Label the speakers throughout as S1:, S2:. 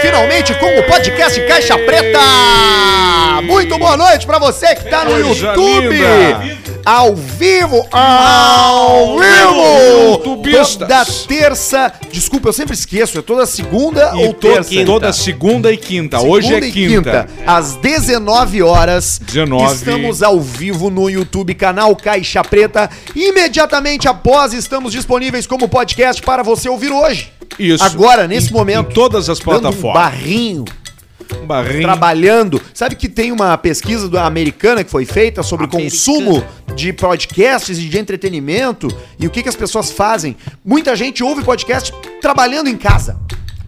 S1: semanalmente com o podcast Caixa Preta. Muito boa noite pra você que tá no
S2: Coisa
S1: YouTube.
S2: linda.
S1: Ao vivo, ao vivo!
S2: Youtubistas.
S1: Toda terça, desculpa, eu sempre esqueço, é toda segunda
S2: E
S1: ou
S2: to-
S1: terça? então.
S2: toda segunda e quinta. Hoje é
S1: Segunda e
S2: quinta.
S1: Às 19 horas.
S2: 19.
S1: Estamos ao vivo no YouTube, canal Caixa Preta. Imediatamente após, estamos disponíveis como podcast para você ouvir hoje.
S2: Isso.
S1: Agora, nesse
S2: Em-
S1: momento.
S2: em todas as
S1: Dando um
S2: plataformas.
S1: barrinho,
S2: Barrinho.
S1: trabalhando. Sabe que tem uma pesquisa do- americana que foi feita sobre o
S3: Americana.
S1: consumo de podcasts e de entretenimento e o que, que as pessoas fazem? Muita gente ouve podcast trabalhando em casa.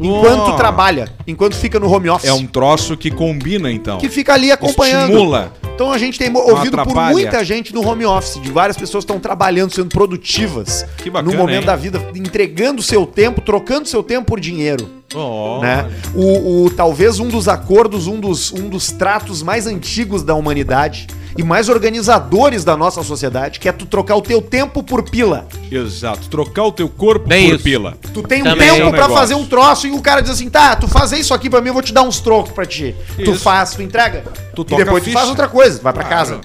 S1: Enquanto
S2: Oh.
S1: trabalha, enquanto fica no home office
S2: É um troço que combina, então.
S1: que fica ali acompanhando.
S2: Estimula.
S1: Então a gente tem mo- ouvido por
S2: atrapalha.
S1: muita gente no home office, de várias pessoas que estão trabalhando, sendo produtivas
S2: Que bacana,
S1: no momento
S2: hein?
S1: da vida, entregando seu tempo, trocando seu tempo por dinheiro.
S2: Oh.
S1: Né? O, o- talvez um dos acordos, um dos, um dos tratos mais antigos da humanidade e mais organizadores da nossa sociedade, que é tu trocar o teu tempo por pila.
S2: Exato. Trocar o teu corpo
S3: Bem
S2: por
S3: isso.
S2: pila.
S1: Tu tem um
S3: Também é um
S1: tempo pra
S2: negócio.
S1: fazer um troço e o cara diz assim: tá, tu faz isso aqui pra mim, eu vou te dar uns trocos pra ti. Tu
S2: Isso.
S1: faz, tu entrega.
S2: Tu
S1: e
S2: toca
S1: depois
S2: a
S1: tu
S2: ficha.
S1: faz outra coisa, vai pra
S2: Claro.
S1: casa.
S2: Vai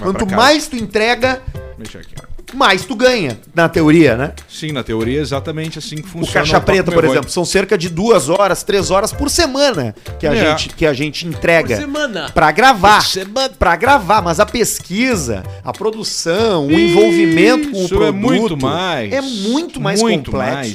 S1: Quanto
S2: pra casa.
S1: mais tu entrega,
S2: Deixa aqui.
S1: mais tu ganha, na teoria, né?
S2: Sim, na teoria é exatamente assim que
S1: O
S2: funciona.
S1: caixa
S2: Papo
S1: preta, por
S2: Meu Boi.
S1: exemplo, são cerca de duas horas, três horas por semana que a,
S2: É.
S1: gente, que a gente entrega.
S3: Por semana.
S1: Pra gravar.
S3: Por semana.
S1: Pra gravar, mas a pesquisa, a produção, o envolvimento com o
S2: Isso
S1: produto.
S2: é muito mais.
S1: É muito mais complexo.
S2: mais,
S1: é muito mais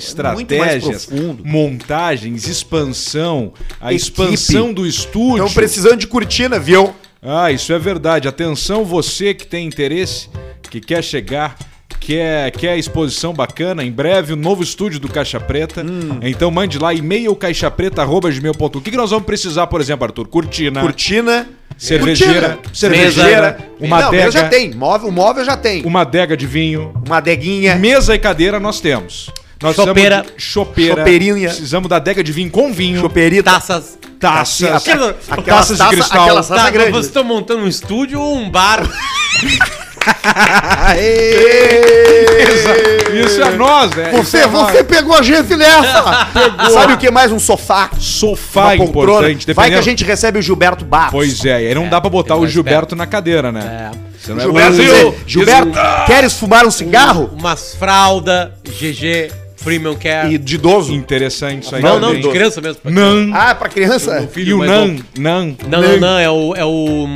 S2: estratégias,
S1: profundo.
S2: montagens, expansão, a
S1: Equipe. Então,
S2: expansão do estúdio.
S1: Estão precisando de cortina, viu?
S2: Ah, isso é verdade. Atenção, você que tem interesse, que quer chegar, quer, quer exposição bacana, em breve o novo estúdio do Caixa Preta.
S1: Hum.
S2: Então mande lá e-mail caixapreta.gmail.com. O que, que nós vamos precisar, por exemplo, Arthur? Cortina,
S1: Cortina.
S2: Ah. Cervejeira,
S1: cortina,
S2: cervejeira, uma
S1: Não,
S2: adega.
S1: mesa já tem. Móvel, móvel já tem.
S2: uma adega de vinho,
S1: Uma adeguinha.
S2: mesa e cadeira nós temos. Nós
S3: Chopeira.
S2: precisamos de chopeira.
S1: Chopeirinha.
S2: Precisamos da adega de vinho com vinho.
S1: Choperita.
S2: Tá.
S3: Taças.
S2: Taças.
S1: Aquela-
S3: Aquilo-
S1: Aquelas
S2: Taças de
S1: taça-
S2: cristal.
S1: Aquelas
S3: Tá,
S1: taças
S3: mas
S1: grandes.
S3: vocês estão montando um estúdio ou um bar?
S2: Isso é nós, né? Isso
S1: Você,
S2: é nós.
S1: você pegou a gente nessa! Sabe o que mais? Um sofá.
S2: Sofá é
S1: uma poltrona.
S2: importante,
S1: Vai que a
S2: dependendo-
S1: gente recebe o Gilberto Barros.
S2: Pois é, e aí não dá pra botar
S3: tem
S2: o
S3: mais
S2: Gilberto na cadeira, né? Você não É.
S1: Gilberto,
S2: Brasil!
S1: dizer, Gilberto, queres fumar um cigarro?
S3: Umas fralda, GG, Premium Care.
S1: E de idoso?
S2: Interessante isso aí.
S3: Não, não,
S2: também.
S3: de criança mesmo.
S2: Nan.
S1: Ah, pra criança?
S2: E o
S3: mas
S2: Nan. Nan.
S3: Não, não, não, é o. É o.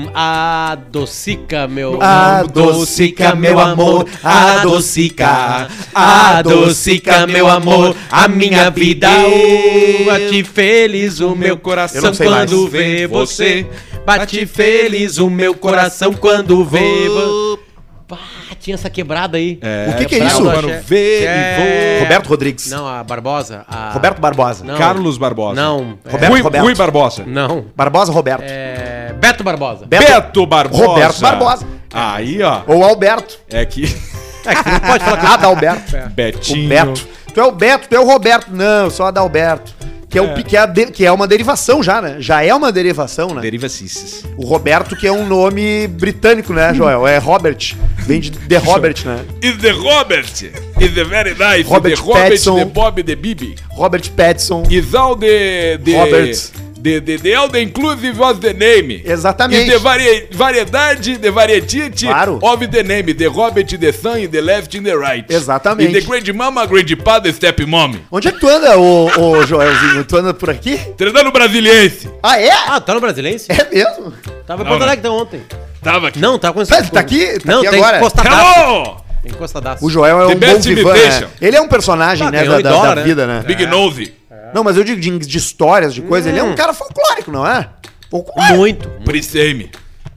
S3: Adocica, meu.
S1: Adocica, meu amor, adocica, adocica, meu amor, a minha vida,
S3: uh, Bate feliz o meu
S2: Eu
S3: coração
S1: não sei mais.
S3: quando vê você. Bate feliz o meu coração quando vê. vo- Pá, tinha essa quebrada aí.
S2: É,
S1: O que que é
S2: pra
S1: isso?
S2: eu Quero ver
S3: É.
S2: e vou.
S1: Roberto Rodrigues.
S3: Não, a Barbosa. a-
S1: Roberto Barbosa.
S3: Não.
S2: Carlos Barbosa.
S3: Não. é-
S1: Roberto
S2: Rui,
S1: Roberto.
S2: Rui Barbosa.
S3: Não.
S1: Barbosa Roberto.
S3: É, Beto Barbosa.
S1: Beto-
S2: Beto Barbosa.
S1: Roberto Barbosa.
S2: Aí, ó.
S1: Ou Alberto. Ah,
S2: É que.
S3: É que você não pode falar
S1: Adalberto.
S2: Betinho.
S1: O Beto. Tu é o Beto, tu é o Roberto. Não, só Adalberto. Que é, o,
S2: É.
S1: pi- que, é a de- que é uma derivação já, né? Já é uma derivação, né?
S2: Deriva Cisses.
S1: O Roberto, que é um nome britânico, né, Joel? É Robert. Vem de The Robert, né?
S2: Is the Robert. Is the very nice.
S1: Robert
S2: the Robert,
S1: Pattinson.
S2: the Bob, the Bibi.
S1: Robert Pattinson.
S2: Is all the. the
S1: Robert.
S2: The, the, the all the inclusive of the name.
S1: Exatamente.
S2: Is the varie, variedade, the varietite
S1: Claro.
S2: of the name. The Robert, the son, the left and the right.
S1: Exatamente.
S2: Is the great mama, great pa, the step mommy.
S1: Onde é que tu anda, ô, ô Joelzinho? Tu anda por aqui?
S2: Treinando brasiliense.
S1: Ah, é?
S3: Ah, tá no Brasilense?
S1: É mesmo?
S3: Tava em
S2: Não,
S3: Porto
S2: não.
S3: Alegre então ontem.
S2: Tava aqui.
S3: Não, tá com esse.
S1: Tá- tá aqui? Tá
S3: não,
S1: aqui
S3: tem
S1: agora?
S3: encostadaço.
S2: Hello!
S3: Tem encostadaço.
S1: O Joel é
S2: The
S1: um bom
S2: best
S1: vivan,
S2: imitation.
S1: né? Ele é um personagem,
S3: Ah,
S1: né,
S3: ganhou
S1: da,
S3: em
S1: da-
S3: dólar,
S1: da
S3: né?
S1: vida, né?
S2: Big Hum. Nose.
S1: Não, mas eu digo de, de histórias, de coisa. Ele é um cara folclórico, não é? Folclórico.
S3: Muito.
S2: Prisame.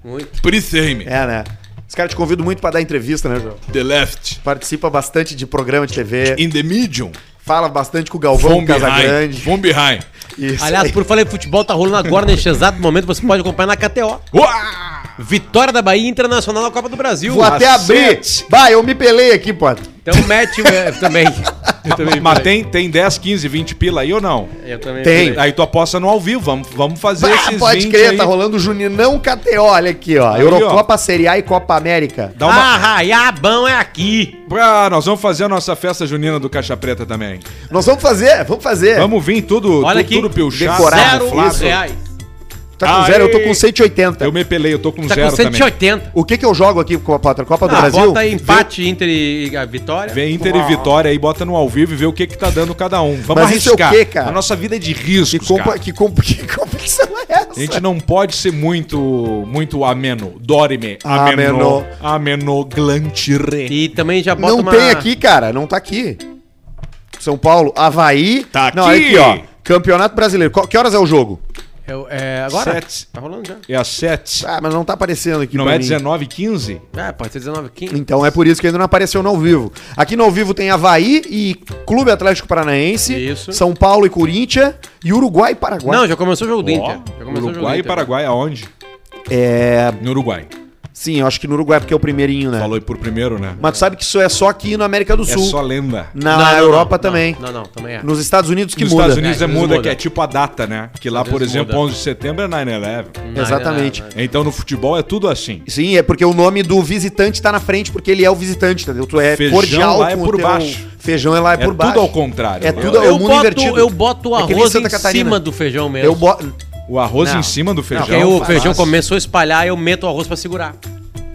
S3: Muito.
S2: Prisame.
S1: É, né? Os caras te convidam muito pra dar entrevista, né, Joel?
S2: The left.
S1: Participa bastante de programa de TV.
S2: In the medium.
S1: Fala bastante com o Galvão
S2: behind.
S1: Casagrande.
S2: From behind.
S1: Isso
S3: Aliás,
S1: aí.
S3: por falar em futebol, tá rolando agora neste exato momento. Você pode acompanhar na KTO.
S2: Uá!
S3: Vitória da Bahia Internacional na Copa do Brasil.
S1: Vou até abrir.
S2: Cacete.
S1: Bah, eu me pelei aqui, pô.
S3: Então Então mete o eu também. Eu também.
S2: Mas tem, tem 10, 15, 20 pila aí ou não?
S3: Eu também
S1: Tem.
S2: Aí tu aposta no ao vivo, vamos, vamos fazer
S1: Bah,
S2: esses
S1: pode
S2: 20
S1: crer,
S2: aí.
S1: tá rolando o Juninão KTO, olha aqui, ó.
S2: Aí, ó.
S1: Eurocopa, Série A e Copa América.
S2: Dá uma...
S3: Arraiabão Ah, é aqui.
S2: Ah, nós vamos fazer a nossa festa junina do Caixa Preta também.
S1: Nós vamos fazer, vamos fazer.
S2: Vamos vir tudo,
S3: Olha
S2: tu-
S3: aqui, é
S2: tudo pilchado,
S1: É. decorado,
S3: Zero
S2: inflado.
S3: reais.
S1: Tá com
S2: Aê.
S1: zero, eu tô com 180.
S2: Eu me pelei, eu tô com
S3: Tá
S2: zero
S3: com
S2: também.
S3: 180.
S1: O que que eu jogo aqui com a Potter? Copa do
S3: Ah,
S1: Brasil?
S3: bota aí empate entre a vitória.
S2: Vem Inter e Vitória aí, bota no ao vivo e vê o que que tá dando cada um. Vamos
S1: Mas isso é o quê, cara?
S2: A nossa vida é de riscos,
S1: Que, compa
S2: cara.
S1: que, comp que competição é essa?
S2: A gente não pode ser muito, muito ameno. Dorime.
S1: Ameno.
S2: Ameno glantire.
S3: E também já bota
S1: Não
S3: uma...
S1: tem aqui, cara. Não tá aqui. São Paulo, Havaí.
S2: Tá
S1: Não, olha aqui,
S2: aqui.
S1: ó. Campeonato Brasileiro. Qual- que horas é o jogo?
S3: É, o- é, agora?
S2: Sete.
S3: Tá rolando já.
S2: É a 7.
S1: Ah, mas não tá aparecendo aqui
S2: Não
S1: pra
S2: é
S1: mim.
S2: 19, 15?
S3: É, pode ser 19, 15.
S1: Então é por isso que ainda não apareceu no ao vivo. Aqui no ao vivo tem Havaí e Clube Atlético Paranaense.
S3: Isso.
S1: São Paulo e Corinthians. E Uruguai e Paraguai.
S3: Não, já começou o jogo do Inter. Já
S2: Ó,
S3: começou o jogo do
S2: Uruguai e
S3: Inter.
S2: Paraguai, aonde?
S1: É.
S2: No Uruguai.
S1: Sim, eu acho que no Uruguai, porque é o primeirinho, né?
S2: Falou aí por primeiro, né?
S1: Mas tu sabe que isso é só aqui na América do
S2: É
S1: Sul.
S2: só lenda.
S1: Na
S3: Não, não,
S1: Europa
S3: não,
S1: também.
S3: Não, não, também é.
S1: Nos Estados Unidos que
S2: Nos
S1: muda.
S2: Estados Unidos é,
S3: É, às vezes
S2: muda,
S3: muda.
S2: que é tipo a data, né? Que lá,
S3: Às
S2: por
S3: vezes
S2: exemplo,
S3: muda. Hum.
S2: 11 de setembro é 9-11.
S1: Exatamente.
S2: Então no futebol é tudo assim.
S1: Sim, é porque o nome do visitante tá na frente, porque ele é o visitante, entendeu? Tu é
S2: Feijão
S1: cordial
S2: lá é
S1: com o
S2: por
S1: teu-
S2: baixo.
S1: Feijão é lá é,
S2: É
S1: por
S2: tudo
S1: baixo.
S2: ao contrário.
S1: É
S2: né?
S1: tudo-
S3: Eu,
S1: é o
S3: eu
S1: mundo
S3: boto,
S1: invertido.
S3: eu boto o
S1: É que nem
S3: arroz
S1: Santa
S3: em
S1: Catarina.
S3: cima do feijão mesmo.
S1: Eu Ah, bo...
S2: O arroz
S3: Não.
S2: em cima do feijão.
S3: Porque aí o
S1: faz.
S3: feijão começou a espalhar, eu meto o arroz pra segurar.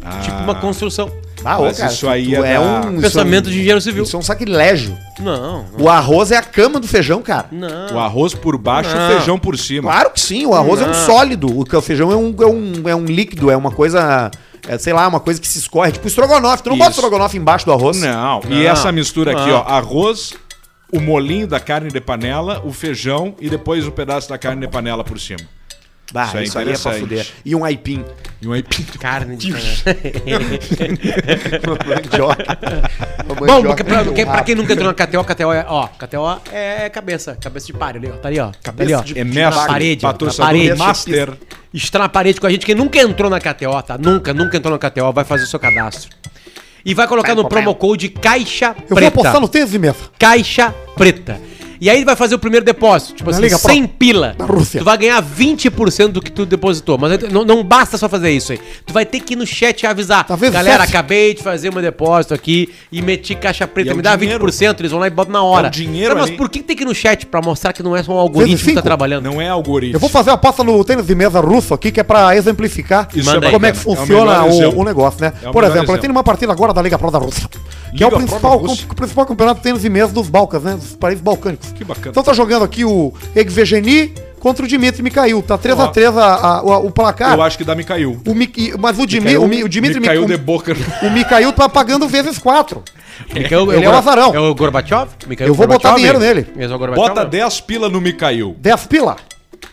S2: Ah.
S3: Tipo uma construção.
S1: Ah, ô,
S2: Mas
S1: cara,
S2: isso aí
S1: tu
S2: é
S1: é
S2: da-
S1: um
S3: Pensamento de
S1: isso é
S3: engenheiro
S1: um-
S3: civil.
S1: Isso é um sacrilégio.
S3: Não, não.
S1: O arroz é a cama do feijão, cara.
S2: O
S3: não.
S2: arroz por baixo, o
S3: Não.
S2: feijão por cima.
S1: Claro que sim, o arroz é um
S3: Ah.
S1: sólido. O que- o feijão é um, é um, é um líquido, é uma coisa. é, sei lá, uma coisa que se escorre. Tipo estrogonofe. Tu não bota
S2: Isso.
S1: estrogonofe embaixo do arroz?
S2: Não. E
S3: Não.
S2: essa mistura aqui,
S3: Não.
S2: ó, arroz, o molinho da carne de panela, o feijão e depois o pedaço da carne de panela por cima.
S1: Bah, isso,
S2: Isso é
S1: aí é pra
S2: interessante.
S1: fuder. E um aipim.
S2: E um aipim.
S3: Carne de panela.
S1: Uma mandioca. Uma
S3: Bom,
S1: mandioca
S3: porque pra,
S1: com
S3: porque pra
S1: rabo.
S3: quem nunca entrou na KTO, KTO é, ó, KTO é cabeça, cabeça de páreo ali, ó, tá ali, ó. Tá ali, ó.
S1: de-
S2: É mestre,
S1: Na
S2: parede,
S3: parede, ó,
S2: patrocinador,
S3: na parede.
S2: master.
S3: Está na parede com a gente, quem nunca entrou na KTO, tá? Nunca, nunca entrou na KTO, vai fazer o seu cadastro. E vai colocar no promo code Caixa Preta.
S1: Eu vou apostar no tênis de mesa.
S3: Caixa Preta. E aí ele vai fazer o primeiro depósito, tipo
S1: Na
S3: assim,
S1: Liga Pro.
S3: 100 pila.
S1: Na Rússia.
S3: Tu vai ganhar 20% do que tu depositou. Mas aí tu- não, não basta só fazer isso aí. Tu vai ter que ir no chat avisar.
S1: Tá vendo,
S3: Galera,
S1: chefe?
S3: acabei de fazer meu depósito aqui e meti caixa
S2: E
S3: preta.
S2: é o
S3: Me dá
S2: dinheiro.
S3: 20%, eles vão lá e botam na
S2: É
S3: hora.
S2: o dinheiro
S3: Tá, mas
S2: ali.
S3: por que que tem que ir no chat pra mostrar que não é só um algoritmo que
S1: cinco?
S3: tá trabalhando?
S2: Não é algoritmo.
S1: Eu vou fazer uma aposta no tênis de mesa russo aqui, que é pra exemplificar
S2: Isso
S3: Manda
S1: como
S3: aí,
S1: é que
S2: cara. É o
S1: funciona
S2: melhor
S1: o,
S2: exemplo.
S1: o negócio, né?
S2: É o
S1: Por
S2: melhor
S1: exemplo, eu
S2: exemplo.
S1: tenho uma partida agora da Liga Pro da Rússia, que é o
S2: Liga Pro
S1: principal,
S2: da Rússia.
S1: com- o principal campeonato de tênis de mesa dos Balcãs, né? Dos países balcânicos.
S2: Que bacana.
S1: Então tá jogando aqui o Egvegeni contra o Dmitry Mikhail. Tá 3x3 o placar.
S2: Eu acho que dá me caiu.
S1: O Mik- Mas o, Dimi,
S2: Caiu-
S1: o, Mi- o Dmitry
S2: me caiu de
S1: Mik-
S2: boca.
S1: o, o Mikhail tá pagando vezes 4.
S3: Mikhail-
S1: Ele é o
S3: Gor-
S1: azarão.
S3: É o Gorbachev? Mikhail
S1: Eu vou botar
S3: Gorbachev?
S1: dinheiro nele.
S3: Esse é o Gorbachev?
S2: Bota 10 pila no me caiu.
S1: 10 pila.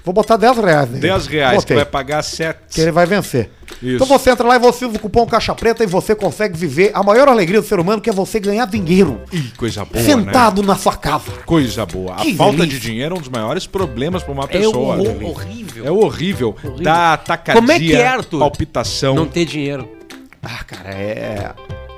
S1: Vou botar 10 reais. nele.
S2: 10 reais,
S1: Botei.
S2: que vai pagar 7.
S1: que ele vai vencer.
S2: Isso.
S1: Então você entra lá e você usa o cupom Caixa Preta e você consegue viver a maior alegria do ser humano, que é você ganhar dinheiro
S2: Ih, coisa boa,
S1: sentado na sua casa.
S2: né? Coisa boa. A
S1: Que
S2: falta
S1: delícia.
S2: de dinheiro é um dos maiores problemas pra uma
S3: É
S2: pessoa.
S3: horror- horrível.
S2: É horrível. Dá atacadia,
S3: Como é que é, Arthur?
S2: palpitação.
S3: Não ter dinheiro.
S1: Ah, cara, é.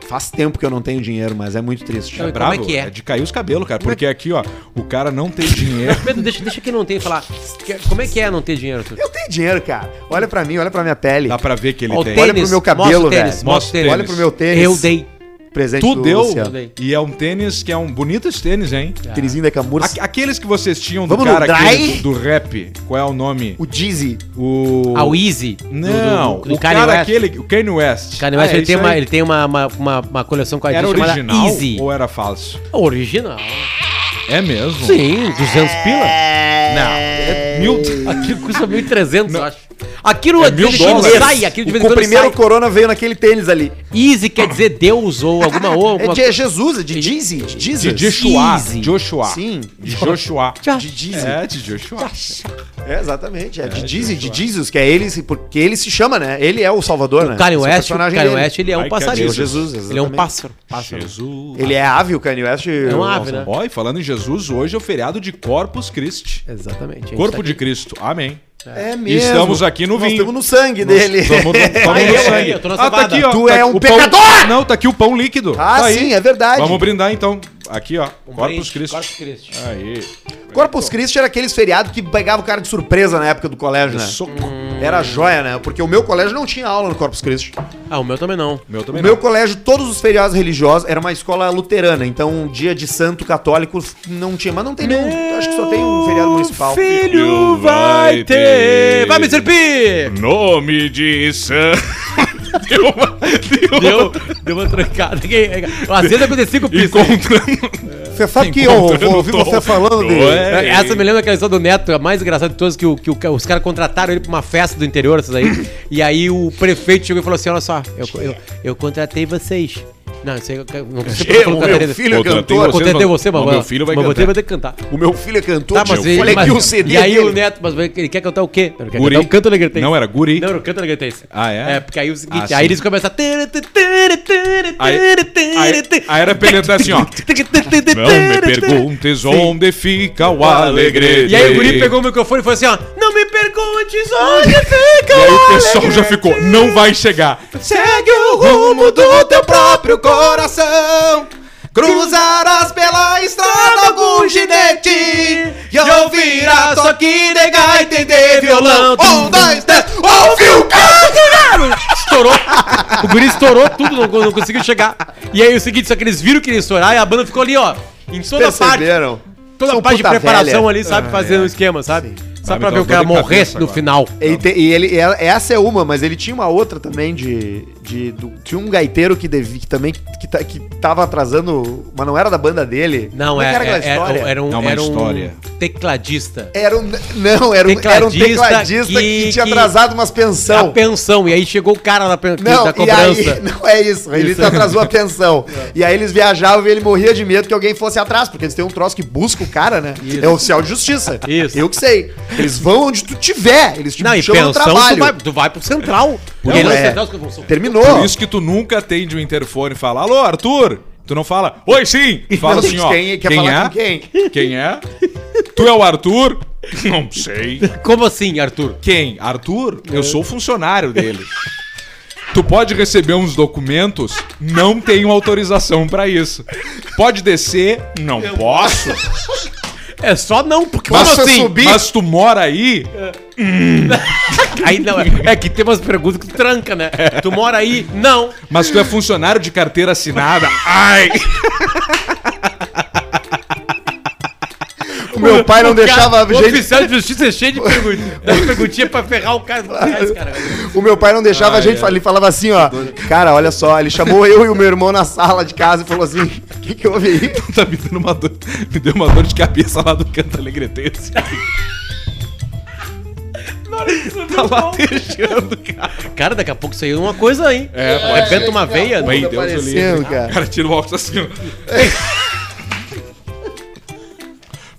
S1: Faz tempo que eu não tenho dinheiro, mas é muito triste.
S3: Não,
S2: É
S3: e como é
S2: brabo,
S3: que
S2: é?
S3: é?
S2: de cair os cabelos, cara. Porque aqui, ó, o cara não tem dinheiro.
S3: Pedro, deixa, deixa que não tem falar. Que- Como é que é não ter dinheiro? Arthur?
S1: Eu tenho dinheiro, cara. Olha pra mim, olha pra minha pele.
S2: Dá pra ver que ele
S3: Ó, o
S2: tem.
S1: Olha pro
S3: Tênis,
S1: meu cabelo,
S3: mostra o tênis,
S1: velho.
S2: mostra o tênis.
S1: Olha pro meu tênis.
S3: Eu dei.
S1: Presente
S2: Tu
S1: do
S2: deu.
S1: Luciano.
S2: E é um tênis que é um bonito esse tênis, hein?
S1: Tênisinho da Camurça.
S2: Aqu- Aqueles que vocês tinham do
S1: Vamos no
S2: cara
S1: Dry?
S2: aquele do, do rap, qual é o nome?
S1: O Dizzy.
S2: O.
S3: A Easy.
S2: Não,
S3: do, do, do
S2: o
S3: Kanye
S2: cara
S3: West.
S2: aquele, o Kanye West.
S3: O Kanye West,
S2: Ah, é
S3: ele, tem
S2: isso
S3: uma,
S2: aí.
S3: ele tem uma, uma, uma, uma coleção com a
S2: Era
S3: gente
S2: original
S3: chamada Easy.
S2: ou era falso?
S3: Original.
S2: É mesmo?
S3: Sim, 200 pila.
S2: É. Não. É mil.
S3: Aquilo custa 1.300, eu acho. Aquilo
S2: É
S3: é
S2: mil dólares.
S3: sai, aquilo de vez em
S1: o
S3: quando
S1: primeiro
S3: sai.
S1: corona veio naquele tênis ali.
S3: Easy quer dizer Deus ou alguma ou
S1: É
S3: alguma
S1: de Jesus, é de Dizzy. de Jesus.
S2: De Joshua.
S3: Easy.
S2: Joshua.
S1: Sim.
S2: De Joshua.
S3: coisa.
S1: de Dizzy.
S2: É, de Joshua.
S1: É, exatamente. É, de Dizzy, de Jesus, que é ele, se- porque ele se chama, né? Ele é o Salvador, né?
S3: O Kanye
S1: Esse é
S3: West, o
S1: personagem
S3: Kanye
S1: dele.
S3: West, ele é um
S2: Ai,
S3: passarinho.
S2: Kanye
S1: Ele é o Jesus,
S3: ele é um
S1: exatamente.
S3: pássaro. pássaro.
S2: Jesus.
S1: Ele é ave, o Kanye West. É
S3: uma ave, né?
S2: Ó, e falando em Jesus, hoje é o feriado de Corpus Christi.
S3: Exatamente. a gente
S2: Corpo
S3: tá
S2: de
S3: aqui.
S2: Cristo. Amém.
S1: É mesmo.
S2: Estamos aqui no
S1: Nós
S2: vinho.
S1: estamos no sangue dele.
S2: Tamo no- tamo
S3: Ai,
S2: no
S3: eu,
S2: sangue.
S3: eu tô na
S2: Ah, tá
S3: cevada.
S2: aqui, ó.
S1: Tu
S2: Tá
S1: é
S2: aqui
S1: um
S2: o pão-
S1: pecador!
S2: Não, tá aqui o pão líquido.
S1: Ah,
S2: Tá aí.
S1: sim, é verdade.
S2: Vamos brindar então. Aqui, ó. Corpus
S3: Um Corpus
S2: Christi.
S3: Christi.
S2: Aí.
S1: Corpus Christi era aqueles feriados que pegava o cara de surpresa na época do colégio, né?
S2: Soco.
S1: Era joia, né? Porque o meu colégio não tinha aula no Corpus Christi.
S3: Ah, o meu também não.
S2: Meu
S1: O
S2: também
S1: meu
S2: não.
S1: colégio, todos os feriados religiosos, era uma escola luterana. Então, um dia de santo católico não tinha. Mas não tem nenhum. Acho que só tem um feriado municipal.
S2: filho vai ter-
S3: Vai, Mr. P!
S2: Nome de Sam. Deu uma. Deu.
S3: Deu, deu uma trancada. Quem- é, Às vezes acontece cinco pistas.
S2: Encontrando.
S1: Você sabe que eu eu ouvi você falando de.
S2: Ué.
S3: É, Essa me lembra aquela história do Neto, a mais engraçada de todas, que, o- que o ca- os caras contrataram ele pra uma festa do interior, essas aí. e aí o prefeito chegou e falou assim: olha só, eu, eu, eu contratei vocês. Não, isso aí eu ca- não precisa
S1: Che, o
S3: contratar
S1: meu
S3: ele.
S1: filho é
S2: Outra, tem
S1: cantor.
S2: você-
S3: Contratei você,
S2: Mas
S3: mamãe.
S2: meu filho vai
S3: mas
S2: cantar.
S3: você vai ter que cantar.
S1: O meu filho é cantor.
S3: Tá, mas
S1: tio.
S3: ele,
S1: Olha aqui
S3: mas-
S1: o CD.
S3: E aí
S1: dele.
S3: o Neto, mas ele quer cantar o quê? Ele quer
S2: Guri.
S3: cantar o canto alegretense.
S2: Não, era guri.
S3: Não, era o canto alegretense.
S2: Ah, é?
S3: É, porque aí o seguinte,
S2: Ah, sim.
S3: aí eles começam a...
S2: Aí, aí, aí era pra ele entrar assim, ó. Não me perguntes onde fica o alegre.
S3: E aí o guri pegou o microfone e falou assim, ó... Não me perguntes onde fica
S2: E aí o
S3: o
S2: pessoal já ficou, não vai chegar.
S1: Segue o rumo do teu próprio coração. Cruzarás pela estrada algum ginete e ouvirás só que de gaita e de violão. Um, dois, três, ouviu?
S3: Estourou. O guri estourou tudo, não, não conseguiu chegar. E aí o seguinte, só que eles viram que ele ia estourar e a banda ficou ali, ó... Em toda parte,
S1: Perceberam?
S3: toda
S1: São
S3: a parte de
S1: puta
S3: preparação
S1: velha. Ah, é.
S3: ali, sabe? fazendo um esquema, sabe? Só
S2: Sabe,
S3: pra
S2: então
S3: ver o
S2: eu
S3: cara
S2: vou de
S3: morrer
S2: cabeça
S3: no
S2: agora.
S3: final.
S1: E, te- e ele, e ela- essa é uma, mas ele tinha uma outra também de. de do- tinha um gaiteiro que, devi, que também que, ta- que tava atrasando, mas não era da banda dele.
S3: Não,
S1: Como
S3: é,
S1: que era,
S3: é,
S1: aquela
S3: era,
S1: história?
S3: era um,
S2: É uma
S3: era um
S2: história.
S3: tecladista.
S1: Era um. Não, era um tecladista, era um
S3: Tecladista
S1: tecladista que,
S3: que-
S1: tinha
S3: que-
S1: atrasado umas
S3: A
S1: pensão.
S3: pensão, e aí chegou o cara da, pen-
S1: Então, Não,
S3: da
S1: e aí,
S3: cobrança.
S1: não é isso. Ele
S3: Isso. É.
S1: atrasou a pensão. E aí eles viajavam e ele morria de medo que alguém fosse atrás, porque eles têm um troço que busca o cara, né? É oficial de justiça.
S3: Isso.
S1: Eu que sei. Eles vão onde tu tiver. Eles te
S3: Não, e
S1: chamam
S3: pensão,
S1: no
S3: tu
S1: trabalho.
S3: vai, tu vai pro central.
S1: Não,
S3: E aí não
S1: é.
S3: central, fica com-
S1: Terminou.
S2: Por isso que tu nunca atende o interfone e fala, alô, Arthur! Tu não fala, oi sim! Tu Fala
S1: Não,
S2: assim, ó.
S1: quem- quer falar com
S2: é?
S1: quem?
S2: Quem é? Tu é o Arthur? Não sei.
S3: Como assim, Arthur?
S2: Quem? Arthur?
S1: É.
S2: Eu sou funcionário dele. Tu pode receber uns documentos? Não tenho autorização pra isso. Pode descer? Não posso.
S3: É só não, porque
S1: Mas
S3: como
S1: se eu
S3: assim?
S1: subir- Bi-
S2: Mas tu mora aí?
S3: Aí não, é, é que tem umas perguntas que tu tranca, né? Tu mora aí? Não.
S2: Mas tu é funcionário de carteira assinada? Ai!
S1: O meu pai não
S3: O cara-
S1: deixava a
S3: O
S1: gente.
S3: oficial de justiça é cheio de perguntinha. Dá perguntinha pra ferrar o cara. Ai, cara.
S1: O meu pai não deixava a gente. Ele falava assim, ó. Cara, olha só. Ele chamou eu e o meu irmão na sala de casa e falou assim: O que, que houve aí?
S2: Tá me dando uma dor. Me deu uma dor de cabeça lá do canto alegretense. tá latejando, cara.
S3: Cara, daqui a pouco saiu uma coisa aí.
S2: É, pode
S3: Arrebenta uma veia.
S2: Meu Deus,
S1: aparecendo,
S2: eu livre.
S1: cara.
S2: O cara tira o óculos assim, ó.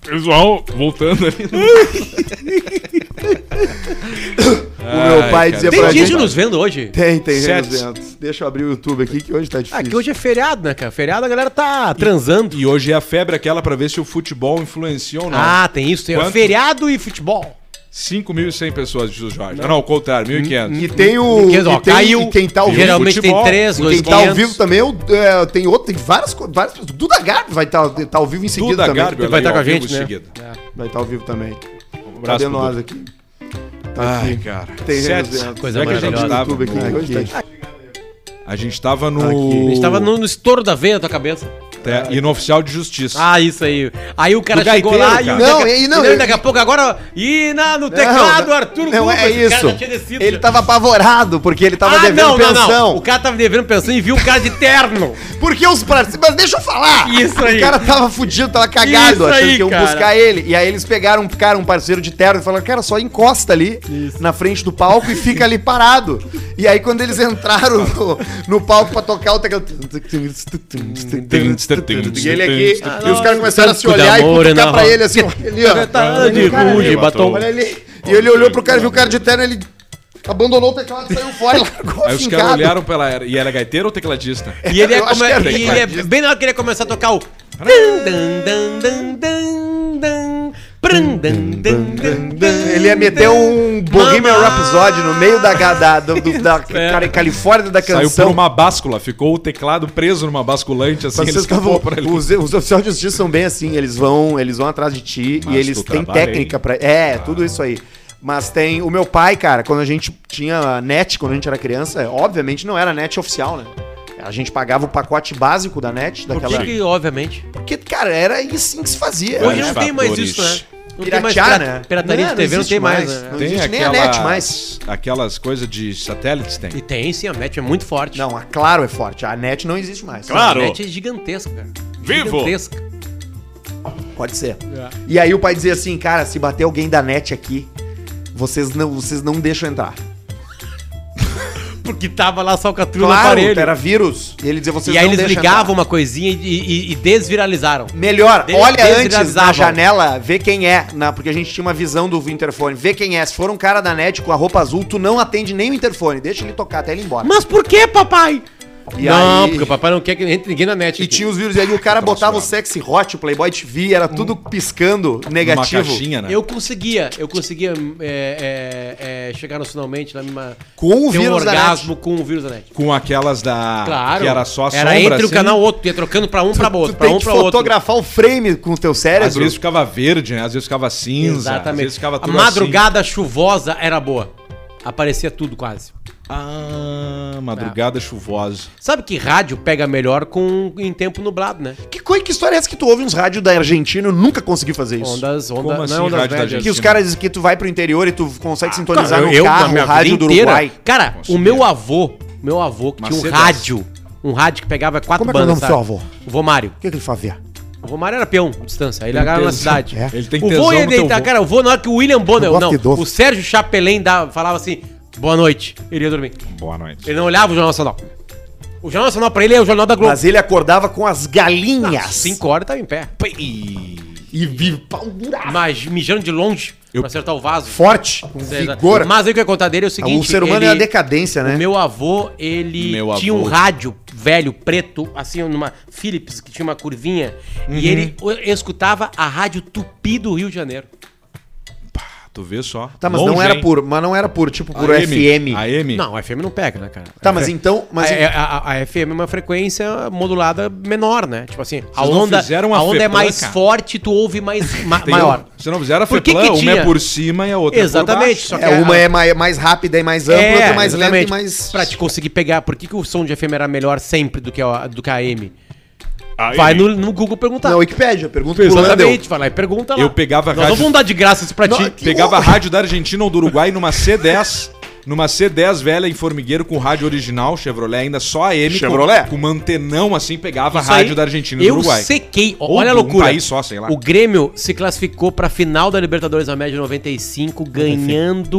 S2: Pessoal, voltando ali.
S1: O meu pai dizia
S3: Tem
S1: pra
S3: gente
S1: gente.
S3: nos vendo hoje.
S1: Tem, tem,
S2: Sete.
S1: Renos Deixa eu abrir o YouTube aqui que hoje tá difícil.
S3: Ah, que hoje é feriado, né, cara? Feriado a galera tá transando.
S2: E hoje é a febre aquela pra ver se o futebol influencia ou não.
S3: Ah, tem isso. Tem
S2: Quanto?
S3: feriado e futebol.
S2: 5.100 pessoas, diz o Jorge. Não, não, ao contrário, 1.500.
S1: E tem o.
S3: Quem- ó,
S1: e tem-
S3: caiu,
S1: e quem tá ao vivo.
S3: Geralmente
S2: futebol,
S3: tem três,
S1: e
S3: dois
S1: quem tá ao
S3: quinhentos.
S1: vivo também, eu, é, tem outro, tem várias coisas. Várias, pessoas. Duda Garbi vai estar tá, tá ao vivo em seguida
S2: Duda
S1: também.
S2: Garbi,
S3: Vai
S2: olha
S3: estar
S2: aí,
S3: com a
S2: ao vivo
S3: gente,
S2: em
S3: né?
S2: seguida.
S1: Vai estar ao vivo também.
S2: Um abraço
S1: Cadê
S2: pro
S1: nós
S2: Duda.
S1: aqui? Tá
S2: Ai, cara.
S1: Tem
S2: Sete.
S1: Renos Dentro.
S3: Coisa
S2: Onde é que a gente
S3: maravilhosa.
S2: tava?
S1: YouTube aqui, que hoje tá difícil.
S2: A gente tava no...
S1: Tá Aqui.
S3: A gente tava no, no estouro da veia da tua cabeça.
S2: É, e no oficial de justiça.
S3: Ah, isso aí. Aí o cara
S2: Do
S3: chegou
S2: gaiteiro,
S3: lá e o.
S2: cara.
S1: Não,
S3: daqui-
S1: e não,
S3: daí
S1: eu-
S3: daqui a pouco agora. E na, no teclado, Arthur
S1: não
S3: Guga,
S1: é
S3: esse cara
S1: isso.
S3: já tinha descido,
S1: Ele
S3: já.
S1: tava apavorado porque ele tava
S3: ah,
S1: devendo
S3: não,
S1: pensão.
S3: não, não. O cara tava devendo pensão e viu o cara de terno.
S1: Porque os parceiros. Mas deixa eu falar!
S3: Isso aí.
S1: O cara tava fudido, tava cagado,
S3: Isso
S1: achando
S3: aí,
S1: que iam
S3: cara.
S1: buscar ele. E aí eles pegaram um cara, um parceiro de terno, e falaram: cara, só encosta ali na frente do palco e fica ali parado. E aí, quando eles entraram no, no palco pra tocar o teclado. E ele aqui. ah, e os caras começaram a se olhar e
S3: Tanto de amor,
S1: cutucar
S3: né,
S1: pra
S3: Rafa?
S1: ele assim, ó, ali, ó.
S3: Tá
S1: Olha
S3: de
S1: ele,
S3: ruge,
S1: cara,
S3: batom.
S1: Olha ali. E ele olhou pro cara, viu o cara de terno, ele abandonou o teclado, saiu fora e largou
S2: Aí os
S1: fincado.
S2: caras olharam pra ela, era- e ela é gaiteira ou tecladista?
S3: E ele é,
S1: Eu acho
S3: come-
S1: que era
S3: e ele é bem na hora que ele ia começar a tocar o.
S1: Ele ia meter um Bohemian Rhapsody no meio da, da, do- do- da
S3: É.
S1: cara, Califórnia da
S2: Saiu por
S1: canção.
S2: uma báscula, ficou o teclado preso numa basculante, assim,
S1: Mas
S2: ele
S1: vocês
S2: escapou
S1: estavam-
S2: pra ele.
S1: os, os oficiais de justiça são bem assim, eles vão, eles vão atrás de ti
S2: Mas
S1: e eles
S2: tu
S1: têm
S2: trabalha
S1: técnica pra. É, tudo isso aí. Mas tem o meu pai, cara, quando a gente tinha net, quando a gente era criança, obviamente não era net oficial, né? A gente pagava o pacote básico da net,
S3: Por
S1: daquela.
S3: que, que, obviamente?
S1: Porque, cara, era assim que se fazia.
S3: Hoje
S2: Vários
S3: não tem mais
S2: fatores.
S3: isso, né? Não tem mais
S1: Piratear, né?
S3: pirata- pirataria de TV, não
S1: existe
S3: tem mais. né?
S1: Não
S2: Tem
S1: existe
S2: aquelas,
S1: nem a net mais.
S2: aquelas coisas de satélites, tem.
S3: E tem sim, a net é muito forte.
S1: Não, a Claro é forte. A net não existe mais.
S3: a
S4: Claro.
S3: net é gigantesca, cara.
S4: Vivo.
S3: Gigantesca.
S1: Pode ser.
S3: É.
S1: E aí o pai dizia assim, cara, se bater alguém da net aqui, vocês não, vocês não deixam entrar.
S3: Porque tava lá só com a trula no
S1: Claro,
S3: aparelho.
S1: era vírus. E ele dizia, vocês
S3: E aí
S1: não
S3: eles
S1: deixam
S3: ligavam
S1: entrar."
S3: uma coisinha e, e- e desviralizaram.
S1: Melhor,
S3: Des-
S1: olha antes
S3: desviralizavam.
S1: na janela, vê quem é, na, porque a gente tinha uma visão do interfone. Vê quem é. Se for um cara da net com a roupa azul, tu não atende nem o interfone. Deixa ele tocar até ele ir embora.
S3: Mas por que, papai?
S1: E
S3: não,
S1: aí-
S3: porque o papai não quer que entre ninguém na net.
S1: E
S3: aqui.
S1: tinha os vírus. E aí o cara botava o sexy hot, o Playboy TV, era
S3: Um
S1: tudo piscando
S2: Uma
S1: negativo.
S2: caixinha, né?
S3: Eu conseguia, eu conseguia é, é, é, chegar no finalmente na minha
S1: Com o
S3: ter um
S1: vírus da net.
S3: orgasmo com o vírus da net.
S2: Com aquelas da...
S3: Claro.
S2: Ah, Que era só a
S3: Era
S2: sombra,
S3: entre o
S2: assim.
S3: canal outro, ia trocando pra um pra
S1: tu
S3: outro, pra
S1: tem
S3: um
S1: que
S3: pra outro.
S1: fotografar o frame com o teu cérebro.
S2: Às vezes ficava verde, né? Às vezes ficava cinza. Às vezes
S3: Exatamente.
S2: ficava
S3: A
S2: tudo assim.
S3: madrugada chuvosa era boa. Aparecia tudo quase.
S2: assim. Ah, madrugada chuvosa.
S3: Sabe que rádio pega melhor com em tempo nublado, né?
S1: Que, coi- que história é essa que tu ouve uns rádios da Argentina? Eu nunca consegui fazer isso.
S3: Ondas,
S2: Como
S3: ondas,
S2: assim,
S3: não, é ondas
S2: rádio da
S3: médias.
S1: Que os
S2: Sim.
S1: caras dizem que tu vai pro interior e tu consegue sintonizar
S3: Cara,
S1: no
S3: Ah, tá. eu, na
S1: carro,
S3: minha
S1: o rádio
S3: vida
S1: do
S3: inteira.
S1: Uruguai.
S3: Cara,
S2: Conseguia.
S3: o meu avô, meu avô que tinha um
S2: Macedas.
S3: rádio, um rádio que pegava quatro
S1: Como é que é o nome
S3: bandas.
S1: do
S3: sabe?
S1: seu avô?
S3: O vô Mário.
S1: O que, que ele fazia?
S3: O vô Mário era peão, distância. Ele agarrava na
S2: tesão.
S3: cidade.
S1: É.
S2: Ele tem
S3: o
S2: tesão
S3: vô ia
S2: no teu
S3: deitar,
S2: vô.
S3: cara, o vô na hora que o William Bonner,
S1: Eu gosto
S3: não,
S1: de idoso.
S3: o Sérgio Chapelin dava, falava assim, boa noite, ele ia dormir.
S2: Boa noite.
S3: Ele não olhava o Jornal Nacional. O Jornal Nacional pra ele é o Jornal da Globo.
S1: Mas ele acordava com as galinhas.
S3: Tá, Cinco horas tava em pé.
S1: E vive pau buraco.
S3: Mas mijando de longe
S2: Eu-
S3: pra acertar o vaso.
S1: Forte, com vigor.
S3: Mas aí o que eu ia contar dele é o seguinte.
S1: o ser humano
S3: ele-
S1: é a decadência, né?
S3: O meu avô, ele
S2: Meu
S3: tinha
S2: avô.
S3: um rádio velho, preto, assim, numa Philips, que tinha uma curvinha.
S1: Uhum.
S3: E ele o- escutava a rádio Tupi do Rio de Janeiro.
S2: Tu vê só.
S1: Tá, mas não
S2: Longe,
S1: era
S2: hein?
S1: por, mas não era por, tipo, por
S2: AM.
S1: FM.
S2: AM.
S3: Não, a FM não pega, né, cara?
S1: Tá, mas então, mas
S3: a, a- a- a FM é uma frequência modulada menor, né? Tipo assim, a
S2: não
S3: onda,
S2: fizeram a
S3: a onda é
S2: FEPLAN,
S3: mais
S2: cara?
S3: forte, tu ouve mais ma-
S2: Tem
S3: maior.
S2: um- Se não fizeram a
S3: Por que
S2: FEPLAN,
S3: que
S2: uma
S3: tinha?
S2: é por cima e a outra é
S3: Exatamente,
S2: por baixo.
S3: só que
S1: é, uma é mais, mais rápida e mais ampla,
S3: um
S1: outra mais lenta e
S3: É, exatamente.
S1: mais...
S3: Pra te conseguir pegar, por que, que o som de FM era melhor sempre do que a, do que a AM?
S4: Aí,
S3: Vai no, no Google perguntar.
S1: Na Wikipédia, pergunta pro Landel.
S3: tá. Exatamente, vai lá e pergunta lá.
S2: Eu pegava
S3: Nós
S2: rádio-
S3: não vamos dar de graça isso pra ti.
S2: Pegava a rádio da Argentina ou do Uruguai numa C10. Numa C10 velha em formigueiro com rádio original, Chevrolet, ainda só AM. com-
S1: Chevrolet.
S2: Com, mantenão assim, pegava a
S3: Isso aí,
S2: rádio da Argentina e do
S3: eu
S2: Uruguai.
S3: sequei.
S2: Ou
S3: Olha a
S2: de um
S3: loucura.
S2: país só, sei lá.
S3: O Grêmio se classificou pra final da Libertadores da média é 95, ganhando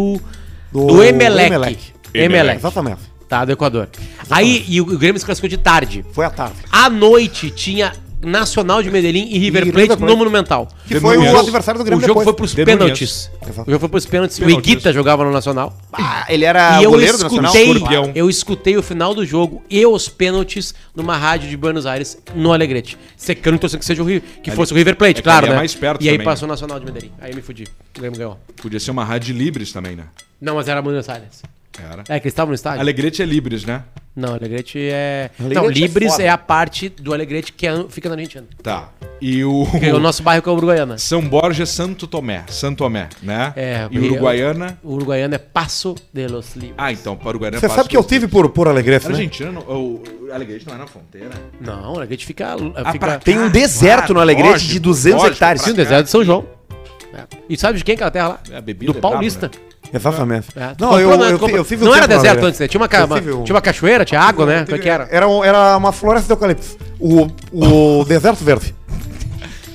S3: do,
S1: Do
S3: Emelec.
S1: Emelec.
S3: Emelec.
S1: É, Exatamente.
S3: Tá, do Equador. Aí, e o Grêmio se classificou de tarde.
S1: Foi à tarde.
S3: À noite tinha Nacional de Medellín e River
S1: River
S3: Plate
S1: Plate.
S3: no Monumental.
S1: Que foi o
S2: Demonias.
S1: adversário do
S3: O
S1: Grêmio
S3: jogo foi
S1: depois.
S3: pros
S2: Demonias.
S3: pênaltis. O jogo foi pros pênaltis. O
S2: Pênaltis.
S3: Iguita jogava no Nacional.
S1: Ah, ele era o
S3: e eu
S1: goleiro do Nacional?
S3: escutei,
S2: Escorpião.
S3: eu escutei o final do jogo e os pênaltis numa rádio de Buenos Aires no Alegrete. Se- que Eu não tô dizendo que seja o Rio, que fosse o River Plate,
S2: é que
S3: claro,
S2: ali é
S3: né?
S2: mais perto
S3: e aí
S2: também,
S3: passou o Nacional de Medellín. Aí me fudi. O Grêmio ganhou.
S2: Podia ser uma rádio Libres também, né?
S3: Não, mas era Buenos Aires.
S2: Era.
S3: É que eles estavam no estádio?
S2: Alegrete é Libres, né?
S3: Não, Alegrete é.
S1: Alegrete
S3: não,
S1: é
S3: Libres
S1: foda.
S3: é, a parte do Alegrete que é- fica na Argentina.
S2: Tá. E o.
S3: Que é o nosso bairro que é o Uruguaiana.
S2: São Borja é Santo Tomé. Santo Tomé, né?
S3: É,
S2: e Uruguaiana.
S3: O Uruguaiana é Passo de los Libres.
S2: Ah, então, para Uruguaiana
S1: Você
S2: passa
S1: sabe que eu
S2: por-
S1: tive por, por Alegrete, né?
S2: Argentina, não, o, o Alegrete não é na fronteira.
S3: Não, o Alegrete fica.
S2: Ah, pra-
S3: fica...
S1: Tem um deserto no Alegrete
S2: lógico,
S1: de 200
S2: lógico,
S1: hectares.
S3: Sim, o um deserto de São João. É. E sabe de quem é aquela terra lá?
S2: É, a bebida
S3: do
S2: é braba,
S3: Paulista.
S1: Exatamente.
S3: É, tu
S1: Não,
S3: comprou,
S1: eu,
S3: né? Tu
S1: eu, fi-
S3: comprou.
S1: eu fiz
S3: Não era
S1: tempo no
S3: deserto
S1: Alegrete.
S3: antes, né? Tinha uma, ca-
S1: Eu
S3: uma-
S1: tive um-
S3: tinha uma cachoeira, tinha água, né? Como é que era?
S1: Era, um- era uma floresta de eucalipto. O, o deserto verde.
S3: É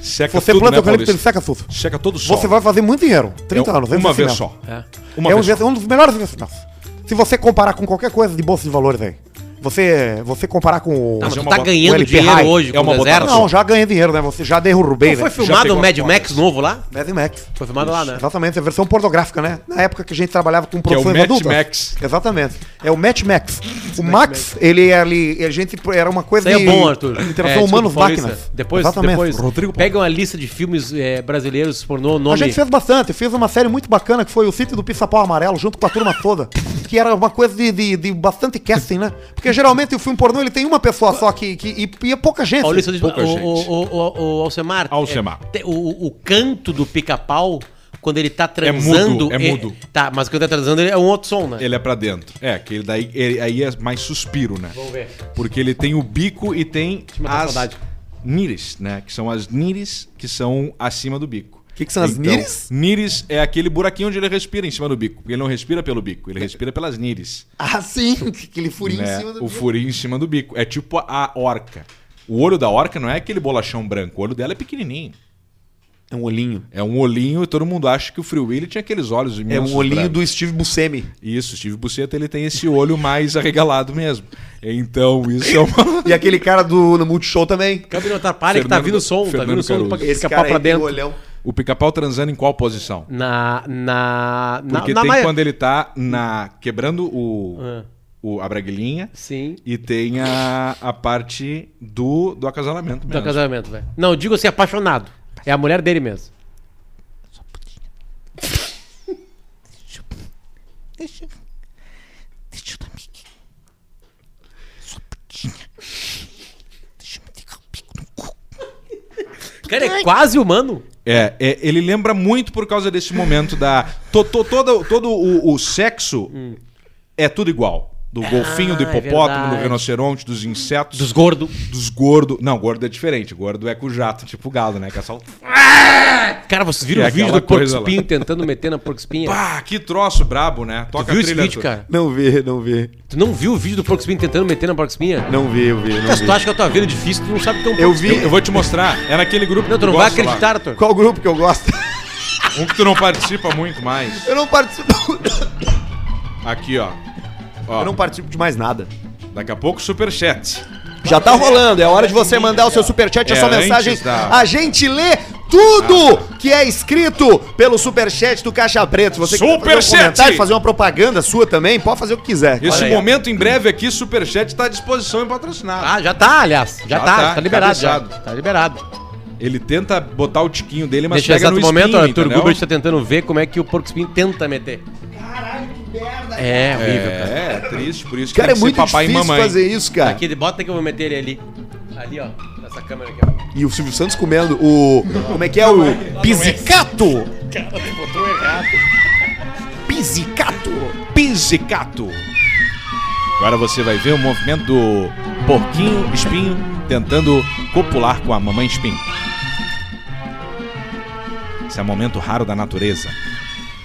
S2: Seca
S1: Você
S2: tudo,
S1: planta
S2: né,
S1: eucalipto,
S2: Paulista?
S1: ele seca tudo.
S2: Seca todo o sol.
S1: Você vai fazer muito dinheiro. 30
S2: É
S1: anos. é
S2: Uma vez
S1: investimento.
S2: só.
S3: É.
S2: Uma
S1: é um,
S2: vez só.
S1: investi- um dos melhores investimentos. Se você comparar com qualquer coisa de bolsa de valores aí. Você, você comparar com o.
S3: Não, mas
S2: é
S3: tu
S2: uma
S3: tá
S2: bo-
S1: o
S3: ganhando
S1: LP
S3: dinheiro
S1: high.
S3: hoje
S2: É uma
S3: com o deserto?
S2: botada.
S3: Não,
S1: Não, já ganhei dinheiro, né? Você já derrubei,
S3: foi
S1: né?
S3: filmado
S2: pegou
S3: o
S2: as
S3: Mad
S2: fotos.
S3: Max novo lá?
S1: Mad Max.
S3: Foi filmado lá, né?
S1: Exatamente, é a versão pornográfica, né? Na época que a gente trabalhava com
S2: Que é o
S1: produções
S2: Matt
S1: adultas.
S2: Max.
S1: Exatamente. É o Match Max. O Max, ele era ali. A gente era uma
S3: Isso
S1: coisa.
S3: aí é bom, Arthur.
S1: Interação
S3: É,
S1: humanos
S3: desculpa, Paulista.
S1: máquinas.
S3: Depois,
S1: Exatamente.
S3: depois
S2: Rodrigo Paulista.
S3: pega uma lista de filmes é, brasileiros pornô,
S1: A
S3: nome...
S1: gente fez bastante, fez uma série muito bacana que foi o Sítio do Pissapau Amarelo, junto com a turma toda. Que era uma coisa de, de- de bastante casting, né? Porque geralmente o filme pornô ele tem uma pessoa só que, que- e, e é pouca gente.
S3: Paulista, eu digo,
S2: Pouca
S3: o,
S2: gente.
S3: o, o, o, o Alcemar.
S2: Alcemar.
S3: é, te- o, o- o canto do pica-pau, quando ele tá
S2: É mudo,
S3: transando.
S2: é mudo.
S3: tá, mas quando ele tá transando ele é um outro som, né?
S2: Ele é pra dentro. É, que ele daí ele- aí é mais suspiro, né?
S3: Vamos ver.
S2: Porque ele tem o bico e tem
S3: matar a
S2: as
S3: saudade.
S2: níris, né? Que são as níris que são acima do bico. Então,
S1: Que que são as níris?
S2: Níris é aquele buraquinho onde ele respira em cima do bico. Porque ele não respira pelo bico, ele respira pelas níris.
S1: Ah, sim, aquele furinho
S2: né?
S1: em cima do.
S2: o furinho em cima do bico. É tipo a orca. O olho da orca não é aquele bolachão branco, o olho dela é pequenininho.
S1: É um olhinho.
S2: É um olhinho e todo mundo acha que o Free Willy tinha aqueles olhos
S1: É
S2: imensos
S1: um olhinho
S2: brancos.
S1: do Steve Buscemi.
S2: Isso, Steve Buceta, ele tem esse olho mais arregalado mesmo. Então, isso é uma...
S1: E aquele cara do no Multishow também.
S3: Câmbio não atrapalha que tá
S2: Fernando-
S3: vindo o som, tá
S2: Fernando
S3: vindo o som do
S2: Caruso.
S1: Esse
S3: pica-pau
S1: cara
S3: pra
S1: aí tem um
S3: dentro.
S1: olhão.
S2: O pica-pau transando em qual posição?
S3: Na. Na. Na,
S2: Porque
S3: na
S2: tem
S3: maio-
S2: quando ele tá na quebrando o,
S3: Ah,
S2: o a braguilhinha
S3: Sim.
S2: e tem a, a parte do, do acasalamento
S3: Do
S2: mesmo.
S3: casamento, velho. Não, eu digo assim, apaixonado. É a mulher dele mesmo.
S4: um Deixa eu dar um mic. Sua putinha. um Deixa eu meter o pico no cu.
S3: Cara, é quase humano.
S2: É, é, ele lembra muito por causa desse momento da to, to- todo todo o, o sexo é tudo igual. Do golfinho, do
S3: Hum. é
S2: hipopótamo, do
S3: verdade.
S2: rinoceronte, dos insetos,
S3: Dos gordos.
S2: dos gordos. Não, gordo é diferente. Gordo é com jato, tipo galo, né? Que é só...
S3: Cara, vocês viram
S2: É
S3: o vídeo
S2: aquela
S3: do Porco
S2: coisa lá.
S3: Espinho tentando meter na Porco Espinha?
S2: Pá, que troço brabo, né?
S3: Tu
S2: Toca
S3: viu
S2: a
S3: esse
S2: trilha,
S3: vídeo,
S2: Arthur.
S3: cara?
S1: Não vi, não vi.
S3: Tu não viu o vídeo do Porco Espinho tentando meter na Porco Espinha?
S1: Não vi, eu vi, não
S3: Mas tu
S1: vi.
S3: acha que a tua vida é difícil, tu não sabe o que é um
S1: Eu
S3: porco
S2: Eu, eu
S1: vi.
S2: vou te mostrar. É naquele grupo
S3: Não, tu não vai
S2: gosta lá.
S3: acreditar, Arthur.
S1: Qual grupo que eu gosto?
S2: Um que tu não participa muito mais.
S1: Eu não participo.
S2: Aqui, ó. ó
S1: Eu não participo de mais nada.
S2: Daqui a pouco, superchat.
S1: Já tá rolando, é hora de você mandar o seu superchat, a
S2: É,
S1: sua
S2: antes
S1: mensagem.
S2: da- Ah.
S1: A gente lê tudo que é escrito pelo superchat do Caixa Preto. Se Você quer fazer um
S2: Superchat!
S1: comentário, fazer uma propaganda sua também, pode fazer o que quiser.
S2: Esse
S3: Olha aí, ó.
S2: momento, em breve aqui, superchat tá à disposição e patrocinado.
S3: Ah, já tá, aliás. Já,
S2: Já
S3: tá,
S2: tá,
S3: tá, liberado. Já,
S2: cabeçado.
S3: tá liberado.
S2: Ele tenta botar o tiquinho dele, mas
S3: Neste
S2: chega
S3: exato
S2: no
S3: momento,
S2: spinning,
S3: Arthur
S2: entendeu?
S3: Gubert tá tentando ver como é que o Porco Espinho tenta meter. Caralho, que merda. É, horrível, cara.
S2: É, é triste, por isso que
S1: Cara, é
S2: tem que
S1: muito
S2: ser papai
S1: difícil
S2: e mamãe.
S1: fazer isso, cara.
S3: Aqui, bota que eu vou meter ele ali. Ali, ó. Nessa câmera aqui, ó.
S1: E o Silvio Santos comendo o. Como é que é o. Pizzicato!
S2: Pizzicato! Pizzicato! Agora você vai ver o movimento do porquinho espinho tentando copular com a mamãe espinho. Esse é um momento raro da natureza.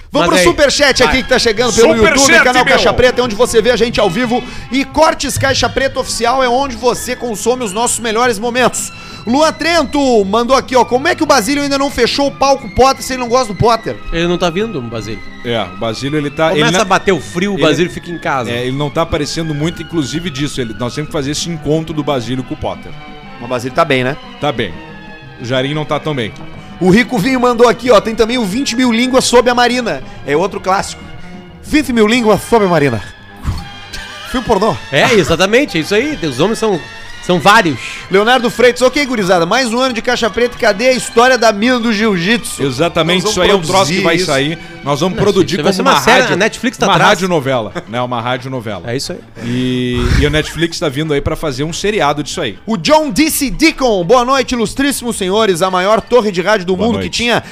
S1: Vamos
S3: Manda
S1: pro
S3: aí.
S1: superchat aqui
S3: Vai.
S1: que tá chegando pelo
S2: Superchat,
S1: YouTube, canal
S2: meu.
S1: Caixa Preta, é onde você vê a gente ao vivo. E Cortes Caixa Preta Oficial é onde você consome os nossos melhores momentos. Luan Trento mandou aqui, ó. Como é que o Basílio ainda não fechou o palco Potter se ele não gosta do Potter?
S3: Ele não tá vindo, Basílio.
S2: É, o Basílio ele tá.
S3: Começa
S2: ele
S3: a
S2: não,
S3: bater o frio, o
S2: ele-
S3: Basílio fica em casa.
S2: é, ele não tá aparecendo muito, inclusive disso. Ele, nós temos que fazer esse encontro do Basílio com o Potter.
S1: Mas o Basílio tá bem, né?
S2: Tá bem. O Jarim não tá tão bem.
S1: O Rico Vinho mandou aqui, ó. Tem também o 20 mil línguas sob a Marina. É outro clássico. 20 mil línguas sob a Marina. Filme pornô.
S3: É, exatamente, é isso aí. Os homens são, são vários.
S1: Leonardo Freitas, ok, gurizada. Mais um ano de Caixa Preta e cadê a história da mina do Jiu-Jitsu? Nós
S2: Exatamente,
S1: vamos
S2: isso aí é um troço que
S1: produzir
S2: vai
S1: isso.
S2: sair. Nós vamos
S3: isso
S2: produzir
S3: aí
S2: como
S3: vai ser
S2: uma,
S3: uma série,
S2: rádio,
S3: a Netflix tá
S2: uma
S3: atrás.
S2: radionovela, né? Uma radionovela.
S3: É isso aí.
S2: E, e o Netflix tá vindo aí pra fazer um seriado disso aí.
S1: O John D.C. Deacon, boa noite, ilustríssimos senhores. A maior torre de rádio do
S2: Boa
S1: mundo,
S2: noite.
S1: que tinha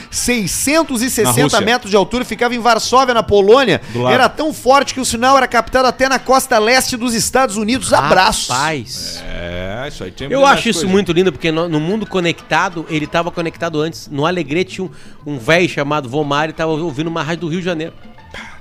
S2: Na
S1: 660
S2: Rússia.
S1: metros de altura, e ficava em Varsóvia, na Polônia.
S2: Do lado.
S1: Era tão forte que o sinal era captado até na costa leste dos Estados Unidos. Abraço.
S3: Rapaz.
S2: É, isso aí tem
S3: Eu acho isso
S2: coisas.
S3: muito lindo, porque no, no mundo conectado, ele estava conectado antes. No Alegrete, um, um velho chamado Vomar estava ouvindo uma rádio do Rio de Janeiro.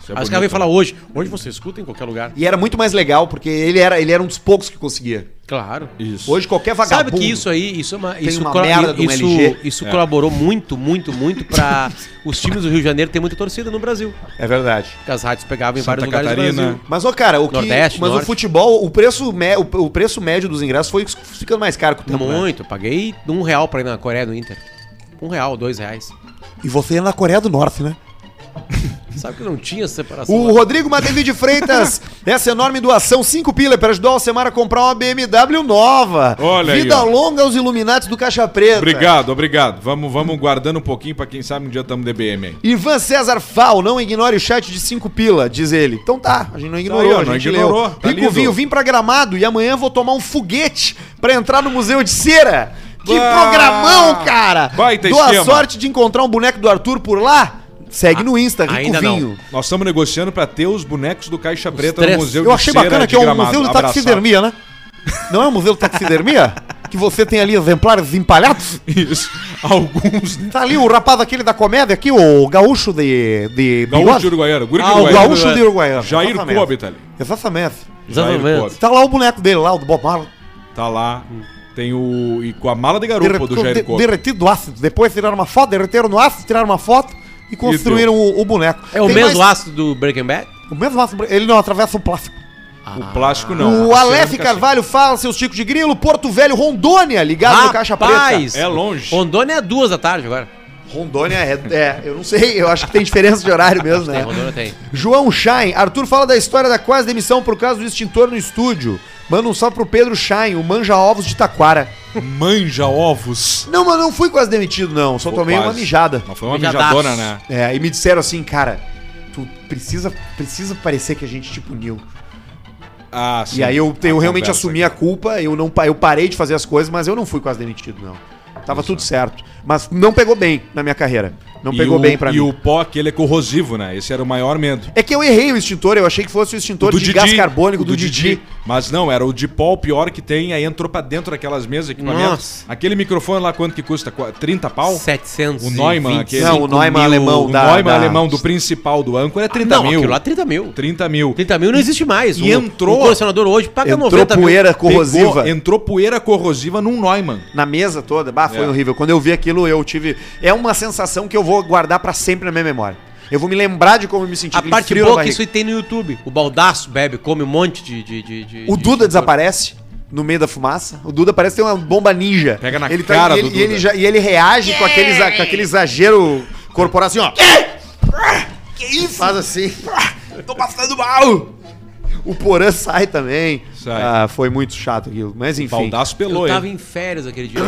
S2: Isso é
S3: Aí os
S2: bonito,
S3: caras vêm
S2: né?
S3: falar hoje. Hoje você escuta em qualquer lugar.
S1: E era muito mais legal, porque ele era, ele era um dos poucos que conseguia.
S3: Claro.
S2: Isso.
S1: Hoje qualquer vagabundo.
S3: Sabe que isso aí, isso é uma, isso,
S1: uma
S3: colo-
S1: merda de um
S3: isso,
S1: LG.
S2: É.
S3: isso colaborou muito, muito, muito pra os times do Rio de Janeiro terem muita torcida no Brasil.
S1: É verdade.
S3: Porque as rádios pegavam em
S2: Santa
S3: vários lugares
S2: Catarina.
S3: do Brasil.
S1: Mas, ó, cara, o que-
S3: Nordeste,
S1: mas
S3: Norte.
S1: o futebol, o preço, mé- o, o preço médio dos ingressos foi ficando mais caro com o tempo. né?
S3: Muito, eu paguei um real pra ir na Coreia do Inter. Um real, dois reais.
S4: E você é na Coreia do Norte, né?
S3: Sabe que não tinha separação.
S1: O
S3: lá?
S1: Rodrigo Matevi de Freitas, essa enorme doação, 5 pila para ajudar o Alcemar a comprar uma BMW nova.
S2: Olha aí,
S1: Vida
S2: ó.
S1: longa aos Iluminatis do Caixa Preta.
S2: Obrigado, obrigado. Vamos, vamos guardando um pouquinho pra quem sabe um dia estamos DBM aí.
S1: Ivan César Fal, não ignore o chat de 5 pila, diz ele. Então tá, a gente não ignorou,
S2: aí, ó,
S1: a
S2: não
S1: gente
S2: ignorou,
S1: leu.
S2: tá
S1: Rico
S2: lido.
S1: Vinho, vim pra Gramado e amanhã vou tomar um foguete pra entrar no Museu de Cera. Que
S2: Bah!
S1: programão, cara!
S2: Baita
S1: Dou a
S2: esquema.
S1: sorte de encontrar um boneco do Arthur por lá. Segue no Insta, Rico
S3: ainda não.
S1: Vinho.
S2: Nós estamos negociando pra ter os bonecos do Caixa Preta
S3: três.
S2: no Museu
S1: Eu achei
S2: Cera
S1: bacana
S2: de
S1: que é um
S2: Gramado.
S1: museu de
S2: Abraçado.
S1: taxidermia, né? Não é um museu de taxidermia? que você tem ali exemplares empalhados?
S2: Isso. Alguns.
S1: Tá ali o rapaz aquele da comédia aqui, o gaúcho de... de
S2: Gaúcho
S1: bigode.
S2: de Uruguaiana. Guri de
S1: Ah, o
S2: Uruguaiana.
S1: gaúcho de Uruguaiana.
S2: Jair
S1: Exatamente.
S2: Kobe tá ali.
S1: Exatamente.
S2: Jair
S3: Exatamente.
S2: Kobe.
S1: Tá lá o boneco dele lá, o do Bob Marley.
S2: Tá lá. Tem o. E com a mala de garupa do
S1: Derretido- de-
S2: Jair Kobe.
S1: derretido do ácido. Depois tiraram uma foto, derreteram no ácido, tiraram uma foto e construíram o, o boneco.
S3: É o
S1: Tem
S3: mesmo
S1: mais-
S3: ácido do Breaking Bad?
S1: O mesmo ácido. Ele não atravessa o plástico.
S2: O plástico não.
S1: o
S2: A
S1: Aleph
S2: cerâmica sim.
S1: Carvalho fala, seus Tico de Grilo, Porto Velho, Rondônia, ligado no Caixa Preta.
S2: É longe.
S3: Rondônia é duas da tarde agora.
S1: Rondônia é, é, eu não sei, eu acho que tem diferença de horário mesmo,
S3: Tem,
S1: né?
S3: É, Rondônia tem.
S1: João Schein, Arthur fala da história da quase demissão por causa do extintor no estúdio. Manda um salve pro Pedro Schein, o manja ovos de Taquara.
S2: Manja ovos.
S1: Não, mas não fui quase demitido, não. Só
S2: Pô,
S1: tomei uma
S2: quase.
S1: mijada.
S2: Mas foi uma
S3: Mijadaço.
S2: mijadona, né?
S1: É, e me disseram assim, cara, tu precisa, precisa parecer que a gente te puniu.
S2: Ah,
S1: e aí eu, eu realmente assumi
S2: a.
S1: a culpa, eu não pa- eu parei de fazer as coisas, mas eu não fui quase demitido, não. Tava tudo certo. Mas não pegou bem na minha carreira. Não
S2: conversa aqui.
S1: pegou
S2: e o,
S1: bem pra
S2: e
S1: mim.
S2: o pó, aquele é corrosivo, né? Esse era o maior medo.
S1: É que eu errei o extintor, eu achei que fosse o extintor de gás carbônico do, Didi.
S2: Mas não, era o de pó o pior que tem, aí entrou pra dentro daquelas mesas, equipamentos.
S3: Nossa.
S2: Aquele microfone lá, quanto que custa? Qua- 30 pau?
S3: 700.
S2: O Neumann, aquele.
S1: Não, o Neumann alemão
S2: o
S1: da-
S2: Neumann
S1: da-
S2: alemão do principal do âncora é 30
S3: Não,
S2: mil.
S3: aquilo lá é 30 mil.
S2: 30 mil.
S3: 30 mil não existe mais.
S2: E entrou-
S3: O colecionador hoje paga
S1: Entrou
S3: 90 mil.
S1: poeira corrosiva.
S2: Pegou- entrou poeira corrosiva num Neumann.
S1: Na mesa toda, bah, foi
S2: É.
S1: horrível. Quando eu vi aquilo, eu tive. É uma sensação que eu vou guardar pra sempre na minha memória. Eu vou me lembrar de como eu me senti.
S3: A
S1: aquele
S3: parte
S1: frio na
S3: boa é que
S1: barriga.
S3: isso aí tem no YouTube. O baldaço bebe, come um monte de. de, de, de-
S1: O
S3: de-
S1: Duda
S3: de-
S1: desaparece no meio da fumaça. O Duda parece ter uma bomba ninja.
S2: Pega na
S1: ele tá-
S2: cara
S1: e
S2: do
S1: ele, e ele
S2: Duda.
S1: já- e ele reage com, aquele, exa- com aquele exagero corporal assim, ó. Que isso? Faz assim. Tô passando mal! O Porã sai também.
S2: Sai.
S1: Ah, foi muito chato aquilo. Mas enfim.
S2: Baldaço pelou,
S3: Eu tava
S2: hein?
S3: em férias aquele dia.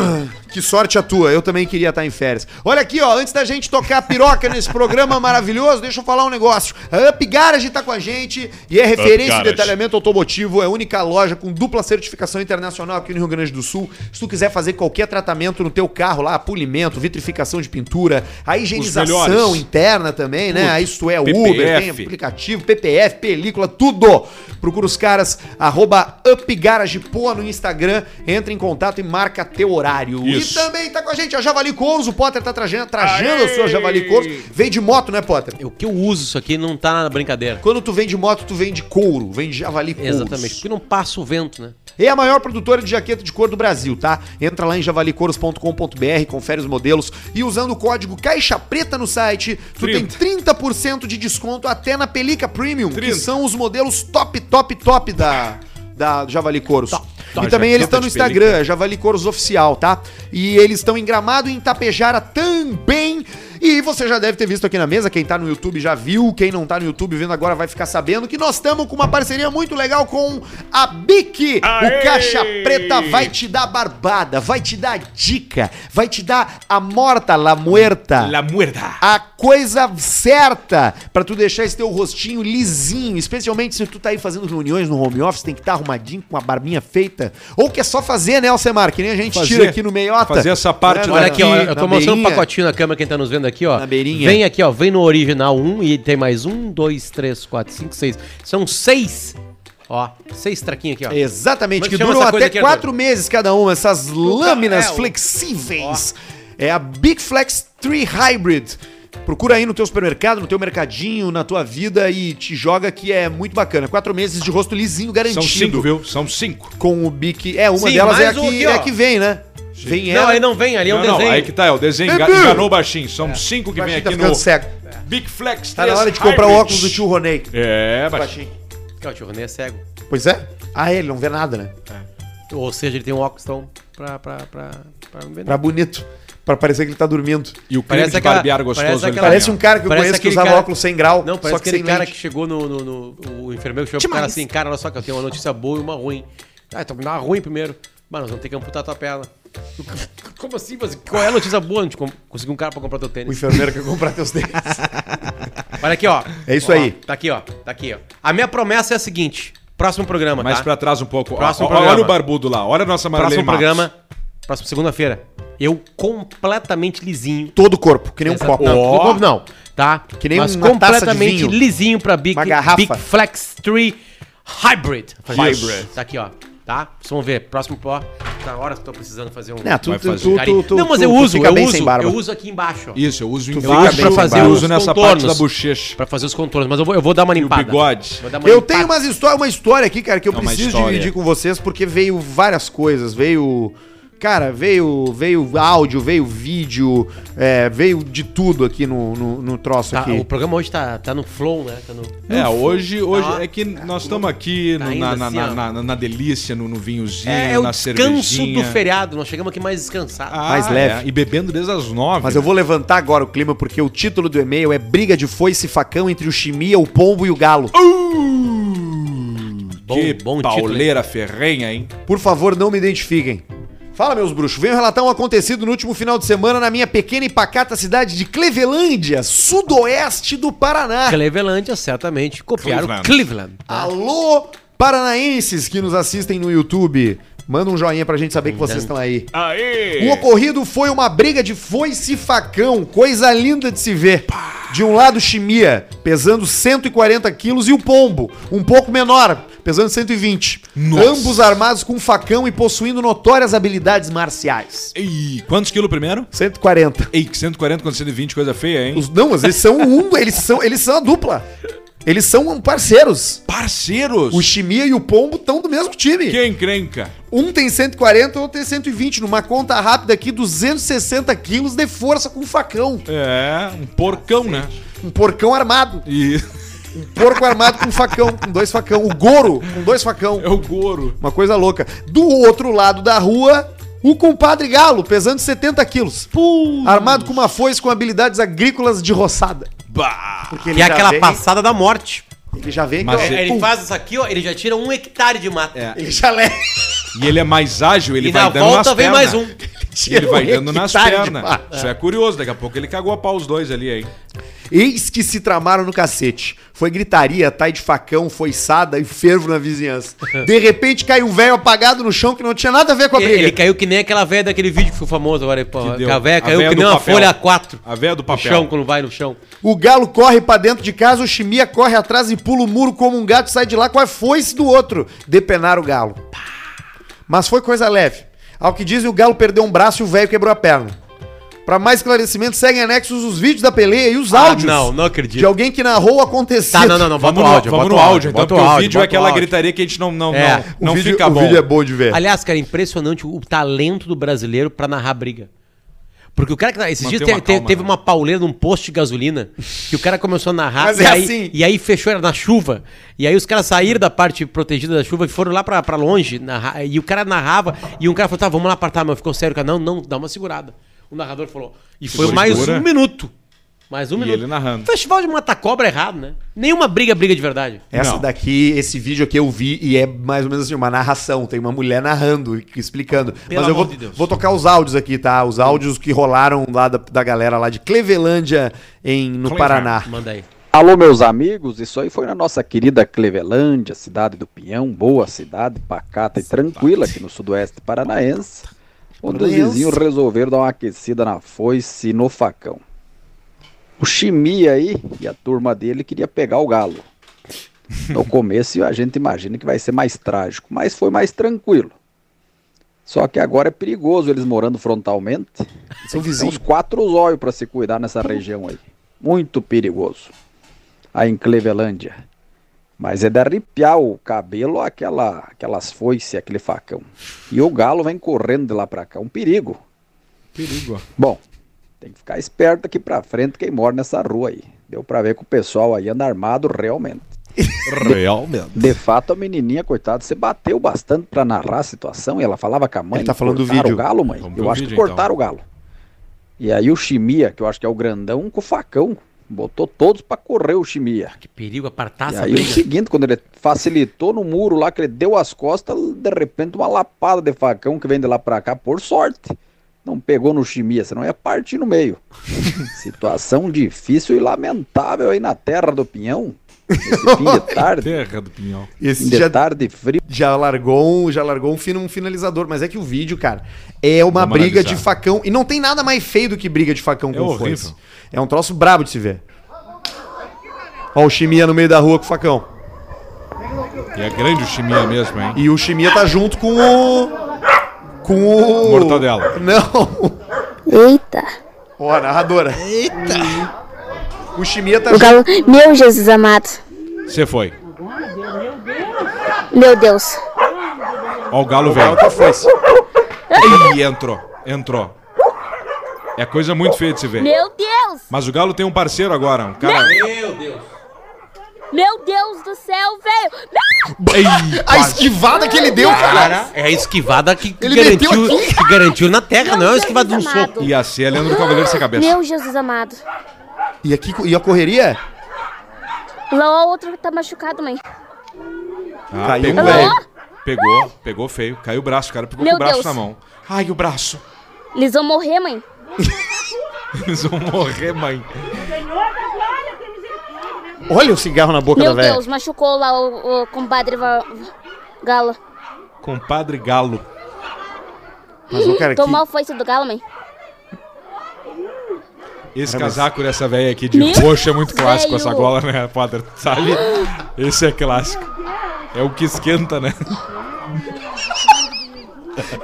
S1: Que sorte a tua, eu também queria estar em férias. Olha aqui, ó, antes da gente tocar a piroca nesse programa maravilhoso, deixa eu falar um negócio. A Up Garage tá com a gente e é referência em
S2: Garage.
S1: detalhamento automotivo, é a única loja com dupla certificação internacional aqui no Rio Grande do Sul. Se tu quiser fazer qualquer tratamento no teu carro lá, polimento, vitrificação de pintura, a higienização
S2: melhores.
S1: interna também, né? Aí isso é
S2: PPF.
S1: Uber, tem aplicativo, PPF, película, tudo. Procura os caras, arroba upgaragepoa no Instagram, entra em contato e marca teu horário.
S2: Isso.
S1: E também tá com a gente a Javali Couros, o Potter tá trajando, trajando a sua Javali Couros. Vem de moto, né, Potter?
S3: O que eu uso isso aqui não tá na brincadeira.
S1: Quando tu vem de moto, tu vem de couro, vem de javali couros.
S3: Exatamente. Porque não passa o vento, né?
S1: É a maior produtora de jaqueta de couro do Brasil, tá? Entra lá em javalicouros.com.br, confere os modelos e usando o código Caixa Preta no site, tu
S2: 30.
S1: tem 30% de desconto até na Pelica Premium, que
S2: 30.
S1: são os modelos top, top, top da, da Javali Couros.
S2: tá,
S1: e também eles
S2: jaqueta
S1: estão no
S2: de pelica.
S1: Instagram, Javali Couros Oficial, tá? E eles estão em Gramado e em Tapejara também. E você já deve ter visto aqui na mesa, quem tá no YouTube já viu, quem não tá no YouTube vendo agora vai ficar sabendo que nós estamos com uma parceria muito legal com a BIC. O Caixa Preta vai te dar barbada, vai te dar dica, vai te dar a morta, la muerta
S2: La muerda.
S1: a coisa certa pra tu deixar esse teu rostinho lisinho, especialmente se tu tá aí fazendo reuniões no home office, tem que estar arrumadinho com a barbinha feita, ou quer só fazer, né, Alcemar, que nem a gente
S2: Fazer.
S1: tira aqui no meiota.
S2: Fazer essa
S1: Né,
S2: parte Olha
S3: Olha
S1: na-
S3: aqui, ó, eu
S1: na
S3: tô mostrando um
S1: beirinha.
S3: pacotinho na câmera, quem tá nos vendo aqui, ó.
S1: Na beirinha.
S3: Vem aqui, ó, vem no original 1 e tem mais um, dois, três, quatro, cinco, seis. São seis, ó, seis traquinhos
S1: Tá
S3: aqui, ó.
S1: Exatamente,
S3: Como
S1: que
S3: que é chama
S1: duram
S3: essa coisa
S1: até
S3: aqui,
S1: quatro meses cada uma, essas lâminas
S3: é, ó.
S1: flexíveis. É a Big Flex 3 Hybrid. Procura aí no teu supermercado, no teu mercadinho, na tua vida e te joga que é muito bacana. Quatro meses de rosto lisinho garantido.
S2: São cinco, viu? São cinco.
S1: Com o bique. É, uma
S3: Sim,
S1: delas é a,
S3: mais
S1: que,
S3: um aqui,
S1: é a
S3: ó.
S1: que vem, né? Vem
S3: Não,
S1: ela.
S3: aí não vem, ali é um
S2: não, não,
S3: desenho.
S2: aí que tá, é o desenho enga-
S1: Bebê!
S2: enganou o baixinho. São cinco que vem
S1: É, Baixinho
S2: aqui
S1: tá ficando
S2: no
S1: cego.
S2: Big Flex 3
S1: Tá na hora de comprar o
S2: Hybrid.
S1: óculos do tio Ronei.
S2: É, baixinho.
S3: Cara, o tio Ronei é cego.
S1: Pois é? Ah, ele não vê nada, né?
S3: Ou seja, ele tem um óculos tão pra, pra, pra, pra não ver
S1: Pra
S3: nada.
S1: bonito. Pra parecer que ele tá dormindo.
S2: E o creme
S3: Parece
S2: de
S3: aquela-
S2: barbear gostoso né?
S3: parece
S2: ele tá
S3: aquela-
S1: Parece
S2: também,
S1: um cara que eu
S3: Parece
S1: conheço que
S3: aquele
S1: usava
S3: cara-
S1: óculos sem grau,
S3: Não,
S1: só
S3: parece
S1: que
S3: aquele
S1: sem
S3: cara
S1: lente.
S3: que chegou no, no, no- O enfermeiro que chegou pro cara assim, cara, olha só que eu tenho uma notícia boa e uma ruim. Ah, então me dá uma ruim primeiro. Mano, nós vamos ter que amputar tua perna. Como assim? Mas qual é a notícia boa? A gente com- conseguiu um cara pra comprar teu
S1: O
S3: tênis.
S1: enfermeiro que comprar teus dentes.
S3: Olha aqui, ó.
S1: É isso
S3: Ó,
S1: aí.
S3: Tá aqui, ó. Tá aqui, ó. A minha promessa é a seguinte. Próximo programa,
S2: ó. Mais
S3: tá?
S2: pra trás um pouco. Ó,
S3: Próximo
S2: ó,
S3: programa.
S2: Olha o barbudo lá, olha a nossa Marlene
S3: Próximo
S2: Matos.
S3: programa. Próxima segunda-feira. Eu completamente lisinho.
S1: Todo o corpo, que nem um
S3: Essa-
S1: copo.
S3: Não,
S2: Ó.
S3: não, copo não. Tá?
S1: Que nem
S3: Mas
S1: uma taça de
S3: completamente
S1: vinho.
S3: lisinho pra Big,
S1: Uma garrafa.
S3: Big Flex 3 Hybrid. Fazer isso.
S1: Hybrid.
S3: Tá aqui, ó. Tá? Vocês vão ver. Próximo pó. Tá na hora que eu tô precisando fazer um.
S1: Não, tu,
S2: Vai
S1: tu,
S2: fazer.
S1: tu,
S3: carinho.
S1: tu, tu,
S3: não, mas
S1: tu-
S3: eu
S1: tu
S3: uso,
S1: fica
S3: eu
S1: bem
S3: uso,
S1: sem barba.
S3: eu uso aqui embaixo, ó.
S2: Isso, eu uso em
S1: fica
S2: baixo,
S1: bem sem
S2: eu
S1: barba.
S2: uso nessa parte
S3: Contornos. Tá
S2: da bochecha.
S3: Pra fazer os contornos, mas eu vou, eu vou dar uma
S2: E o
S3: limpada.
S2: bigode.
S3: Vou dar uma
S1: Eu
S3: limpada.
S1: tenho umas histórias, uma história aqui, cara, que eu
S2: É uma
S1: preciso
S2: história.
S1: dividir com vocês, porque veio várias coisas. Veio. Cara, veio, veio áudio, veio vídeo, é, veio de tudo aqui no, no, no troço
S3: Tá,
S1: aqui.
S3: o programa hoje tá, tá no flow, né? Tá no...
S2: É, hoje, hoje
S3: Tá.
S2: é que nós estamos aqui
S3: Tá
S2: no-
S3: indo
S2: na, na,
S3: assim,
S2: na,
S3: ó.
S2: na- na delícia, no, no vinhozinho,
S3: É, é o
S2: na
S3: descanso
S2: cervejinha.
S3: do feriado. Nós chegamos aqui mais descansados.
S2: Ah,
S1: Mais leve.
S2: é, E bebendo desde as nove.
S1: Mas eu vou levantar agora o clima, porque o título do e-mail é Briga de Foice e Facão entre o Chimia, o Pombo e o Galo.
S3: bom,
S2: que
S3: Hum, bom título. hein?
S2: pauleira ferrenha, hein?
S1: Por favor, não me identifiquem. Fala, meus bruxos. Venho relatar um acontecido no último final de semana na minha pequena e pacata cidade de Clevelândia, sudoeste do Paraná.
S3: Clevelândia, é certamente. Copiaram
S2: Cleveland.
S3: Cleveland. tá?
S1: Ah, Alô, paranaenses que nos assistem no YouTube. Manda um joinha pra gente saber que vocês estão aí.
S2: Aê!
S1: O Um ocorrido foi uma briga de foice e facão, coisa linda de se ver. De um lado, Chimia, pesando 140 quilos, e o Pombo, um pouco menor, pesando 120.
S2: Nossa.
S1: Ambos armados com facão e possuindo notórias habilidades marciais.
S2: Ei, quantos quilos primeiro?
S1: 140.
S2: Ei, 140 contra 120, coisa feia, hein?
S1: Os, não, mas eles são um, eles são, eles são a dupla. Eles são um parceiros.
S2: parceiros!
S1: O Chimia e o Pombo estão do mesmo time.
S2: Quem encrenca?
S1: Um tem 140, outro tem 120. Numa conta rápida aqui, 260 quilos de força com facão.
S2: É, um porcão, né?
S1: Um porcão armado.
S2: E
S1: Um porco armado com facão, com dois facão. O Goro com dois facão.
S2: é o Goro.
S1: Uma coisa louca. Do outro lado da rua, o compadre Galo, pesando 70 quilos. Armado com uma foice com habilidades agrícolas de roçada.
S2: Bah!
S1: Porque
S3: E é aquela
S1: vem,
S3: passada da morte.
S1: Ele já vem
S2: Mas
S1: com-
S2: é-
S1: Pum.
S3: Ele faz isso aqui, ó, ele já tira um hectare de mata.
S2: É.
S1: Ele já leva.
S2: E ele é mais ágil, ele
S3: E
S2: vai
S3: na
S2: dando nas
S3: volta vem
S2: pernas.
S3: mais um.
S2: Ele vai dando nas
S1: Hectare de
S2: pernas.
S1: barra.
S2: Isso é curioso, daqui a pouco ele cagou a pau os dois ali, hein?
S1: Eis que se tramaram no cacete. Foi gritaria, tai de facão, foiçada e fervo na vizinhança. De repente caiu um velho apagado no chão que não tinha nada a ver com a
S3: Ele,
S1: briga.
S3: ele caiu que nem aquela velha daquele vídeo que ficou famoso agora. Pô,
S2: Que
S3: que
S2: deu.
S3: a
S2: A
S3: velha caiu
S2: véia
S3: que
S2: do
S3: nem uma
S2: papel.
S3: folha A4.
S2: A véia do
S3: No
S2: papel.
S3: chão, quando vai no chão.
S1: O galo corre pra dentro de casa, o chimia corre atrás e pula o muro como um gato sai de lá com a foice do outro. Depenar o galo. Mas foi coisa leve. Ao que dizem, o galo perdeu um braço e o velho quebrou a perna. Pra mais esclarecimento, seguem anexos os vídeos da peleia e os áudios
S3: Ah, não, não
S1: de
S3: acredito.
S1: alguém que narrou o acontecido.
S3: Tá, não, não, não. Bota
S2: Vamos
S3: o
S2: no
S3: áudio.
S2: áudio, vamos
S3: bota
S2: no
S3: o
S2: áudio, então,
S3: bota
S2: porque o
S3: áudio,
S2: vídeo é
S3: bota o
S2: aquela
S3: áudio.
S2: gritaria que a gente não, não,
S3: É.
S2: não, não
S1: o vídeo,
S2: fica
S1: o
S2: bom.
S1: vídeo é bom de ver.
S3: Aliás, cara, é impressionante o talento do brasileiro pra narrar briga. Porque o cara que. Esses
S2: Manter
S3: dias te-
S2: uma
S3: te-
S2: calma,
S3: teve
S2: né?
S3: uma pauleira num posto de gasolina que o cara começou a narrar
S1: Mas
S3: e,
S1: é
S3: aí,
S1: assim.
S3: e aí fechou, era na chuva. E aí os caras saíram da parte protegida da chuva e foram lá pra, pra longe. narrar- e o cara narrava. E um cara falou: tá, vamos lá apartar, mas ficou sério. O cara, não, não, dá uma segurada. O narrador falou. E foi
S2: Segura.
S3: mais um minuto. Mais um
S2: E
S3: minuto.
S2: ele narrando.
S3: Festival de mata-cobra é errado, né? Nenhuma briga é briga de verdade.
S1: Essa
S2: Não.
S1: daqui, esse vídeo aqui eu vi e é mais ou menos assim, uma narração. Tem uma mulher narrando e explicando.
S3: Pelo
S1: Mas eu vou,
S3: amor de Deus.
S1: vou tocar os áudios aqui, tá? Os áudios que rolaram lá da, da galera lá de Clevelândia, em, no
S2: Cleveland.
S1: Paraná.
S3: Manda aí.
S5: Alô, meus amigos, isso aí foi na nossa querida Clevelândia, cidade do Pinhão, boa cidade, pacata e tranquila aqui no sudoeste paranaense, onde os
S1: Paranaense.
S5: vizinhos resolveram dar uma aquecida na foice e no facão. O Chimia aí e a turma dele queria pegar o galo. No começo a gente imagina que vai ser mais trágico, mas foi mais tranquilo. Só que agora é perigoso eles morando frontalmente.
S1: São
S5: São uns
S1: vizinhos.
S5: quatro olhos para se cuidar nessa região aí. muito perigoso. Aí em Clevelândia. Mas é de arrepiar o cabelo aquela, aquelas foices, aquele facão. E o galo vem correndo de lá pra cá. Um perigo.
S2: Perigo, ó.
S5: Bom, tem que ficar esperto aqui pra frente quem mora nessa rua aí. Deu pra ver que o pessoal aí anda armado realmente.
S2: Realmente.
S5: De fato, a menininha, coitada, você bateu bastante pra narrar a situação e ela falava com a mãe.
S1: Ele tá falando do
S5: cortaram
S1: vídeo.
S5: o galo, mãe?
S2: Vamos
S5: Eu
S2: pro
S5: acho
S2: vídeo, então.
S5: que cortaram o galo. E aí o Chimia, que eu acho que é o grandão, com o facão. Botou todos pra correr o Chimia.
S3: Que perigo apartar
S5: E
S3: essa
S5: aí o
S3: briga.
S5: seguinte, quando ele facilitou no muro lá, que ele deu as costas, de repente uma lapada de facão que vem de lá pra cá, por sorte. Não pegou no chimia, senão ia partir no meio. Situação difícil e lamentável aí na terra do Pinhão. Esse fim de tarde,
S2: Terra do Pinhão.
S1: Esse
S5: fim de
S1: já,
S5: tarde frio.
S1: já largou, um- já largou um, fin- um finalizador, mas é que o vídeo, cara, é uma
S2: Vamos
S1: briga
S2: analisar.
S1: de facão. E não tem nada mais feio do que briga de facão
S2: É
S1: com
S2: horrível.
S1: foice. É um troço brabo de se ver. Ó, o Chimia no meio da rua com o facão.
S2: E é grande o chimia mesmo, hein?
S1: E o Chimia tá junto com o. Com o.
S2: Mortadela.
S1: Não!
S6: Eita.
S1: Ó, a narradora. Eita! O Chimia tá
S6: O
S1: junto.
S6: galo. Meu Jesus amado.
S2: Você foi.
S6: Meu Deus.
S2: Ó, o galo
S1: Ela
S2: velho.
S1: tá foice.
S2: Ih, entrou. Entrou. É coisa muito feia de se ver.
S6: Meu Deus.
S2: Mas o Galo tem um parceiro agora, um cara.
S3: Meu Deus.
S6: Meu Deus do céu, velho.
S2: Ei,
S1: A esquivada que ele deu, cara!
S3: Cara, é a esquivada que, que
S1: Ele meteu
S3: garantiu,
S1: aqui.
S3: que garantiu na terra, não é uma
S6: Meu
S3: esquivada de um
S6: Jesus amado.
S3: soco.
S2: E assim é Leandro Cavaleiro sem cabeça.
S6: Meu Jesus amado.
S1: E, aqui, e a correria?
S6: Lá o outro tá machucado, mãe.
S2: Ah,
S1: Caiu,
S2: pegou,
S1: velho.
S2: pegou, pegou feio. Caiu o braço, o cara pegou
S6: Meu
S2: com o braço
S6: Deus.
S2: na mão. Ai, o braço.
S6: Eles vão morrer, mãe.
S2: Eles vão morrer, mãe.
S1: Olha o cigarro na boca
S6: Meu
S1: da velha.
S6: Deus, machucou lá o, o compadre va- Galo.
S2: Compadre Galo.
S1: Mas, ô, cara, que-
S6: Tomou a foice do Galo, mãe.
S2: Esse
S1: Cara, mas-
S2: casaco dessa velha aqui de
S6: Meu
S2: roxo é muito clássico,
S6: velho.
S2: essa gola, né, padre? Sabe? Esse é clássico. É o que esquenta, né?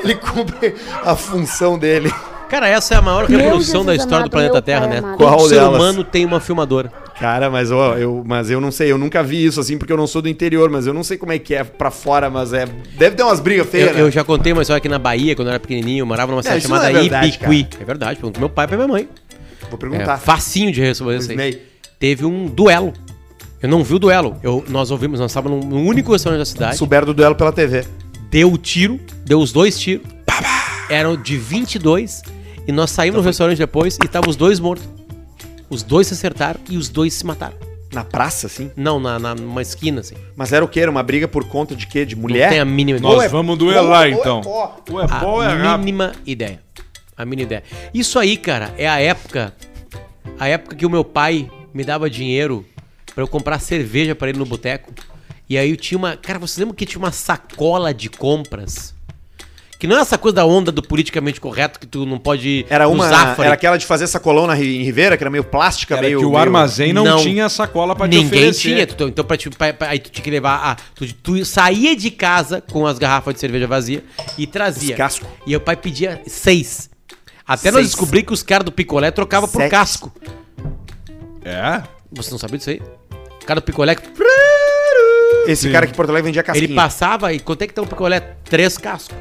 S1: Ele cumpre a função dele.
S3: Cara, essa é a maior
S6: Meu
S3: revolução
S6: Jesus
S3: da história
S6: amado,
S3: do planeta
S6: meu
S3: Terra,
S6: pai
S3: né?
S6: amado.
S3: Todo
S1: Qual
S3: ser
S1: delas?
S3: humano tem uma filmadora.
S1: Cara, mas ó, eu, mas eu não sei, eu nunca vi isso assim, porque eu não sou do interior, mas eu não sei como é que é pra fora, mas é. Deve ter umas brigas
S3: Eu,
S1: feias, né?
S3: eu já contei uma história aqui na Bahia, quando eu era pequenininho, eu morava numa cidade
S1: isso não é
S3: chamada
S1: verdade, tá.
S3: Ibicuí. É verdade, pergunto pro meu pai e pra minha mãe.
S1: Vou
S3: É,
S1: perguntar.
S3: facinho de resolver isso aí.
S1: Ney.
S3: Teve um duelo. Eu não vi o duelo. Eu, nós ouvimos, nós estávamos num único restaurante da cidade.
S1: Souberam do duelo pela TV.
S3: deu o tiro, deu os dois tiros. Eram de 22 e nós saímos no restaurante depois e tava os dois mortos. Os dois se acertaram e os dois se mataram.
S1: Na praça, assim?
S3: Não, na, na- numa esquina, assim.
S1: Mas era o quê? Era uma briga por conta de quê? De
S3: Não
S1: mulher?
S3: tem a mínima ideia.
S2: Nós vamos duelar,
S1: ou é
S2: então.
S1: pó.
S2: Ou
S3: Ah,
S2: é pó ou é
S3: A
S2: rápido.
S3: mínima ideia. A mínima ideia. Isso aí, cara, é a época. A época que o meu pai me dava dinheiro pra eu comprar cerveja pra ele no boteco. E aí eu tinha uma. Cara, vocês lembram que tinha uma sacola de compras? Que não é essa coisa da onda do politicamente correto que tu não pode
S1: Era uma.
S3: Zafari.
S1: Era aquela de fazer sacolão na, Ri- em Ribeira, que era meio plástica,
S2: Era
S1: meio.
S2: que o
S1: meio-
S2: armazém não,
S3: Não.
S2: tinha sacola pra te
S3: Ninguém
S2: oferecer.
S3: tinha. Tu- Então, pra, te- pra- pra- aí tu tinha que levar. A, tu, tu saía de casa com as garrafas de cerveja vazia e trazia.
S1: Os casco.
S3: E meu pai pedia seis. Até nós
S1: Seis.
S3: descobri que os caras do picolé trocavam por
S1: Sete.
S3: casco.
S2: É?
S3: Você não sabia disso aí? O cara do picolé.
S1: Esse
S2: Sim.
S1: cara que em Porto Alegre vendia casquinha.
S3: Ele passava e quanto é que tá um picolé? Três cascos.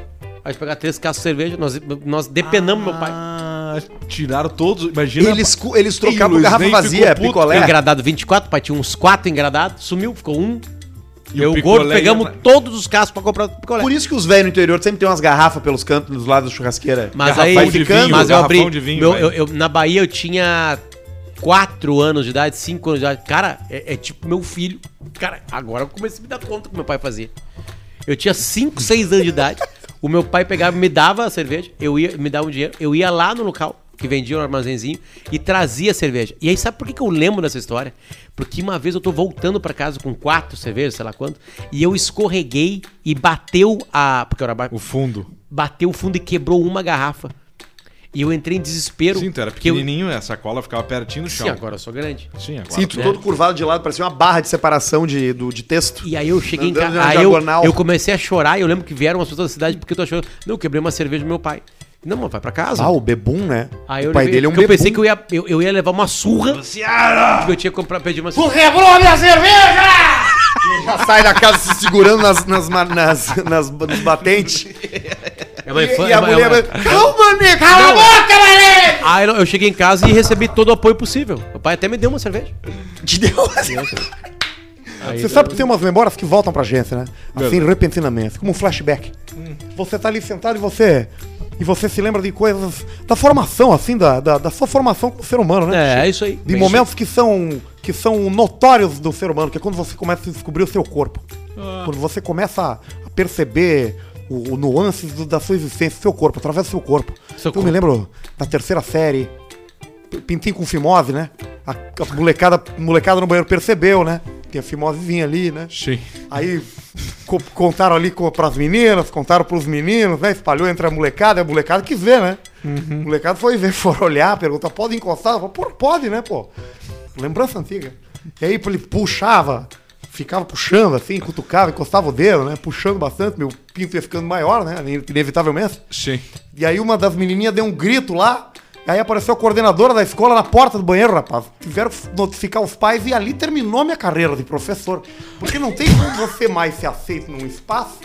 S3: Aí tu pegava três cascos de cerveja, nós, nós depenamos meu pai.
S2: Ah, tiraram todos. Imagina.
S1: Eles, cu- eles
S2: Ih,
S1: trocavam
S2: Luiz
S1: garrafa
S2: Ney
S1: vazia,
S2: ficou puto.
S1: picolé.
S3: Engradado 24, pai tinha uns quatro engradados, sumiu, ficou um.
S2: E
S3: eu
S2: o
S3: e o
S2: picolé
S3: gordo pegamos
S2: ia-
S3: todos os cascos pra comprar o picolé.
S1: Por isso que os velhos no interior sempre tem umas garrafas pelos cantos dos lados da churrasqueira.
S3: Mas
S2: É. Garrafão
S3: aí,
S2: de vinho,
S3: mas é eu
S2: garrafão
S3: abri.
S2: de vinho,
S3: meu-
S2: vai.
S3: eu- eu- na Bahia eu tinha 4 anos de idade, 5 anos de idade. Cara, é, é tipo meu filho. Cara, agora eu comecei a me dar conta que meu pai fazia. Eu tinha 5, 6 anos de idade. O meu pai pegava, me dava a cerveja, eu ia, me dava um dinheiro, eu ia lá no local que vendia um armazenzinho e trazia a cerveja. E aí sabe por que, que eu lembro dessa história? Porque uma vez eu tô voltando pra casa com quatro cervejas, sei lá quanto, e eu escorreguei e bateu a, porque eu era ba-
S2: O fundo.
S3: bateu o fundo e quebrou uma garrafa. E eu entrei em desespero.
S2: Sim, tu era
S3: porque eu-
S2: pequenininho, a sacola ficava pertinho no chão.
S3: Sim, agora eu sou grande.
S2: Sim, agora.
S1: Sinto todo curvado de lado, parecia uma barra de separação de, do- de texto.
S3: né? E aí eu cheguei em
S1: Andando
S3: casa,
S1: na
S3: aí eu,
S1: diagonal.
S3: eu comecei a chorar e eu lembro que vieram umas pessoas da cidade porque eu tô achando, não, eu quebrei uma cerveja do meu pai. Não, mas vai pra casa.
S7: Ah, o Bebum, né?
S3: Aí eu
S7: o pai
S3: levei-
S7: dele é um
S3: porque
S7: Bebum.
S3: Eu pensei que eu ia, eu, eu ia levar uma surra. Porque eu tinha que comprar, pedir uma surra.
S7: Já sai da casa se segurando nas, nas, ma- nas, nas, nos batentes.
S3: É uma
S7: E,
S3: infância.
S7: a mulher... Calma, nego! Cala a boca!
S3: Aí eu eu cheguei em casa e recebi todo o apoio possível. Meu pai até me deu uma cerveja.
S7: Te deu
S1: Você sabe que tem umas memórias que voltam pra gente, né? Assim, repentinamente, como um flashback. Você tá ali sentado e você. E você se lembra de coisas. Da formação, assim, da, da, da sua formação como ser humano, né?
S3: É, é isso aí.
S1: De
S3: Bem
S1: momentos que são, que são notórios do ser humano, que é quando você começa a descobrir o seu corpo.
S3: Ah.
S1: Quando você começa a perceber o, o nuances do- da sua existência, do seu corpo, através do seu corpo.
S3: Seu
S1: Eu me lembro da terceira série, p- pintinho com fimose, né? A, a molecada, molecada no banheiro percebeu, né? Que a fimose vinha ali, né?
S2: Sim.
S1: Aí co- contaram ali co pras meninas, contaram pros meninos, né? Espalhou entre a molecada, e a molecada quis ver, né? A molecada foi ver, foram olhar, perguntar, pode encostar? Eu falei, Pô, pode, né, pô? Lembrança antiga. E aí ele puxava, ficava puxando assim, cutucava, encostava o dedo, né? Puxando bastante, meu pinto ia ficando maior, né? Inevitavelmente.
S2: Sim.
S1: E aí uma das menininhas deu um grito lá. E aí apareceu a coordenadora da escola na porta do banheiro, rapaz. Tiveram que notificar os pais e ali terminou minha carreira de professor. Porque não tem como você mais ser aceito num espaço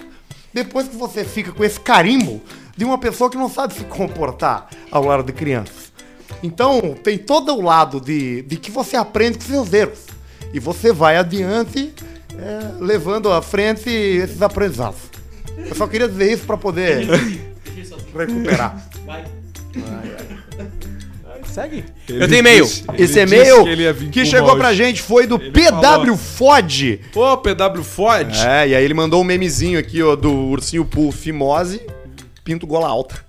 S1: depois que você fica com esse carimbo de uma pessoa que não sabe se comportar ao lado de crianças. Então, tem todo o lado de, de que você aprende com seus erros. E você vai adiante, é, levando à frente esses aprendizados. Eu só queria dizer isso pra poder recuperar.
S3: Segue. Eu tenho e-mail.
S1: é
S7: Esse
S2: disse
S7: e-mail
S2: que ele ia
S7: que,
S2: vir com
S7: chegou
S2: balde.
S7: pra gente foi do PW
S2: falou.
S7: Fode.
S2: Ô, PW Ford.
S7: É, e aí ele mandou um memezinho aqui, ó, do ursinho Poo Fimose, pinto gola alta.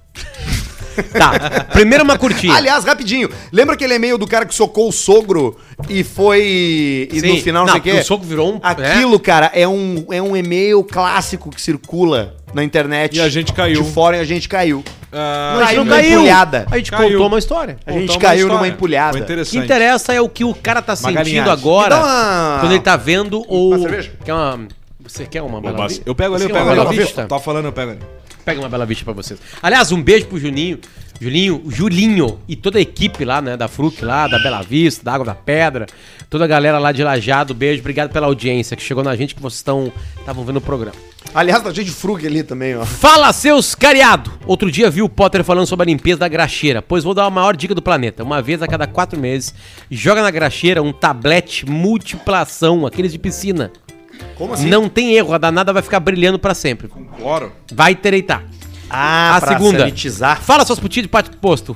S3: Tá. Primeiro uma curtinha.
S7: Aliás, rapidinho, lembra aquele e-mail do cara que socou o sogro e foi. E
S3: Sim.
S7: no final não, sei o
S3: porque
S7: quê?
S3: O soco virou um.
S7: Aquilo, cara, é um, é um e-mail clássico que circula na internet.
S2: E a gente caiu.
S7: De fora e a gente caiu.
S2: Ah,
S3: É. A gente não
S7: numa
S3: caiu.
S7: empulhada.
S3: A gente
S2: Caiu.
S3: contou uma história.
S7: A gente
S2: contar uma
S7: caiu
S2: história.
S7: numa empulhada.
S2: Foi
S3: O que
S2: interessante.
S3: interessa é o que o cara tá sentindo
S2: galinhagem.
S3: agora.
S7: Me dá uma-
S3: Quando ele tá vendo ou.
S7: Uma cerveja?
S3: Quer uma. Você quer uma
S2: Ô,
S3: bela
S2: Bassi,
S3: vista?
S2: Eu pego ali,
S3: Você
S2: eu
S3: quer uma
S2: pego
S3: Bela
S2: ali.
S3: Vista?
S2: Tá falando, eu pego ali.
S3: Pega uma bela vista pra vocês. Aliás, um beijo pro Juninho. Julinho, Julinho e toda a equipe lá, né? Da Fruc lá, da Bela Vista, da Água da Pedra, toda a galera lá de Lajado, beijo, obrigado pela audiência que chegou na gente, que vocês estão estavam vendo o programa.
S7: Aliás, tá cheio de frug ali também, ó.
S3: Fala, seus cariado! Outro dia vi o Potter falando sobre a limpeza da graxeira, pois vou dar a maior dica do planeta. Uma vez a cada quatro meses, joga na graxeira um tablete multiplação, aqueles de piscina. Como assim? Não tem erro, a danada vai ficar brilhando pra sempre.
S2: Claro.
S3: Vai tereitar.
S7: Ah,
S3: a segunda.
S7: sanitizar.
S3: Fala suas putinhas de pato posto.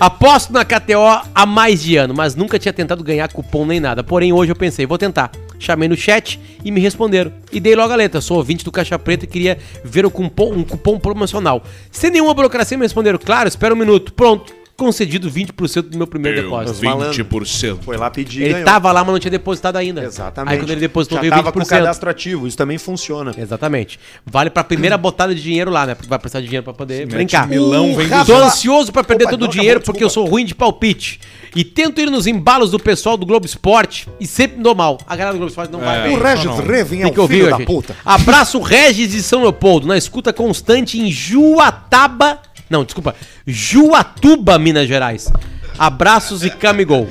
S3: Aposto na KTO há mais de ano, mas nunca tinha tentado ganhar cupom nem nada. Porém, hoje eu pensei, vou tentar. Chamei no chat e me responderam. E dei logo a letra. Sou ouvinte do Caixa Preta e queria ver o cupom, um cupom promocional. Sem nenhuma burocracia, me responderam. Claro, espera um minuto. Pronto. Concedido 20% do meu primeiro depósito.
S2: 20%.
S7: Foi lá pedir
S3: Ele tá tava lá, mas não tinha depositado ainda.
S7: Exatamente.
S3: Aí quando ele depositou,
S7: Já
S3: veio
S7: tava com o
S3: 20%.
S7: cadastro ativo, isso também funciona.
S3: Exatamente. Vale pra primeira botada de dinheiro lá, né? Porque vai precisar de dinheiro pra poder brincar.
S2: Milão
S1: Uh,
S2: vem do
S3: Tô
S2: Sul.
S3: ansioso pra perder
S7: Opa,
S3: todo
S7: não,
S3: o
S7: acabou,
S3: dinheiro porque eu sou ruim de palpite. E tento ir nos embalos do pessoal do Globo Esporte e sempre me dou mal. A galera do Globo Esporte não vai
S1: O
S3: bem.
S1: Regis
S2: não.
S1: Rezin é
S3: Tem que
S1: um
S3: ouvir,
S1: É. filho
S3: da
S1: da
S3: gente.
S1: puta.
S3: Abraço Regis de São Leopoldo, na escuta constante em Juataba. Não, desculpa. Juatuba, Minas Gerais. Abraços e camigol.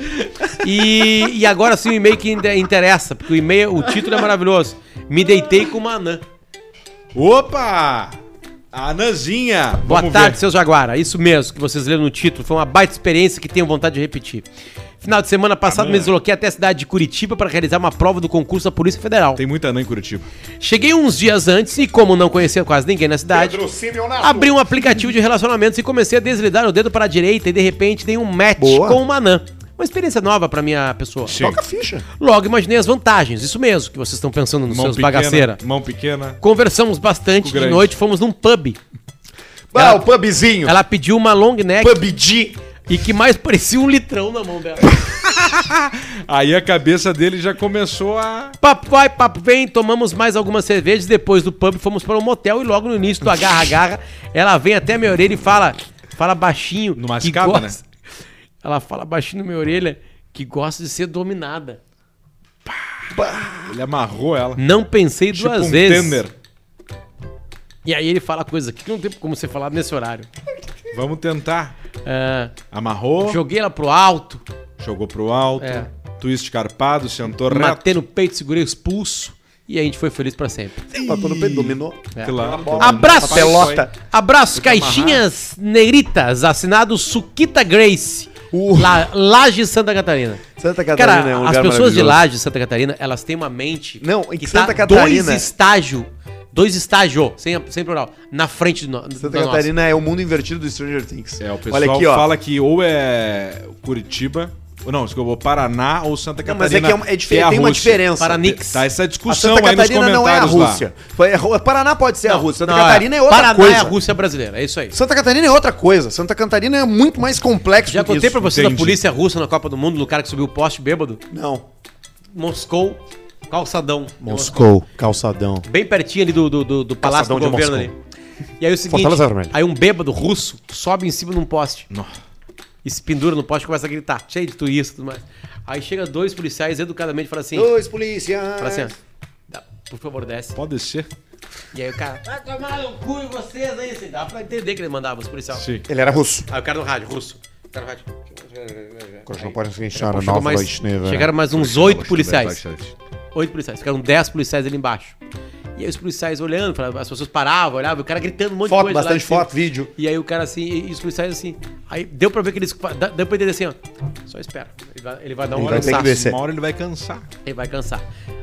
S3: E, e agora sim o e-mail que inte- interessa, porque o e-mail, o título é maravilhoso. Me deitei com uma anã.
S2: Opa! A Ananzinha.
S3: Boa
S2: Vamos
S3: tarde,
S2: ver.
S3: seu Jaguara. Isso mesmo que vocês leram no título. Foi uma baita experiência que tenho vontade de repetir. Final de semana passado, me desloquei até a cidade de Curitiba para realizar uma prova do concurso da Polícia Federal.
S2: Tem muita anã em Curitiba.
S3: Cheguei uns dias antes e, como não conhecia quase ninguém na cidade, abri um aplicativo de relacionamentos e comecei a deslizar o dedo para a direita e, de repente, dei um match
S7: Boa.
S3: com uma anã. Uma experiência nova para minha pessoa.
S7: Toca a ficha.
S3: Logo, imaginei as vantagens. Isso mesmo que vocês estão pensando nos seus bagaceira.
S2: Mão pequena.
S3: Conversamos bastante
S2: Fico
S3: de
S2: grande.
S3: noite, fomos num pub.
S7: Ah, o pubzinho.
S3: Ela é pediu uma long neck
S7: PUBG.
S3: E que mais parecia um litrão na mão dela.
S2: Aí a cabeça dele já começou a.
S3: Papo vai, papo vem, tomamos mais algumas cervejas. Depois do pub, fomos para um motel e logo no início do agarra-agarra, ela vem até minha orelha e fala, fala baixinho.
S2: Numa
S3: que
S2: escada, né?
S3: gosta- Ela fala baixinho na minha orelha que gosta de ser dominada.
S2: Ele amarrou ela. Tipo um
S3: Não pensei duas vezes.
S2: Tender.
S3: E aí ele fala coisa que não tem como ser falado nesse horário.
S2: Vamos tentar.
S3: É,
S2: Amarrou,
S3: joguei ela pro alto,
S2: jogou pro alto,
S3: É.
S2: twist carpado, sentou reto.
S3: matei no peito, segurei os pulsos e a gente foi feliz pra sempre.
S8: Matou no peito, dominou.
S3: É.
S2: Claro.
S3: Abraço,
S1: Pelota.
S3: Abraço, caixinhas negritas, assinado Suquita Grace,
S1: Uh.
S3: La, Laje Santa Catarina.
S1: Santa Catarina
S3: Cara,
S1: é um lugar
S3: as pessoas de
S1: maravilhoso.
S3: Laje Santa Catarina, elas têm uma mente
S1: Não, em
S3: que
S1: Santa
S3: tá
S1: Catarina-
S3: dois estágio, dois estágio, sem, sem plural, na frente do no,
S1: Santa
S3: da nossa.
S1: Catarina é o mundo invertido do Stranger Things.
S2: É, o pessoal fala que ou é Curitiba, ou não, desculpa, ou Paraná ou Santa
S1: Não,
S2: Catarina.
S1: mas é que é, uma- é diferente,
S2: a
S1: tem uma
S2: Rússia.
S1: diferença.
S3: Paranix.
S2: Tá essa
S1: A
S2: discussão
S1: Santa
S2: aí nos
S1: Catarina
S2: comentários
S1: não é a
S2: lá.
S1: Rússia. Foi- é Ru- Paraná pode ser a
S3: Não,
S1: Rússia. Santa
S3: não,
S1: Catarina é, outra
S3: Paraná
S1: coisa.
S3: é a Rússia brasileira, é isso aí.
S1: Santa Catarina é outra coisa. Santa Catarina é muito mais complexo
S3: Já
S1: do que
S3: contei pra vocês da
S2: entendi.
S3: polícia russa na Copa do Mundo, do cara que subiu o poste bêbado?
S1: Não.
S3: Moscou, calçadão.
S1: Moscou, calçadão.
S3: Bem pertinho ali do, do, do, do Palácio
S1: Calçadão
S3: do
S1: de
S3: Governo ali.
S1: Moscou.
S3: E aí o seguinte,
S1: Fortaleza Vermelha.
S3: aí um bêbado russo sobe em cima de um poste. E se pendura no poste e começa a gritar, cheio de turista e tudo mais. Aí chega dois policiais educadamente e fala assim,
S1: Dois policiais.
S3: fala assim, ó, "Dá- por favor, desce.
S2: Pode ser.
S3: E aí o cara, vai tomar no cu e vocês aí, assim, dá pra entender que ele mandava os policiais.
S2: Sim.
S1: Ele era russo.
S3: Aí o cara no rádio, russo. O cara no rádio.
S1: Chegaram
S3: Chegou mais-
S1: né?
S3: chegaram mais uns oito policiais. Oito policiais. Ficaram dez policiais ali embaixo. E aí os policiais olhando, falavam- as pessoas paravam, olhavam, o cara gritando um monte
S1: Foto,
S3: de coisa. lá
S1: bastante
S3: de cima.
S1: foto, vídeo.
S3: E aí o cara assim, e e os policiais assim. Aí deu pra ver que eles. fa- dá- Deu pra entender assim, ó. Só espera. Ele vai, ele vai dar um
S1: Ele vai ter que descer.
S2: Uma hora ele vai cansar.
S3: ele vai cansar.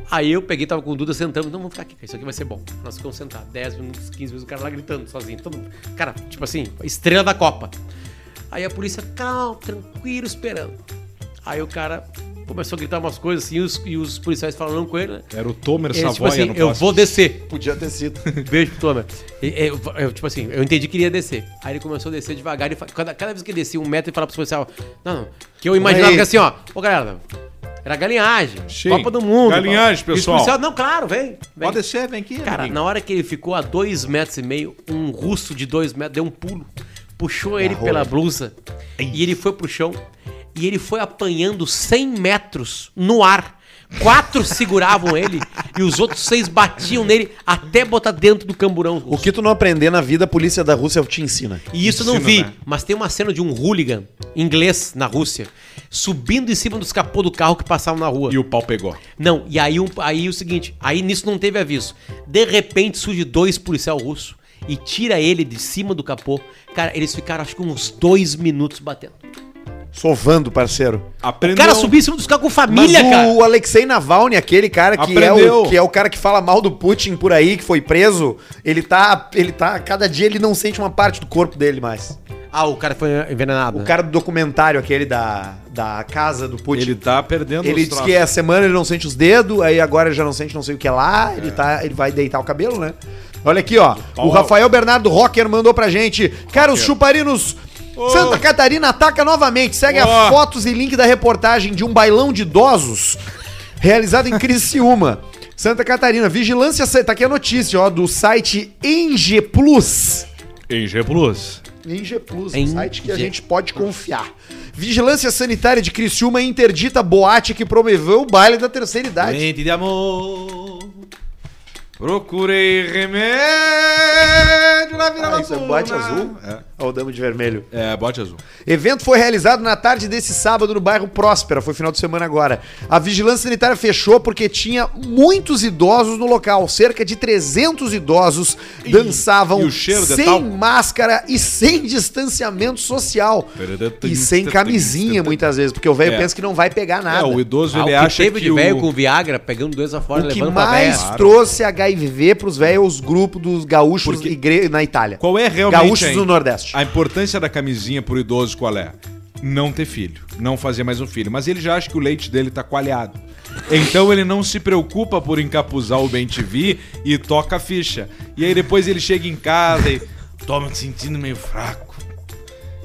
S3: Aí eu peguei, tava com o Duda sentando. Não, vamos ficar aqui, cara, isso aqui vai ser bom. Nós ficamos sentados 10 minutos, 15 minutos, o cara lá gritando sozinho. Todo mundo. Cara, tipo assim, estrela da Copa. Aí a polícia, calma, tranquilo, esperando. Aí o cara começou a gritar umas coisas assim, e os, e os policiais falando com ele, né?
S2: Era o Tomer
S3: Ele,
S2: Savoia
S3: tipo assim,
S2: no
S3: eu
S2: Vasco.
S3: vou descer.
S1: Podia ter sido.
S3: Beijo pro Tomer. E- e- Eu, eu, tipo assim, eu entendi que ele ia descer. Aí ele começou a descer devagar e fa- cada, cada vez que ele descia um metro, ele falava pro policial: Não, não. Que eu imaginava
S1: Aí.
S3: que assim, ó, ô galera, era galinhagem.
S2: Sim.
S3: Copa do Mundo.
S2: Galinhagem,
S3: E os
S2: pessoal.
S3: policiais, não, claro, vem. vem.
S2: Pode descer, vem aqui.
S3: Cara,
S2: amiguinho.
S3: na hora que ele ficou a dois metros e meio, um russo de dois metros deu um pulo, puxou ele pela blusa e ele foi pro chão e ele foi apanhando 100 metros no ar. Quatro seguravam ele e os outros seis batiam nele até botar dentro do camburão.
S1: O que tu não aprender na vida, a polícia da Rússia te ensina.
S3: E isso eu não
S2: Ensino,
S3: vi,
S2: né?
S3: mas tem uma cena de um hooligan inglês na Rússia subindo em cima dos capôs do carro que passavam na rua.
S2: E o pau pegou.
S3: Não, e aí, um, aí o seguinte, aí nisso não teve aviso. De repente surge dois policial russo e tira ele de cima do capô. Cara, eles ficaram acho que uns dois minutos batendo.
S1: Sovando, parceiro.
S3: O
S2: Aprendeu.
S3: cara subiu em cima dos caras com
S1: Mas
S3: família, cara.
S1: o Alexei Navalny, aquele cara que é, o,
S2: Aprendeu.
S1: que é o cara que fala mal do Putin por aí, que foi preso, ele tá. Ele tá. Cada dia ele não sente uma parte do corpo dele mais.
S3: Ah, o cara foi envenenado.
S1: O cara do documentário, aquele da, da casa do Putin.
S2: Ele
S1: Ele,
S2: tá perdendo os
S1: diz
S2: troços.
S1: que é semana ele não sente os dedos, aí agora ele já não sente não sei o que lá,
S2: É.
S1: ele, tá, ele vai deitar o cabelo, né? Olha aqui, ó. O Rafael Bernardo Rocker mandou pra gente. Cara, os chuparinos. Santa Catarina ataca novamente. Segue a
S2: Oh.
S1: fotos e link da reportagem de um bailão de idosos realizado em Criciúma. Santa Catarina, vigilância, ce- tá aqui a notícia, ó, do site Enge Plus.
S2: Em G Plus.
S1: Ninja Plus,
S3: Em
S1: um site que a
S3: G-
S1: gente pode confiar. Vigilância Sanitária de Criciúma interdita boate que promoveu o baile da terceira idade.
S2: Lente de amor. Procurei remédio na vila
S1: Ah, isso é boate azul?
S2: É.
S1: Olha o damo de vermelho.
S2: É, bote azul.
S1: Evento foi realizado na tarde desse sábado no bairro Próspera, foi final de semana agora. A Vigilância Sanitária fechou porque tinha muitos idosos no local. Cerca de 300 idosos dançavam
S2: e o cheiro de
S1: sem
S2: talco?
S1: máscara e sem distanciamento social. E sem camisinha muitas vezes, porque o velho
S2: É.
S1: pensa que não vai pegar nada.
S2: É, o idoso
S3: Ah,
S2: ele
S3: o que
S2: acha
S3: teve
S2: que
S3: de
S2: o...
S3: velho com Viagra, pegando dois afora,
S1: O que
S3: levando pra véia.
S1: mais trouxe HIV pros velhos grupos dos gaúchos
S2: Porque-
S1: igre- na Itália.
S2: Qual é realmente
S1: Gaúchos
S2: hein,
S1: do Nordeste.
S2: a importância da camisinha pro idoso qual é? Não ter filho, não fazer mais um filho. Mas ele já acha que o leite dele tá coalhado. Então ele não se preocupa por encapuzar o bem TV e toca a ficha. E aí depois ele chega em casa e toma me sentindo meio fraco.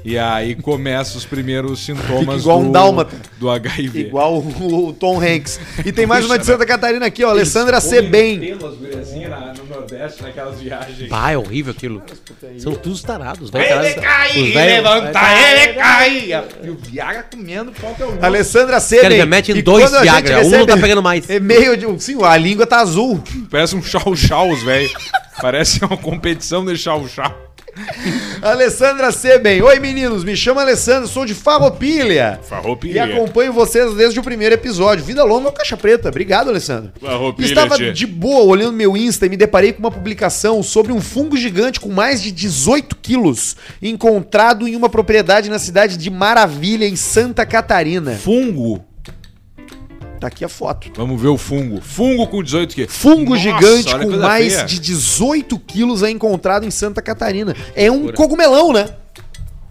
S2: E aí começa os primeiros sintomas
S1: igual um dálmata.
S2: do HIV.
S1: Igual o, o Tom Hanks. E tem mais uma de
S3: né?
S1: Santa Catarina aqui, ó. Alessandra Sebem.
S2: no Nordeste, naquelas viagens.
S3: Pá, é horrível aquilo. São todos tarados. Vai tarados. Os velhos-
S2: ele cai. E o Viagra comendo pau que eu não.
S1: Alessandra Sebem.
S3: Cara, já mete em
S1: E
S3: dois
S1: quando a gente
S3: Viagra, um não
S1: recebe é um-
S3: tá pegando mais.
S1: E-mail de. Sim, a língua tá azul.
S2: Parece um chau-chau, os velhos. Parece uma competição deixar o chá.
S1: Alessandra Seben. Oi, meninos. Me chamo Alessandra, sou de Farroupilha. E
S2: Farroupilha.
S1: acompanho vocês desde o primeiro episódio. Vida longa ao Caixa Preta. Obrigado, Alessandro.
S2: Farroupilha,
S1: Estava
S2: tchê.
S1: de boa olhando meu Insta e me deparei com uma publicação sobre um fungo gigante com mais de 18 quilos encontrado em uma propriedade na cidade de Maravilha, em Santa Catarina.
S2: Fungo.
S1: Tá aqui a foto.
S2: Vamos ver o fungo. Fungo com 18 quilos.
S1: Fungo
S2: Nossa,
S1: gigante
S2: olha
S1: com
S2: coisa
S1: mais
S2: feia.
S1: de 18 quilos é encontrado em Santa Catarina. É um cogumelão, né?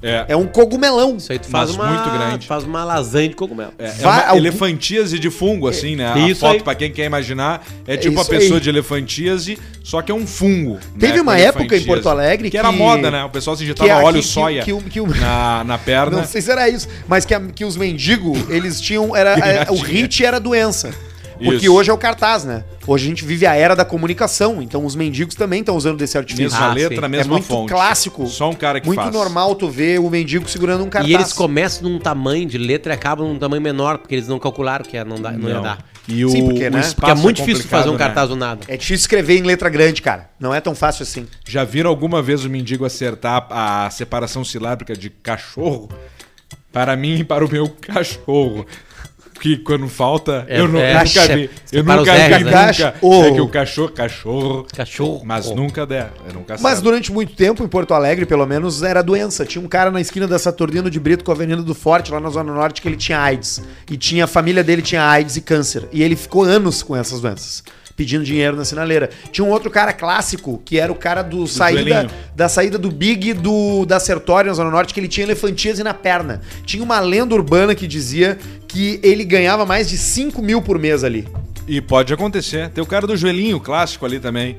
S2: É.
S1: É um cogumelão.
S3: Isso aí tu faz
S2: Mas
S3: uma,
S2: muito grande.
S3: faz uma lasanha de cogumelo.
S2: É, é
S1: Vai-
S2: uma
S1: algum-
S2: elefantíase de fungo, assim, né? A
S3: Isso
S2: foto,
S3: aí.
S2: pra quem quer imaginar, é tipo a
S1: isso aí.
S2: pessoa de elefantíase, só que é um fungo.
S1: Teve
S2: né,
S1: uma
S2: com
S1: época em
S2: elefantíase.
S1: Porto Alegre
S2: Que era
S1: que-
S2: moda, né? O pessoal se injetava
S1: a-
S2: óleo soia
S1: Que, que, que,
S2: na, na perna.
S1: Não sei se era isso, mas que, a- que os mendigos, eles tinham. Era, é, o hit era doença. Porque
S2: Isso.
S1: hoje é o cartaz, né? Hoje a gente vive a era da comunicação, então os mendigos também estão usando desse artifício.
S2: Mesma
S3: Ah,
S2: letra,
S3: sim.
S1: é
S2: mesma
S1: muito
S2: fonte.
S1: clássico,
S2: Só um cara que
S1: muito
S2: faz.
S1: normal tu ver o mendigo segurando um cartaz.
S3: E eles começam num tamanho de letra e acabam num tamanho menor, porque eles não calcularam que não, dá, não, ia dar.
S2: E o,
S1: Sim, porque,
S2: o
S1: né?
S2: espaço
S3: Porque é muito difícil
S2: complicado,
S3: fazer
S2: né?
S3: um cartaz do nada.
S1: É difícil escrever em letra grande, cara. Não é tão fácil assim.
S2: Já viram alguma vez o mendigo acertar a separação silábica de cachorro? Para mim e para o meu cachorro. Que quando falta,
S3: É,
S2: eu, nu-
S3: é,
S2: eu nunca vi.
S3: separa
S2: Eu nunca
S3: os
S2: vi,
S3: R's, né?
S2: nunca.
S1: Cachorro.
S2: É que o cachorro, cachorro.
S3: Cachorro.
S2: Mas nunca der. Eu nunca
S1: Mas
S2: acerto.
S1: durante muito tempo, em Porto Alegre, pelo menos, era doença. Tinha um cara na esquina da Saturnino de Brito com a Avenida do Forte, lá na Zona Norte, que ele tinha AIDS. E tinha a família dele tinha AIDS e câncer. E ele ficou anos com essas doenças. Pedindo dinheiro na sinaleira. Tinha um outro cara clássico, que era o cara do, saída,
S2: joelhinho.
S1: da saída do Big do, da Sertório, na Zona Norte, que ele tinha elefantíase na perna. Tinha uma lenda urbana que dizia que ele ganhava mais de 5 mil por mês ali.
S2: E pode acontecer. Tem o cara do joelhinho clássico ali também.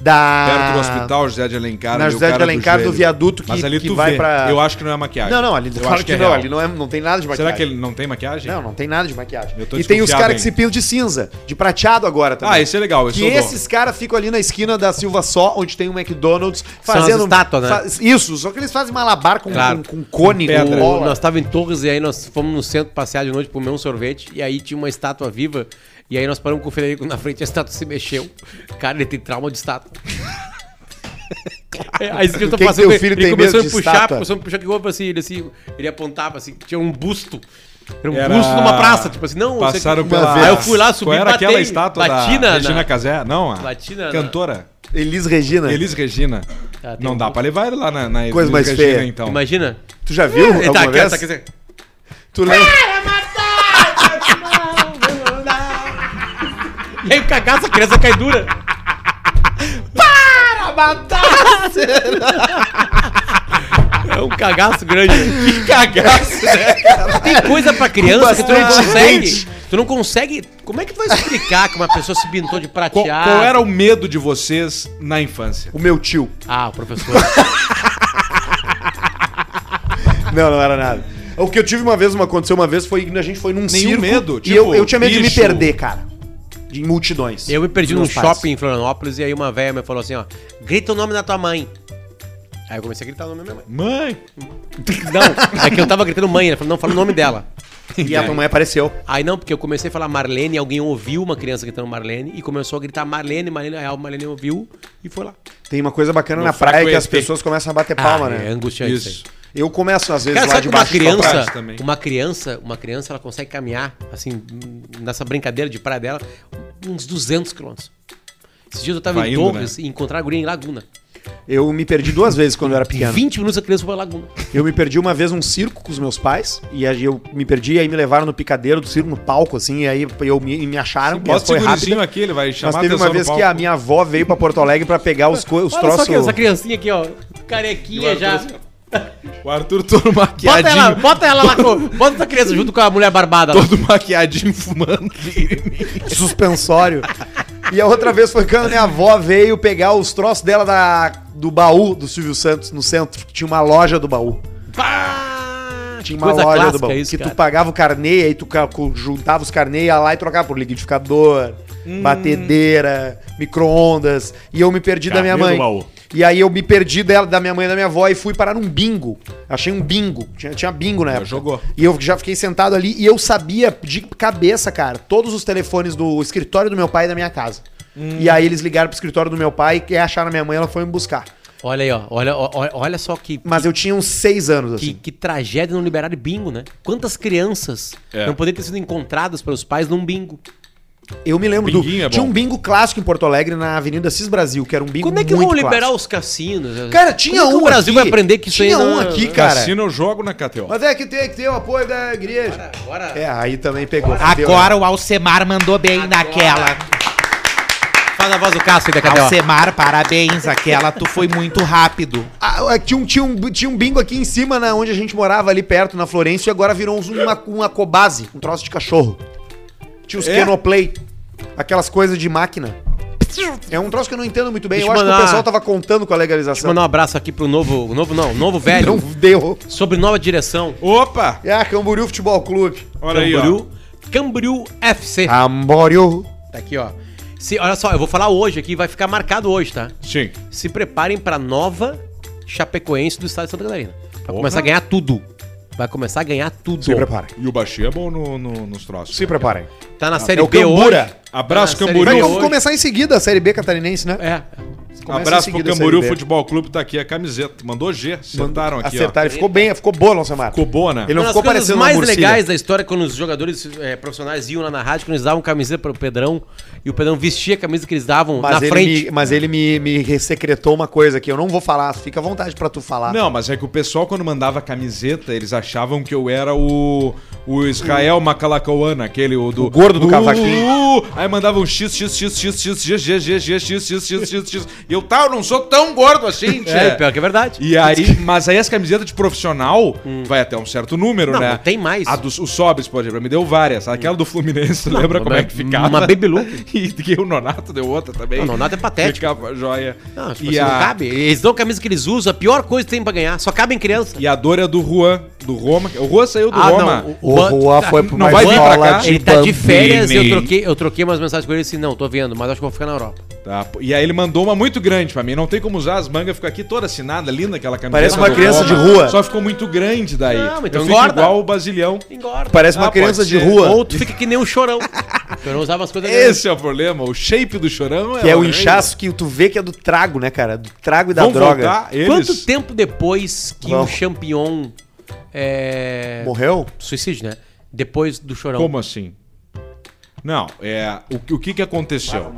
S1: Da...
S2: Perto do hospital, José de Alencar.
S1: Na
S2: ali, o
S1: Ah. José de
S2: cara
S1: Alencar, do
S2: joelho.
S1: viaduto que-
S2: Mas ali
S1: que
S2: tu
S1: vai
S2: vê.
S1: pra-
S2: Eu acho que não é maquiagem.
S1: Não, não, ali,
S2: Eu
S1: claro
S2: acho
S1: que,
S2: é
S1: não,
S2: real.
S1: ali não, é, não tem nada de maquiagem.
S2: Será que ele não tem maquiagem?
S1: Não, não tem nada de maquiagem.
S2: Eu tô
S1: E tem os
S2: desconfiado,
S1: caras que
S2: hein?
S1: se pintam de cinza, de prateado agora também.
S2: Ah, esse é legal, esse
S1: Que
S2: eu dou.
S1: esses caras ficam ali na esquina da Silva Só, onde tem um McDonald's,
S3: São as
S1: fazendo...
S3: estátuas, né?
S1: faz- isso, só que eles fazem malabar com,
S3: Claro.
S1: com, com cone, com
S2: Pedra.
S3: O-
S1: bola.
S3: nós estávamos em Torres e aí nós fomos no centro passear de noite, comer um sorvete e aí tinha uma estátua viva. E aí nós paramos com o Federico na frente e a estátua se mexeu. Cara, ele tem trauma de estátua. É, Aí eu
S1: Quem
S3: passando,
S1: tem filho
S3: ele
S1: tem
S3: começou a
S1: medo de
S3: puxar,
S1: estátua?
S3: começou a puxar que roupa assim, ele assim, ele apontava assim, tinha um busto. Era um
S2: Era-
S3: busto numa praça, tipo assim, não, não sei
S2: Passaram
S3: que-
S2: pela.
S3: Aí eu fui lá, subi,
S2: Qual era
S3: batei,
S2: aquela estátua
S3: bati
S2: da
S3: na-
S2: Regina
S3: na-
S2: Casé? Não, a
S3: Bati na-
S2: cantora.
S1: Elis Regina.
S2: Elis Regina.
S3: Ah, tem
S2: Não
S3: um-
S2: dá pra levar ele lá na, na
S1: Coisa
S2: Elis
S1: mais
S2: Regina,
S1: feia.
S2: então.
S3: Imagina.
S1: Tu já viu
S3: Ele tá
S1: alguma
S3: aqui,
S1: vez?
S3: tá aqui, assim.
S1: Tu lembra?
S3: E aí o cagaço, a criança cai dura. Para matar! É um cagaço grande. Que cagaço, né? Tem coisa pra criança que tu não
S1: Bastante
S3: consegue.
S1: dente.
S3: Tu não consegue. Como é que tu vai explicar que uma pessoa se pintou de
S2: Qual,
S3: prateado?
S2: qual era o medo de vocês na infância?
S1: O meu tio.
S3: Ah, o professor.
S1: Não, não era nada. O que eu tive uma vez, uma aconteceu uma vez, foi que a gente foi num circo.
S2: medo,
S1: e
S2: tipo,
S1: eu, eu tinha medo de me
S2: bicho.
S1: perder, cara. De multidões.
S3: Eu me perdi
S1: Dos
S3: num
S1: meus pais.
S3: shopping em Florianópolis e aí uma velha me falou assim, ó. Grita o nome da tua mãe. Aí eu comecei a gritar o nome da minha mãe.
S2: Mãe!
S3: Não, é que eu tava gritando mãe, ela falou, não, fala o nome dela.
S1: E a mamãe apareceu.
S3: Aí não, porque eu comecei a falar Marlene, alguém ouviu uma criança gritando Marlene e começou a gritar Marlene, Marlene, aí a Marlene ouviu e foi lá.
S1: Tem uma coisa bacana
S2: No
S1: na praia que
S2: fraco
S1: as
S2: ET.
S1: pessoas começam a bater palma,
S3: Ah, É
S1: né?
S3: angustiante isso.
S2: Isso.
S3: aí.
S1: Eu começo, às vezes,
S3: Cara,
S1: lá
S3: sabe
S1: de
S3: que uma
S1: baixo. pra praia.
S3: criança,
S2: trás também.
S3: uma criança, uma criança, ela consegue caminhar, assim, nessa brincadeira de praia dela, uns 200 quilômetros. Esses dias eu tava
S2: Vai
S3: em
S1: né?
S2: indo,
S3: Torres e encontrei a guria em Laguna.
S1: Eu me perdi duas vezes quando eu era
S3: Em
S1: pequeno.
S3: 20 minutos a criança foi pra Laguna.
S1: Eu me perdi uma vez num circo com os meus pais. E aí eu me perdi, e aí me levaram no picadeiro do circo, no palco, assim. E aí eu me, me acharam. e
S2: Bota esse
S1: foi
S2: gurizinho
S1: rápido.
S2: aqui, ele vai chamar
S1: Mas teve
S2: atenção
S1: uma
S2: no
S1: vez que
S2: palco.
S1: a minha avó veio pra Porto Alegre pra pegar os, co- os
S3: Olha só
S1: troços.
S3: que essa criancinha aqui, ó, carequinha já.
S2: O Arthur todo
S3: Bota ela,
S2: maquiadinho.
S3: bota ela lá, com- bota essa criança junto com a mulher barbada. lá.
S2: Todo maquiadinho fumando.
S1: suspensório. E a outra vez foi quando minha avó veio pegar os troços dela da, do baú do Silvio Santos no centro. Tinha uma loja do baú.
S3: Pá!
S1: Tinha
S3: Que
S1: uma loja do
S3: clássica
S1: baú.
S3: isso,
S1: que
S3: cara.
S1: tu pagava o carnê, aí tu ca- co- juntava os carnê, ia lá e trocava por liquidificador,
S3: Hum.
S1: batedeira, micro-ondas. E eu me perdi da minha
S2: Carnê
S1: mãe.
S2: do baú.
S1: E aí eu me perdi dela, da minha mãe e da minha avó e fui parar num bingo. Achei um bingo. Tinha, tinha bingo na época.
S2: jogou.
S1: E eu já fiquei sentado ali e eu sabia de cabeça, cara, todos os telefones do escritório do meu pai e da minha casa.
S3: Hum.
S1: E aí eles ligaram pro escritório do meu pai e acharam minha mãe, ela foi me buscar.
S3: Olha aí, ó. Olha, ó, ó, olha só que,
S1: Mas eu tinha uns seis anos,
S3: que,
S1: assim.
S3: que tragédia não liberar bingo, né? Quantas crianças
S2: É.
S3: não poderiam ter sido encontradas pelos pais num bingo?
S1: Eu me lembro do.
S2: Binguinho é
S1: tinha
S2: bom.
S1: um bingo clássico em Porto Alegre, na Avenida Cis Brasil, que era um bingo
S3: Como é que
S1: muito
S3: vão liberar
S1: clássico.
S3: os cassinos?
S1: Cara, tinha
S3: Como é que
S1: um
S3: O Brasil
S1: aqui.
S3: vai aprender que isso
S1: Tinha
S3: aí não- é
S1: um aqui, cara.
S2: Cassino eu jogo na KTO.
S1: Mas é que tem que ter o apoio da igreja.
S3: Agora,
S1: É, aí também pegou. fudeu, né?
S4: Agora o Alcemar mandou bem naquela.
S3: faz a voz do Cássio aí da KTO.
S4: Alcemar, parabéns, aquela. Tu foi muito rápido.
S1: Ah, é, tinha, um, tinha, um, tinha um bingo aqui em cima, na, onde a gente morava, ali perto, na Florença, e agora virou uns- uma, uma cobase, um troço de cachorro. Tinha os
S2: É?
S1: Kenoplay, aquelas coisas de máquina. É um troço que eu não entendo muito bem.
S3: Deixa
S1: eu
S3: eu
S1: acho que o
S3: mandar-
S1: pessoal tava contando com a
S3: Deixa eu
S1: legalização.
S3: mandar um abraço aqui pro novo, novo não, novo um velho,
S1: Não deu.
S3: sobre nova direção.
S2: Opa!
S1: É, Camboriú Futebol Clube.
S2: Olha aí, ó.
S3: Camboriú, Camboriú FC.
S1: Camboriú.
S3: Tá aqui, ó. Se, olha só, eu vou falar hoje aqui, vai ficar marcado hoje, tá?
S2: Sim.
S3: Se preparem pra nova Chapecoense do estado de Santa Catarina. Vai começar a ganhar tudo. Vai começar a ganhar tudo.
S1: Se preparem.
S2: E o Baxi é bom no- no- nos troços. né?
S1: Se preparem.
S3: Tá na série
S1: É o
S3: B
S1: Cambura.
S3: hoje.
S2: Abraço,
S3: Tá na
S2: Camboriú.
S1: Vai
S3: Série B
S1: vamos
S3: hoje.
S1: começar em seguida a Série B catarinense, né?
S3: É.
S1: Começa em
S2: Abraço pro
S1: seguida a
S2: Camboriú
S1: Série B.
S2: Futebol Clube, tá aqui a camiseta. Mandou G, acertaram aqui,
S1: Acertaram. Ele ficou bem, ficou boa, nossa
S2: ó.
S1: marca.
S2: Ficou boa, né?
S1: Ele não
S3: Uma das
S1: ficou
S3: coisas
S1: parecendo uma
S3: mais
S1: murcilha.
S3: legais da história, é quando os jogadores eh, profissionais iam lá na rádio, quando eles davam camiseta pro Pedrão, e o Pedrão vestia a camisa que eles davam
S1: Mas
S3: na
S1: ele,
S3: frente.
S1: me, mas ele me, me secretou uma coisa que eu não vou falar, fica à vontade pra tu falar.
S2: Não, mas é que o pessoal, quando mandava camiseta, eles achavam que eu era o, o Israel Macalacoana, aquele o do.
S1: O gordo do
S2: Uh,
S1: cavaquinho.
S2: uh, Aí mandavam um X, X, X, X, X, X, X, X, X, X, X, X, X, X. E eu, tá, eu não sou tão gordo assim,
S3: É,
S2: tchê.
S3: pior que é verdade.
S2: E aí, mas aí as camisetas de profissional
S1: Hum.
S2: vai até um certo número,
S3: Não,
S2: né?
S3: não tem mais.
S2: A dos o Sobis, por exemplo, me deu várias. Aquela do Fluminense, tu lembra como é que ficava?
S3: uma baby look.
S2: e, e o Nonato deu outra também.
S3: Não, o Nonato é patético.
S2: Ficava joia.
S3: Não, tipo
S2: e,
S3: assim,
S2: a,
S3: não cabe. Eles dão a camisa que eles usam, a pior coisa que tem pra ganhar. Só cabe em criança.
S2: e a dor é do Juan, do Roma. O Juan saiu do
S3: Ah,
S2: Roma.
S3: não.
S1: O Juan foi pro
S2: tá não vai vir pra
S1: escola
S2: cá?
S3: Ele tá de
S1: bambu-
S3: férias, eu
S2: Bambini.
S3: troquei, eu troquei umas mensagens com ele e disse, não, tô vendo, mas acho que vou ficar na Europa.
S2: Tá, pô. e aí ele mandou uma muito grande pra mim. Não tem como usar as mangas, ficou aqui toda assinada, linda aquela camisa.
S1: Parece uma criança de rua.
S2: Só ficou muito grande daí.
S3: Não, mas então
S2: eu fico
S3: engorda.
S2: igual o Basilhão.
S3: Engorda.
S1: Parece uma
S2: Ah,
S1: criança
S2: pode
S1: de
S2: ser.
S1: rua.
S3: Ou tu fica que nem um chorão. O chorão usava as coisas...
S2: Esse é o problema. O shape do chorão é.
S1: Que é o
S2: horrível.
S1: inchaço que tu vê que é do trago, né, cara? Do trago e da
S2: Vão
S1: droga.
S2: voltar eles.
S3: Quanto tempo depois que o
S1: Vamos.
S3: Champignon... É...
S1: Morreu?
S3: Suicídio, né? Depois do chorão.
S2: Como assim? Não, é o, que- o que que aconteceu?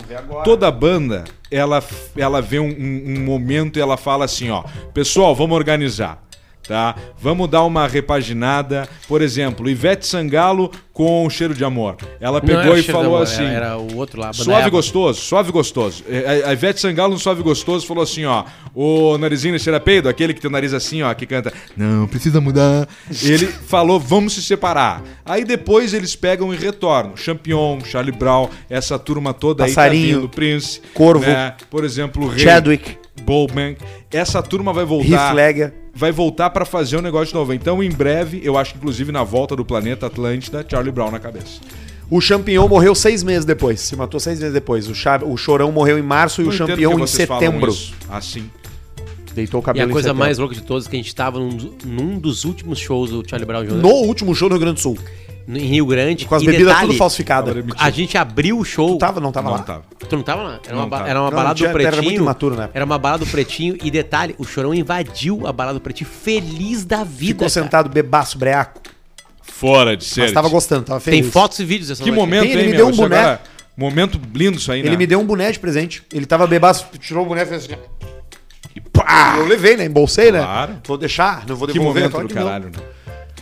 S2: Toda banda ela ela vê um, um- um momento e ela fala assim, ó, pessoal, vamos organizar. Tá? Vamos dar uma repaginada. Por exemplo, Ivete Sangalo com Cheiro de Amor. Ela
S3: Não era
S2: pegou e
S3: Cheiro da
S2: falou
S3: Bola,
S2: assim:
S3: Era, era o outro lá. a banda
S2: Suave
S3: Eva.
S2: gostoso, suave gostoso. É, A a Ivete Sangalo no Suave Gostoso falou assim, ó. O narizinho cheira a peido, aquele que tem o nariz assim, ó, que canta. Não, precisa mudar. Ele falou, vamos se separar. Aí depois eles pegam e retornam. Champion, Charlie Brown, essa turma toda aí.
S1: Passarinho,
S2: do Prince.
S1: Corvo,
S2: né? Por exemplo, o Rei.
S1: Chadwick,
S2: Bowman. Essa turma vai voltar
S1: Heath Ledger.
S2: vai voltar pra fazer um negócio novo. Então, em breve, eu acho que inclusive na volta do planeta Atlântida, Charlie Brown na cabeça.
S1: O Champignon morreu seis meses depois. Se matou seis meses depois. O, Cha- o Chorão morreu em março e o
S2: Não entendo
S1: Champignon
S2: porque
S1: em
S2: vocês falam
S1: setembro.
S2: isso. Assim.
S1: Deitou o
S3: E
S1: cabelo
S3: a
S1: em
S3: coisa
S1: setembro.
S3: mais louca de todas é que a gente tava num, num dos últimos shows do Charlie Brown Jr.
S1: No último show no Rio Grande do Sul.
S3: no- em Rio Grande.
S1: Com as
S3: né? E
S1: bebidas
S3: detalhe,
S1: tudo falsificadas.
S2: Agora me-
S3: A gente abriu o show.
S1: Tu tava, não tava
S2: não
S1: lá?
S2: tava.
S3: Tu não tava lá? Era uma,
S2: Não
S3: ba-
S2: tava.
S3: era uma
S1: Não,
S3: balada
S1: tinha-
S3: do
S1: era
S3: Pretinho.
S1: muito imaturo né? na época.
S3: Era uma balada do Pretinho. E detalhe, o Chorão invadiu a balada do Pretinho feliz da vida.
S1: Ficou
S3: cara.
S1: sentado, bebaço, breaco.
S2: Fora de
S1: Mas
S2: série.
S1: tava gostando, tava
S3: Tem
S1: feliz.
S3: fotos e vídeos dessa
S2: Que
S3: noite.
S2: momento,
S1: Tem, ele
S2: hein,
S1: me
S2: meu?
S1: deu um
S2: Isso
S1: boné.
S2: agora- Momento lindo isso aí, né?
S1: Ele me deu um boné de presente. Ele tava bebaço, tirou o boné e fez assim. E pá! Eu levei, né? Embolsei,
S2: Ah. Claro.
S1: né? Vou deixar, não vou
S2: Que
S1: devolver.
S2: momento
S1: claro
S2: do
S1: que não.
S2: caralho, né?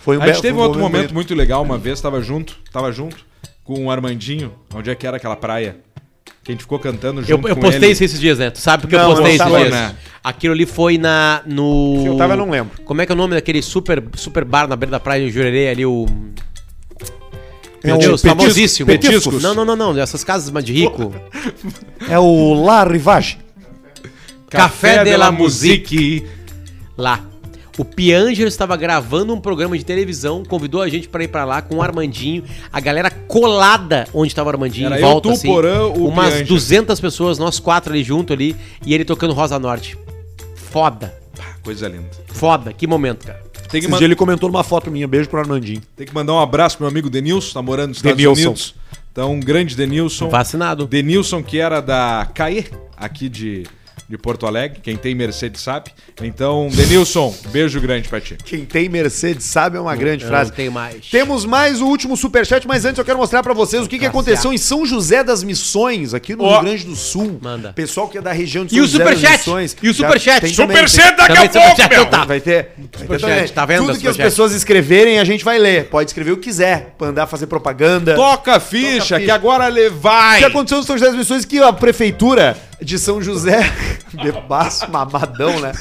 S1: Foi um
S2: A
S1: belo-
S2: gente teve
S1: foi um
S2: outro momento
S1: bonito.
S2: muito legal uma vez, tava junto, tava junto com o Armandinho, onde é que era aquela praia? Que a gente ficou cantando
S3: Eu,
S2: junto
S3: eu
S2: com
S3: postei
S2: ele.
S3: isso esses dias, né? Tu sabe que
S1: Não,
S3: eu postei
S1: não
S3: esses
S1: tava,
S3: dias.
S2: né?
S3: Aquilo ali foi na. No.
S1: Que eu tava, eu não lembro.
S3: Como é que é o nome daquele super, super bar na beira da praia de Jurerê ali, o.
S1: É o
S3: Deus,
S1: petisco-
S3: famosíssimo.
S1: petiscos.
S3: Não, não, não, não. Essas casas mais de rico.
S1: É o La Rivage.
S3: Café de la
S2: Musique.
S3: lá. O Piangelo estava gravando um programa de televisão, convidou a gente para ir para lá com o Armandinho, a galera colada onde estava o Armandinho,
S2: Era
S3: em
S2: eu,
S3: volta
S2: tu,
S3: assim,
S2: Porã, o
S3: umas
S2: Piangelo.
S3: 200 pessoas, nós quatro ali junto ali, e ele tocando Rosa Norte. Foda,
S2: Pá, Ah, Coisa linda.
S3: foda, que momento, cara.
S2: Tem que,
S1: Esse
S2: man-
S1: dia ele comentou numa foto minha. Beijo pro Armandinho.
S2: tem que mandar um abraço pro meu amigo Denilson, tá morando nos Estados
S1: Denilson.
S2: Unidos. Então, um grande Denilson.
S3: Vacinado.
S2: Denilson, que era da CAE, aqui de, de Porto Alegre. Quem tem Mercedes sabe. Então, Denilson, beijo grande pra ti.
S1: Quem tem Mercedes sabe é uma grande
S3: eu
S1: frase.
S3: não tenho mais.
S1: Temos mais o último superchat, mas antes eu quero mostrar pra vocês o que, que aconteceu em São José das Missões, aqui no
S2: Ó.
S1: Rio Grande do Sul.
S3: Manda.
S1: Pessoal que é da região de
S3: E
S1: São
S3: o
S1: José
S3: superchat?
S1: das Missões.
S3: E o
S1: Já
S3: superchat?
S1: tem também,
S2: Superchat daqui a
S3: Também tem
S2: pouco,
S3: superchat,
S2: meu!
S3: então tá.
S1: Vai ter. Vai ter
S3: Superchat,
S1: também.
S3: tá vendo
S1: Tudo
S3: o
S1: que as
S3: superchat?
S1: pessoas escreverem, a gente vai ler. Pode escrever o que quiser, pra andar fazer propaganda.
S2: Toca a ficha,
S1: ficha.
S2: que agora ele
S1: O
S2: vai.
S1: que aconteceu em São José das Missões que a prefeitura de São José, bebaço, mamadão, né?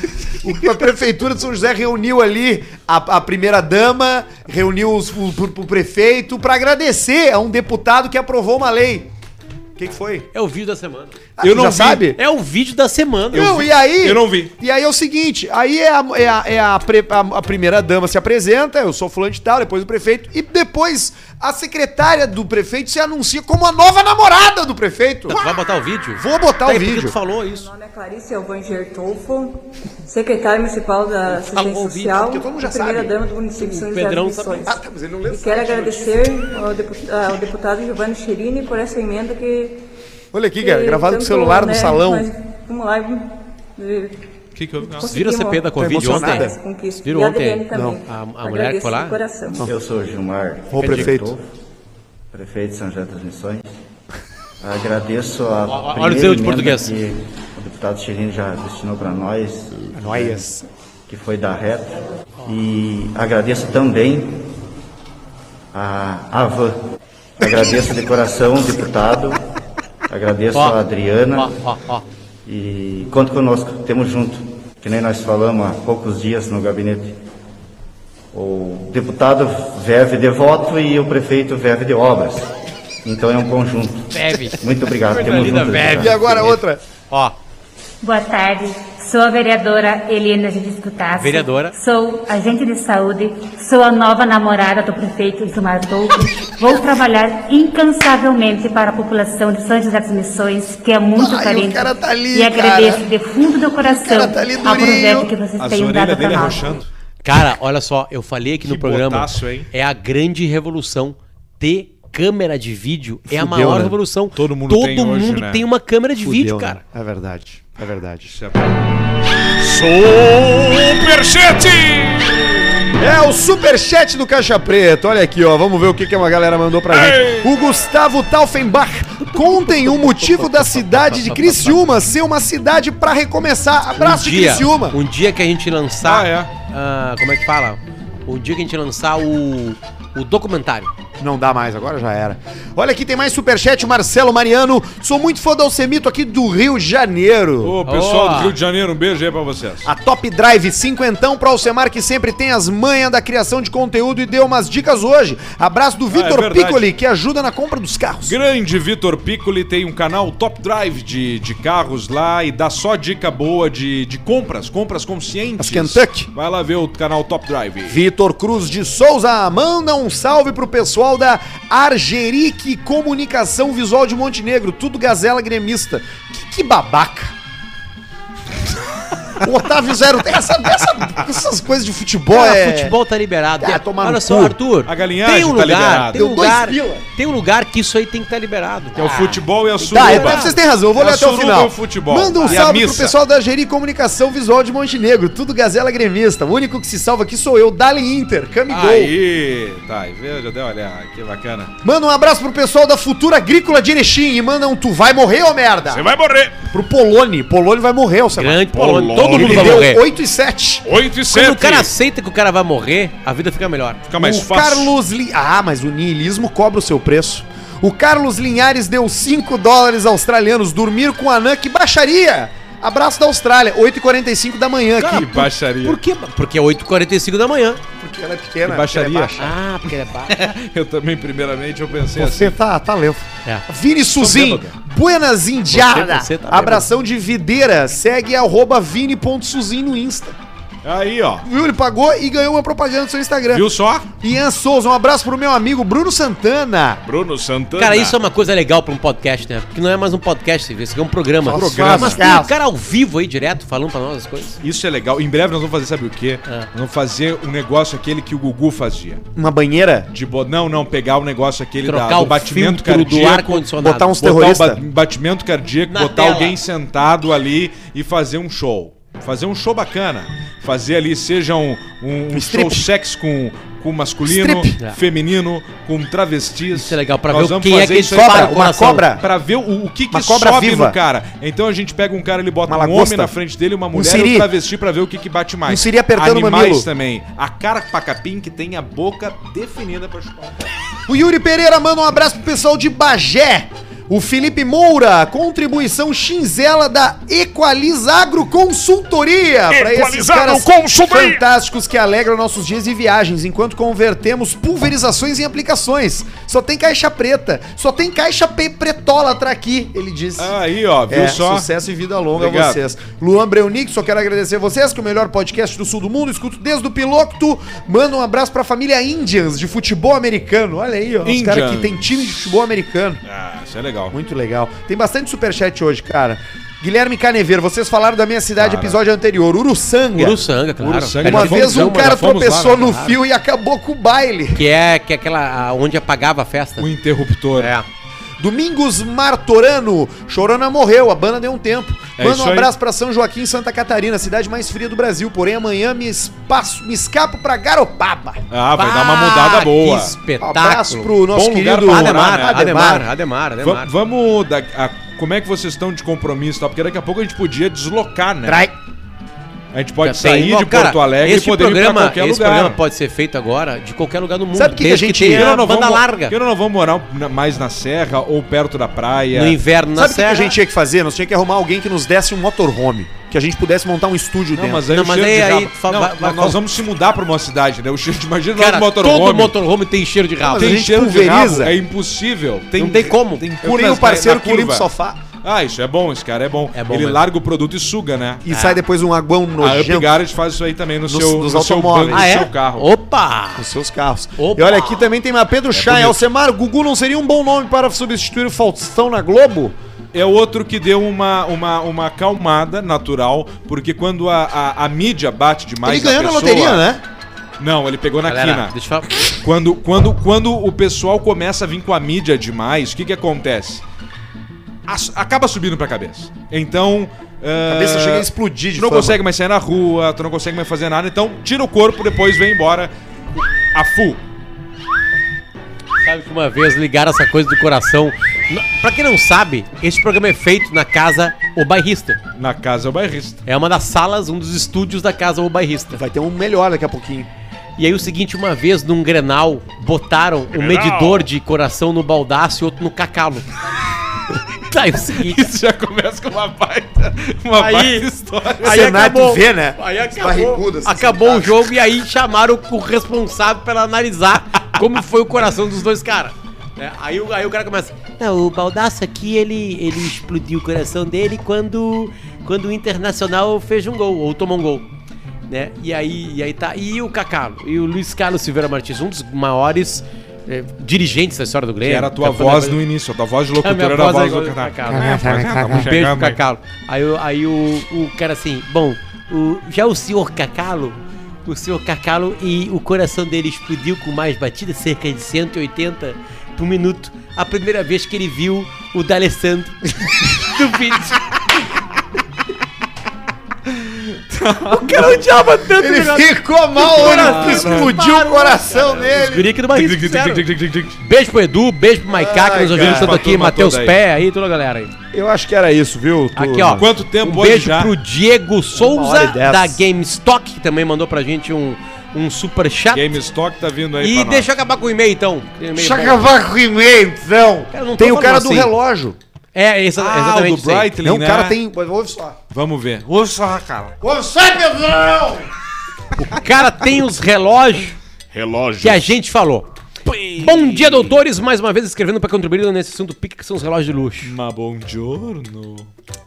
S1: O que a prefeitura de São José reuniu ali a, a primeira dama, reuniu os- o, o- o prefeito pra acontecer?
S8: agradecer
S1: É um deputado que aprovou uma lei. O que, que foi? Ah,
S3: É o vídeo da semana.
S2: Eu
S1: já
S2: não vi.
S1: sabe?
S3: É o vídeo da semana.
S1: Não, e aí?
S2: Eu não vi.
S1: E aí é o seguinte, aí é a, é a- é a pre- a- a primeira dama se apresenta, eu sou fulano de tal, depois o prefeito, e depois a secretária do prefeito se anuncia como a nova namorada do prefeito.
S3: Vai botar o vídeo?
S1: Vou botar
S3: Tá,
S1: o
S3: e por que
S1: vídeo.
S3: tu falou isso.
S9: Meu nome é Clarice Alvanger Tolfo, secretária municipal da Assistência
S3: Alô, Tá Vitor,
S9: Social
S1: porque todo mundo já
S9: e primeira-dama do município de São José
S3: Pedrão
S9: das Missões.
S3: sabe.
S1: Ah, tá,
S3: Ah, tá,
S1: mas ele não leu
S9: E quero agradecer ao, depu- ao deputado Giovanni Cherini por essa emenda que... né,
S1: Olha aqui, cara, gravado com o celular no salão.
S9: Mas, vamos lá. eh,
S2: O que, que eu... Nossa.
S3: Viram a CP da
S9: conseguimos
S3: Covid
S9: alcançar
S3: ontem?
S9: essa conquista.
S3: Viram
S9: E a
S3: ontem?
S9: Adriane também.
S3: Não. A- a mulher
S9: Agradeço
S3: que foi lá?
S9: de coração.
S10: Eu sou Gilmar.
S1: Ô,
S10: Felipe
S1: prefeito.
S10: Tolfo, Prefeito de São José das Missões. Agradeço
S3: o
S10: a. primeira
S3: seu de
S10: emenda
S3: português.
S10: Que o deputado Chirino já destinou para nós, né,
S1: Noias.
S10: que foi da reta. E agradeço também a Avan. Agradeço de coração o deputado. Agradeço
S3: Ó.
S10: a Adriana.
S3: Ó, ó, ó.
S10: E conta conosco, temos junto. Que nem nós falamos há poucos dias no gabinete. O deputado verve de voto e o prefeito verve de obras. Então é um conjunto.
S3: Bebe.
S10: Muito obrigado.
S3: Coisa
S10: Temos
S3: linda,
S10: junto,
S3: verve.
S10: deputado.
S1: E agora outra.
S3: Ó,
S11: Boa tarde, sou a vereadora Helena Giviscutasso.
S3: Vereadora.
S11: Sou agente de saúde, sou a nova namorada do prefeito Gilmar Tolkien. Vou trabalhar incansavelmente para a população de São José das Missões, que é muito
S1: Ai, o
S11: carente.
S1: cara tá ali,
S11: e
S1: cara.
S11: agradeço de fundo do coração
S1: cara tá ali
S11: ao
S1: durinho.
S11: projeto que vocês
S2: As
S11: têm dado
S2: orelhas
S11: para
S2: dele é
S11: nós.
S2: arrochando.
S3: cara, olha só, eu falei aqui
S2: Que
S3: no programa.
S2: botaço, hein?
S3: É a grande revolução ter câmera de vídeo. é a maior
S1: né?
S3: revolução.
S2: Todo mundo tem hoje,
S3: mundo
S2: né?
S3: tem uma câmera de vídeo,
S1: Fudeu,
S3: cara.
S1: né? É verdade, é verdade.
S2: Superchat!
S1: É o superchat do Caixa Preta. Olha aqui, ó. Vamos ver o que, que uma galera mandou pra gente. O Gustavo Taufenbach. Contem o motivo da cidade de Criciúma ser uma cidade pra recomeçar. Abraço de
S3: dia,
S1: Criciúma.
S3: um dia que a gente lançar.
S2: Ah, é.
S3: ah, como é que fala? Um dia que a gente lançar o, o documentário.
S1: Não dá mais, agora já era. Olha aqui, tem mais superchat. o Marcelo Mariano. Sou muito fã do Alcemito aqui do Rio de Janeiro.
S2: Ô, pessoal
S3: Ó.
S2: do Rio de Janeiro, um beijo aí pra vocês.
S1: A Top Drive cinquentão pra Alcemar que sempre tem as manhas da criação de conteúdo e deu umas dicas hoje. Abraço do Vitor
S2: verdade.
S1: Piccoli, que ajuda na compra dos carros.
S2: Grande Vitor Piccoli tem um canal Top Drive de, de carros lá e dá só dica boa de, de compras, compras conscientes.
S1: As Kentucky.
S2: Vai lá ver o canal Top Drive.
S1: Vitor Cruz de Souza, manda um salve pro pessoal da Argerique Comunicação Visual de Montenegro, tudo gazela gremista. Que, que babaca. O Otávio Zero, essa, essa- essas coisas de futebol
S3: Cara,
S1: é...
S3: futebol tá liberado.
S1: Ah, tomar no
S3: Olha só,
S1: cu.
S3: Arthur.
S2: A galinhagem
S3: tem um
S2: tá
S3: lugar,
S2: liberada.
S3: tem um
S1: Deu dois
S3: lugar,
S1: pila.
S3: tem um lugar que isso aí tem que estar liberado.
S2: É o futebol e a suruba.
S1: Tá, é, vocês têm razão, eu vou
S2: É
S1: ler
S2: a
S1: até o
S2: suruba
S1: final.
S2: e o futebol.
S1: Manda um
S2: E a
S1: salve pro
S2: missa.
S1: pessoal da Geri Comunicação Visual de Montenegro, tudo gazela gremista. O único que se salva aqui sou eu, Dali Inter, Camigol.
S2: Aí, tá, aí, veja, deu, olha, que
S3: Tá.
S2: bacana.
S1: Manda um abraço pro pessoal da Futura Agrícola de Erechim e manda um tu vai morrer, ô merda.
S2: Você vai morrer.
S1: Pro Poloni. Poloni vai morrer, ô Samara.
S3: Grande Polônia.
S2: Polônia.
S3: Todo mundo
S1: Ele
S3: vai
S1: deu
S3: morrer.
S1: 8 e 7.
S2: 8 e
S3: Quando
S2: 7.
S3: o cara aceita que o cara vai morrer, a vida fica melhor.
S2: Fica mais
S1: o
S2: fácil.
S1: Carlos Li... Ah, mas o niilismo cobra o seu preço. O Carlos Linhares deu 5 dólares australianos. Dormir com anã, que baixaria! Abraço da Austrália, 8h45 da manhã
S2: Que
S1: aqui.
S2: baixaria.
S3: Por quê? Porque é 8h45 da manhã.
S1: Porque ela é pequena.
S2: Que baixaria.
S1: porque ela é baixa.
S3: Ah, porque ele é baixo.
S2: Eu também, primeiramente, eu pensei assim.
S1: Você tá, tá lento.
S3: É.
S1: Vini Suzin,
S3: bêbado.
S1: Buenas Indiada.
S3: Você- você tá bêbado.
S1: Abração de videira. Segue arroba vini.suzin no Insta.
S2: assim. Aí, ó.
S1: Viu? Ele pagou e ganhou uma propaganda no seu
S3: É.
S1: Instagram.
S2: Viu só?
S1: Ian Souza, um abraço pro meu amigo Bruno Santana.
S2: Bruno Santana.
S3: Cara, isso é uma coisa legal pra um podcast, né? Porque não é mais um podcast, isso aqui é um programa.
S2: Um programa.
S3: Mas tem um cara ao vivo aí, direto, falando pra nós as coisas.
S2: Isso é legal. Em breve nós vamos fazer, sabe o quê?
S3: É.
S2: Nós vamos fazer um negócio aquele que o Gugu fazia.
S1: Uma banheira?
S2: De bo... Não, não, pegar o negócio aquele da-
S3: Trocar
S2: do
S3: o
S2: batimento
S3: filtro
S2: cardíaco.
S3: do ar-condicionado. Botar uns
S2: Botar o
S1: terroristas.
S2: ba- um batimento cardíaco,
S3: Na
S2: botar
S3: tela.
S2: alguém sentado ali e fazer um show. Fazer um show bacana. Fazer ali, seja um, um, um show sexo com, com masculino,
S3: Strip. É.
S2: feminino, com travestis. Isso é
S3: legal, pra
S2: Nós
S3: ver o
S2: vamos
S3: quem é
S2: fazer
S3: que
S2: isso aí.
S3: dispara
S2: Cobra,
S3: o
S2: uma
S3: coração.
S1: cobra?
S2: Pra ver o, o que,
S1: Uma
S2: que
S1: cobra
S2: sobe
S1: viva.
S2: no cara. Então a gente pega um cara, ele bota
S1: Uma
S2: um
S1: lagosta.
S2: homem na frente dele, uma
S1: Um
S2: mulher e
S1: siri.
S2: um travesti pra ver o que, que bate mais.
S1: Um siri apertando o
S2: Animais
S1: mamilo.
S2: também. A carpacapim que tem a boca definida pra chupar.
S1: O Yuri Pereira manda um abraço pro pessoal de Bagé. O Felipe Moura, contribuição chinzela da Equalizagro Consultoria. Pra esses
S4: Equalizagro
S1: caras
S4: Consultoria.
S1: fantásticos que alegram nossos dias e viagens, enquanto convertemos pulverizações em aplicações. Só tem caixa preta, só tem caixa pe- pretólatra aqui, ele disse.
S3: Ah,
S2: Aí, ó, viu
S1: É,
S2: só?
S1: Sucesso e vida longa a
S2: Obrigado.
S1: vocês. Luan Breunic, só quero agradecer a vocês, que é o melhor podcast do sul do mundo. Escuto desde o piloto. Manda um abraço pra família Indians de futebol americano. Olha aí, ó. Os caras
S2: Indians.
S1: que tem time de futebol americano.
S2: Ah, isso é legal.
S1: Muito legal. Tem bastante superchat hoje, cara. Guilherme Caneveiro, vocês falaram da minha cidade
S2: Cara.
S1: episódio anterior, Uruçanga.
S3: Uruçanga, claro.
S2: Uruçanga,
S1: Uma
S2: Já
S1: vez
S2: fomos-
S1: um cara
S2: já fomos lá,
S1: tropeçou
S2: né?
S1: no
S2: Claro.
S1: fio e acabou com o baile.
S2: um
S3: Que é, que é aquela a- onde apagava a festa.
S2: O interruptor.
S3: É.
S1: Domingos Martorano. Chorona morreu, a banda deu um tempo.
S2: É
S1: Manda
S2: isso
S1: um
S2: aí.
S1: abraço pra São Joaquim, Santa Catarina, cidade mais fria do Brasil. Porém, amanhã me, espaço, me escapo pra Garopaba. Um
S2: Ah, vai dar uma mudada
S3: Ah,
S2: boa.
S3: Que espetáculo.
S1: Abraço pro nosso
S2: Bom lugar
S1: querido
S2: pra
S3: Ademar,
S2: né?
S3: Ademar, Ademar, Ademar,
S2: Va- vamos. da- a- como é que vocês estão de compromisso e tal? Porque daqui a pouco a gente podia deslocar, né?
S1: Trai.
S2: A gente pode
S3: Tem-
S2: sair de
S3: Bom,
S2: Porto
S3: cara,
S2: Alegre e
S3: esse
S2: poder ir pra
S3: programa,
S2: qualquer
S3: Esse
S2: lugar.
S3: programa pode ser feito agora de qualquer lugar do mundo.
S1: Sabe o que que a
S3: desde
S1: gente-
S3: tenha
S1: Eu
S2: Porque
S3: banda
S2: é? vamos,
S3: larga.
S2: Eu não vamos morar na- mais na serra ou perto da praia.
S3: No inverno, na
S1: Sabe o que que
S3: serra.
S1: a gente
S2: é?
S1: tinha que fazer? Nós tinha que arrumar alguém que nos desse um motorhome. Que a gente pudesse montar um estúdio
S2: Não,
S1: dentro.
S2: mas é aí,
S3: Não,
S2: o
S3: mas
S2: cheiro
S3: aí-
S2: de
S3: aí
S2: rabo-
S3: fa-
S2: Não,
S3: vai- vai-
S2: nós vamos se mudar pra uma cidade, né? O cheiro, imagina
S3: Cara,
S2: nós no motorhome.
S3: todo motorhome tem cheiro de rabo.
S2: Mas tem
S1: a gente
S2: cheiro de
S1: pulveriza.
S2: rabo, é impossível.
S3: não tem como.
S2: Tem
S1: Eu
S2: cu
S1: tenho um
S2: nas-
S1: parceiro
S2: na
S1: que limpa
S2: curva.
S1: o sofá
S2: Ah, isso é bom, esse cara é bom.
S3: É bom
S2: Ele
S3: mesmo.
S2: larga o produto e suga, né?
S3: Ah.
S1: e sai depois um aguão
S2: A Up
S1: nojento
S2: Garage faz isso aí também no, seu,
S1: dos
S2: no seu
S1: automóveis.
S2: banco,
S1: Ah,
S2: no
S1: é?
S2: seu carro.
S3: Opa!
S1: nos seus carros.
S3: Opa!
S1: E olha, aqui também tem uma Pedro Chay.
S2: É bonito.
S1: Alcemar, Gugu não seria um bom nome para substituir o Faustão na Globo?
S2: É outro que deu uma, uma, uma calmada natural, porque quando a, a, a mídia bate demais
S1: Ele ganhou na
S2: pessoa-
S1: loteria, né?
S2: Não, ele pegou na
S3: Galera,
S2: quina.
S3: deixa eu falar.
S2: Quando, quando, quando o pessoal começa a vir com a mídia demais, o que que acontece? As- acaba subindo pra cabeça. Então... A
S1: cabeça chega a explodir de
S2: Tu não
S1: fama.
S2: consegue mais sair na rua, tu não consegue mais fazer nada, então tira o corpo, depois vem embora. A full.
S3: Sabe que uma vez ligaram essa coisa do coração. N- Pra quem não sabe, esse programa é feito na casa O Bairrista.
S2: Na casa é o bairrista.
S3: É uma das salas, um dos estúdios da casa O Bairrista.
S1: Vai ter um melhor daqui a pouquinho.
S3: E aí o seguinte, uma vez num Grenal, botaram um medidor de coração no baldaço e outro no cacalo. tá, é o seguinte...
S2: Isso já começa com uma baita, uma
S3: Aí-
S2: baita história.
S3: Aí acabou,
S1: vê, né?
S3: aí
S1: barrigudo,
S3: acabou,
S1: assim,
S3: acabou o jogo e aí chamaram o responsável para analisar como foi o coração dos dois caras. É, aí, o- aí o cara começa. Não, o Baldaço aqui, ele, ele explodiu o coração dele quando, quando o Internacional fez um gol, ou tomou um gol. Né? E, aí, e aí tá. E o Cacalo, e o Luiz Carlos Silveira Martins, um dos maiores eh, dirigentes da história do Grêmio.
S2: Que era a tua
S3: Capitão da
S2: voz
S3: Coisa-
S2: no início, a tua voz de
S3: a minha
S2: locutora era a
S3: voz é
S2: voz
S3: agora
S2: do
S3: do
S2: Cacau.
S3: Cacau.
S2: Cacau.
S3: Um beijo pro Cacalo. Aí, o- aí o, o cara assim, bom, o- já o senhor Cacalo, o senhor Cacalo e o coração dele explodiu com mais batidas, cerca de 180 por minuto, a primeira vez que ele viu o D'Alessandro do vídeo. o cara odiava tanto
S1: Ele
S3: negócio.
S1: ficou mal,
S3: Coração,
S1: ele explodiu
S3: cara.
S1: o coração dele.
S3: Guri aqui do Bahia, fizeram. Beijo pro Edu, beijo pro Maiká, que
S1: Ai,
S3: nos ouviu
S2: cara.
S3: tanto aqui,
S2: Turma
S3: Matheus
S2: toda aí.
S3: Pé aí, toda a galera aí.
S1: Eu acho que era isso, viu?
S3: Aqui, ó.
S2: Quanto tempo
S3: um
S2: hoje
S3: beijo
S2: já?
S3: pro Diego
S1: hora
S3: Souza
S1: e dez.
S3: da GameStock, que também mandou pra gente um, um super chat.
S2: GameStop tá vindo aí
S3: e
S2: pra nós.
S3: deixa eu acabar com o e-mail, então. Tem um e-mail bom.
S1: acabar com o e-mail, então.
S3: Cara, eu não tô
S1: Tem o cara
S3: falando
S1: do
S3: assim.
S1: relógio.
S3: É, exa
S2: Ah,
S3: exatamente.
S2: o do
S3: isso aí.
S2: Brightling,
S1: Não, o
S2: né?
S1: cara tem. Ouve só.
S2: Vamos ver. Ouve só, cara.
S1: Ouve só, Pedrão!
S3: O cara tem os relógios
S2: Relógio.
S3: que a gente falou. Bom dia, doutores, mais uma vez escrevendo pra contribuir nesse assunto pica que são os relógios de luxo.
S2: Uma bom giorno.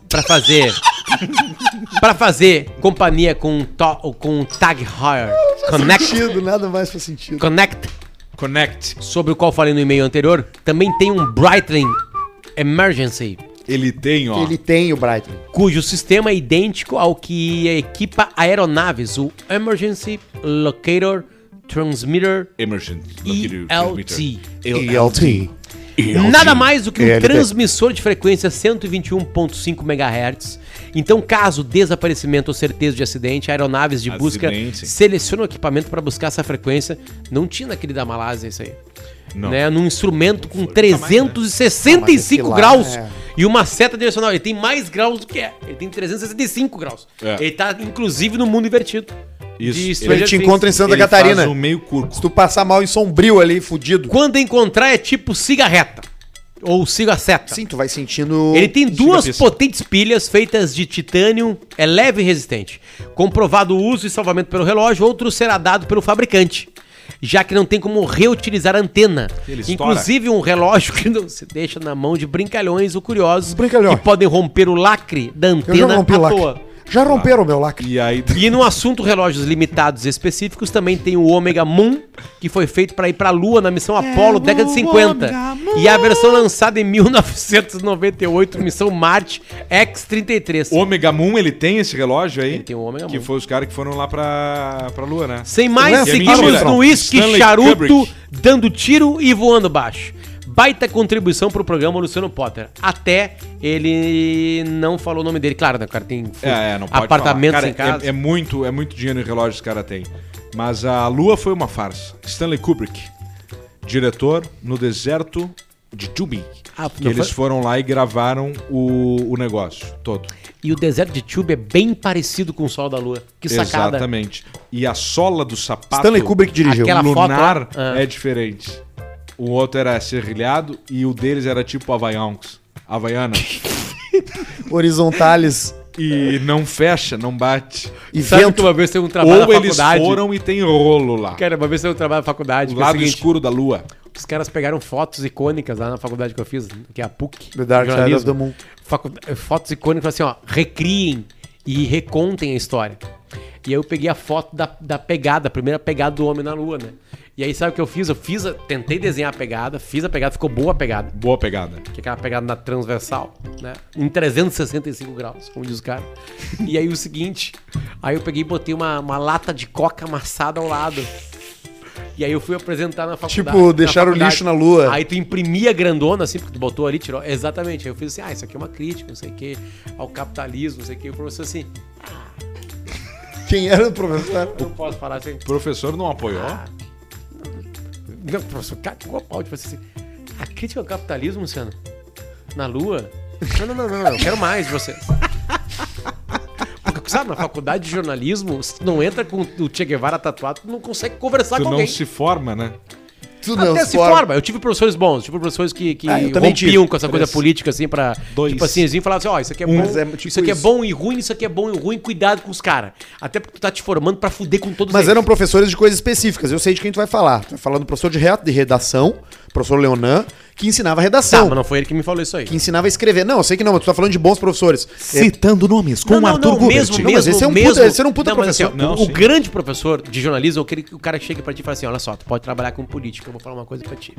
S3: Pra fazer Pra fazer companhia com to, com Tag Heuer Connect,
S1: sentido, nada mais faz sentido.
S3: Connect,
S2: Connect,
S3: sobre o qual falei no e-mail anterior, também tem um Brightling Emergency,
S2: Ele tem, ó.
S1: Ele tem o Brighton.
S3: cujo sistema é idêntico ao que equipa aeronaves, o Emergency Locator Transmitter
S2: Emergent.
S3: ELT.
S8: ELT.
S3: Nada mais do que um
S8: ELT.
S3: transmissor de frequência 121.5 MHz. Então, caso desaparecimento ou certeza de acidente, aeronaves de busca
S2: Acidente.
S3: selecionam o equipamento para buscar essa frequência. Não tinha naquele da Malásia isso aí.
S2: Não. Tá né?
S3: Né? Num instrumento com 365
S1: Ah, mas esse lá
S3: graus
S1: é-
S3: e uma seta direcional. Ele tem mais graus do que é. Ele tem 365 graus.
S2: É.
S3: Ele tá, inclusive, no mundo invertido. de
S2: Isso.
S3: Stranger
S1: Ele te
S3: Things.
S1: encontra em Santa
S2: Ele
S1: Catarina.
S2: faz um meio curto.
S1: Se tu passar mal em sombrio ali, fudido.
S3: Quando encontrar é tipo cigarreta. Ou cigarreta.
S1: Sim, tu vai sentindo.
S3: Ele tem duas
S2: pista.
S3: potentes pilhas feitas de titânio, é leve e resistente. Comprovado o uso e salvamento pelo relógio, outro será dado pelo fabricante, já que não tem como reutilizar a antena.
S2: Ele estoura.
S3: Inclusive um relógio que não se deixa na mão de brincalhões ou curiosos
S8: brincalhões.
S3: que podem romper o lacre da
S8: Eu já
S3: antena
S8: rompi
S3: à
S8: o lacre.
S3: toa.
S8: Já romperam o meu lacre.
S2: E aí.
S3: E no assunto relógios limitados e específicos, também tem o Omega Moon, que foi feito para ir para a Lua na missão Apollo, década de 50. E a versão lançada em 1998, missão Marte X-33.
S2: Ômega Moon, ele tem esse relógio aí?
S3: Ele tem o Ômega
S2: Que
S3: Moon.
S2: foi os caras que foram lá pra, pra lua, né?
S3: Sem
S8: Não
S3: mais,
S8: é
S3: seguimos
S8: mentira.
S3: no uísque
S2: Stanley
S3: charuto,
S2: Kubrick.
S3: dando tiro e voando baixo. Baita contribuição pro programa Luciano Potter. Até ele não falou o nome dele. Claro, né, o cara tem
S2: É, é, não pode
S3: apartamentos
S2: falar.
S3: em
S2: Cara, é-
S3: casa.
S2: É, muito, é muito dinheiro em relógio que os caras têm. Mas a Lua foi uma farsa. Stanley Kubrick, diretor no deserto de Tubing.
S3: Ah,
S2: que
S3: não
S2: eles
S3: foi?
S2: foram lá e gravaram o, o negócio todo.
S3: E o deserto de Tube é bem parecido com o Sol da Lua. Que sacada.
S2: Exatamente. E a sola do sapato
S1: Stanley Kubrick dirigiu.
S3: Aquela-
S2: lunar
S3: foto lá. Ah.
S2: é diferente. O outro era serrilhado e o deles era tipo Havaianos. Havaiana.
S1: Horizontales
S2: e não fecha, não bate.
S1: e
S3: Sabe que
S1: vento.
S3: uma vez tem um trabalho
S2: Ou
S3: na
S2: eles
S3: faculdade.
S2: foram e tem rolo lá.
S3: Cara, uma vez eu trabalho na faculdade,
S1: um
S2: O
S3: que é o
S2: lado
S3: seguinte,
S2: escuro da lua.
S3: os caras pegaram fotos icônicas lá na faculdade que eu fiz, que é a PUC.
S1: The Dark Side
S3: jornalismo.
S1: of the Moon.
S3: Facu- eh, Fotos icônicas assim, ó, recriem e recontem a história. E aí eu peguei a foto da, da pegada, a primeira pegada do homem na lua, né? E aí sabe o que eu fiz? Eu fiz, a- tentei desenhar a pegada, fiz a pegada, ficou boa a pegada.
S2: Boa pegada.
S3: que é aquela pegada na transversal, né? Em 365 graus, como diz o cara. E aí o seguinte, aí eu peguei e botei uma, uma lata de coca amassada ao lado. E aí eu fui apresentar na faculdade.
S1: Tipo, deixar o lixo na lua.
S3: Aí tu imprimia grandona, assim, porque tu botou ali, tirou. Exatamente. Aí eu fiz assim, ah, isso aqui é uma crítica, não sei o quê, ao capitalismo, não sei o quê. E o professor assim,
S1: Quem era o professor?
S3: não posso falar assim.
S2: O professor não apoiou.
S3: Ah, Não, professor, cara, ficou a pau, tipo assim. A crítica ao capitalismo, Luciano? Na lua? Não, não, não, não, não, eu quero mais de vocês. Porque, sabe, na faculdade de jornalismo, se tu não entra com o Che Guevara tatuado, tu não consegue conversar
S2: Tu
S3: com
S2: não
S3: alguém.
S2: se forma, né?
S1: Tu
S3: Até
S1: não
S3: se forma. Eu tive professores bons, tive professores que, que
S1: Ah, eu também
S3: rompiam
S1: tive.
S3: com essa coisa
S1: Três.
S3: política, assim, pra.
S2: Dois.
S3: Tipo assim, eles vinham e falavam assim: ó, isso aqui é
S1: Um.
S3: bom.
S1: Mas é tipo
S3: isso aqui é
S1: isso.
S3: bom e ruim, isso aqui é bom e ruim, cuidado com os caras. Até porque tu tá te formando pra fuder com todos
S1: Mas
S3: eles.
S1: eram professores de coisas específicas. Eu sei de quem tu vai falar.
S8: Tá
S1: Tu vai falar do professor de re- de redação, professor Leonan, que ensinava
S3: Tá,
S1: redação.
S3: mas não foi ele que me falou isso aí.
S1: Que ensinava a escrever. Não, eu sei que não, mas tu tá falando de bons professores. É,
S4: Citando nomes com Arthur Gubert.
S3: mesmo,
S1: Não,
S3: mesmo,
S1: mas esse é um puta-
S3: mesmo,
S1: esse era um puta
S3: mas assim, ó,
S1: professor.
S2: Não,
S3: o, o
S2: sim.
S3: grande professor de jornalismo, é aquele que o cara chega pra ti e fala assim, olha só, tu pode trabalhar com política, eu vou falar uma coisa pra ti.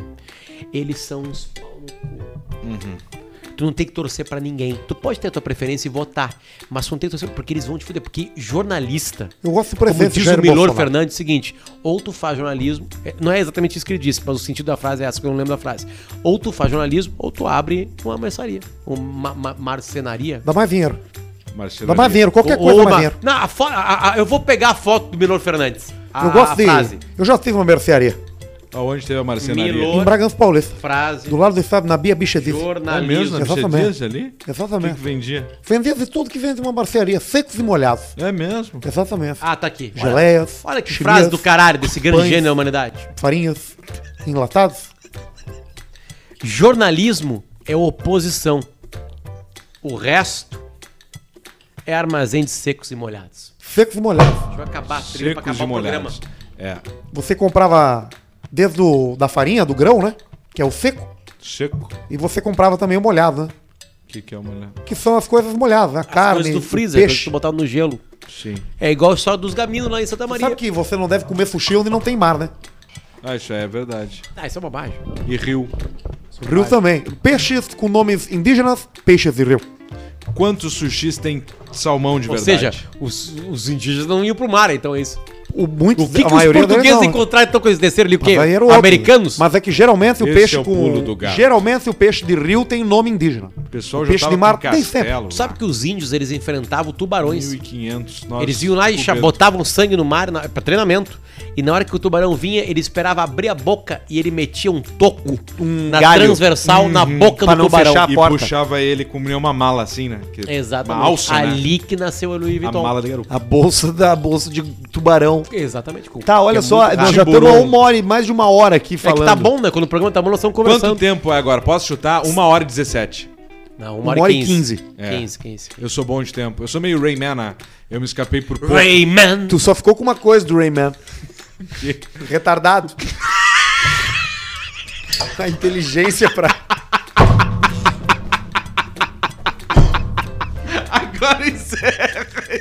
S3: Eles são uns pau no cu.
S1: Uhum.
S3: Tu não tem que torcer pra ninguém. Tu pode ter a tua preferência e votar, mas tu não tem que torcer porque eles vão te fuder, porque jornalista...
S8: Eu gosto do
S3: Como
S8: prefeito
S3: diz
S8: Jair
S3: o Milor
S8: Bolsonaro.
S3: Fernandes, é o seguinte: ou tu faz jornalismo, é, não é exatamente isso que ele disse, mas o sentido da frase é essa que eu não lembro da frase. Ou tu faz jornalismo, ou tu abre uma mercearia, uma ma- marcenaria,
S8: Dá mais dinheiro.
S2: Marcelo.
S8: Dá mais dinheiro. Qualquer
S3: ou-
S8: coisa
S3: ou
S8: dá mais
S3: uma-
S8: dinheiro.
S3: Não, a fo- a- a- eu vou pegar a foto do Milor Fernandes. A,
S8: Eu gosto de.
S3: frase.
S8: Eu já tive uma mercearia.
S2: Aonde teve a marcenaria?
S3: Milo-
S8: Em Bragança Paulista.
S3: Frase.
S8: Do lado do estado, na Bia Bicha Diz.
S2: É mesmo?
S3: Jornalismo.
S2: Na
S8: Exatamente.
S2: bichadias ali? O que,
S8: Exatamente.
S2: que vendia?
S8: Vendia de tudo que vende uma mercearia, secos e molhados.
S2: É mesmo?
S8: Exatamente.
S3: Ah, tá aqui. Olha,
S8: Geleias.
S3: olha que
S8: chimias,
S3: frase do caralho desse grande
S8: pães.
S3: gênio da humanidade.
S8: Farinhas. Enlatados.
S3: Jornalismo é oposição. O resto é armazém de secos e molhados.
S8: Secos e molhados.
S3: Deixa eu acabar a trilha pra
S2: Secos
S3: acabar
S2: e
S3: o programa.
S2: molhados. É.
S8: Você comprava desde o, da farinha, do grão, né? Que é o seco.
S2: Seco.
S8: E você comprava também o molhado, né?
S2: que, que é uma olhada?
S8: Que são as coisas molhadas, a carne,
S3: Coisas do
S8: o
S3: freezer, coisas que
S8: peixe.
S3: tu botar no gelo.
S2: Sim.
S3: É igual a história dos gaminos lá em Santa Maria.
S8: Sabe que você não deve comer sushi onde não tem mar, né?
S2: Ah, isso é verdade.
S3: Ah, isso é bobagem.
S2: E rio.
S8: Rio também. Peixes com nomes indígenas, peixes de rio.
S2: Quantos sushis tem salmão de
S3: Ou
S2: verdade?
S3: seja, os, os indígenas não iam pro mar, então é isso.
S8: O, muitos,
S3: o que,
S8: a
S3: que os
S8: maioria deles
S3: portugueses
S8: não, né?
S3: encontraram então quando eles desceram ali? O quê?
S8: Mas aí era outro.
S3: Americanos?
S8: Mas é que geralmente o
S2: Esse
S8: peixe
S2: é o pulo
S8: com.
S2: do gato.
S8: geralmente o peixe de rio tem nome indígena.
S2: O pessoal
S8: o
S2: já
S8: peixe
S2: tava
S8: de mar
S2: com
S8: tem sempre.
S2: castelo.
S3: Sabe que os índios, eles enfrentavam tubarões.
S2: 1500. nós-
S3: Eles iam lá e já
S2: Cubeiro.
S3: botavam sangue no mar na, pra treinamento. E na hora que o tubarão vinha, ele esperava abrir a boca e ele metia um toco na
S8: galho.
S3: transversal na
S2: Uhum.
S3: boca
S8: Pra
S3: do
S8: não
S3: tubarão.
S8: fechar a
S2: E
S8: porta.
S2: puxava ele com uma mala assim, né? Que-
S3: Exatamente.
S2: Uma alça, né?
S3: Ali que nasceu a Louis
S2: A
S3: Vuitton.
S2: mala de garoto.
S1: A bolsa da bolsa de tubarão.
S3: Exatamente. Com...
S1: Tá, olha
S2: É
S1: só,
S2: muito
S1: nós já estamos
S2: tiburão.
S1: há uma hora, e- mais de uma hora aqui
S3: É
S1: falando.
S3: que tá bom, né? Quando o programa tá bom, nós estamos
S2: Quanto
S3: conversando.
S2: tempo é agora? Posso chutar? 1 hora e 17.
S3: Não,
S1: Uma hora e 15.
S2: É.
S3: 15, 15.
S2: Eu sou bom de tempo. Eu sou meio Rayman, né? Eu me escapei por pouco.
S3: Rayman.
S1: Tu só ficou com uma coisa do Rayman. Retardado. A inteligência pra.
S3: Agora encerra.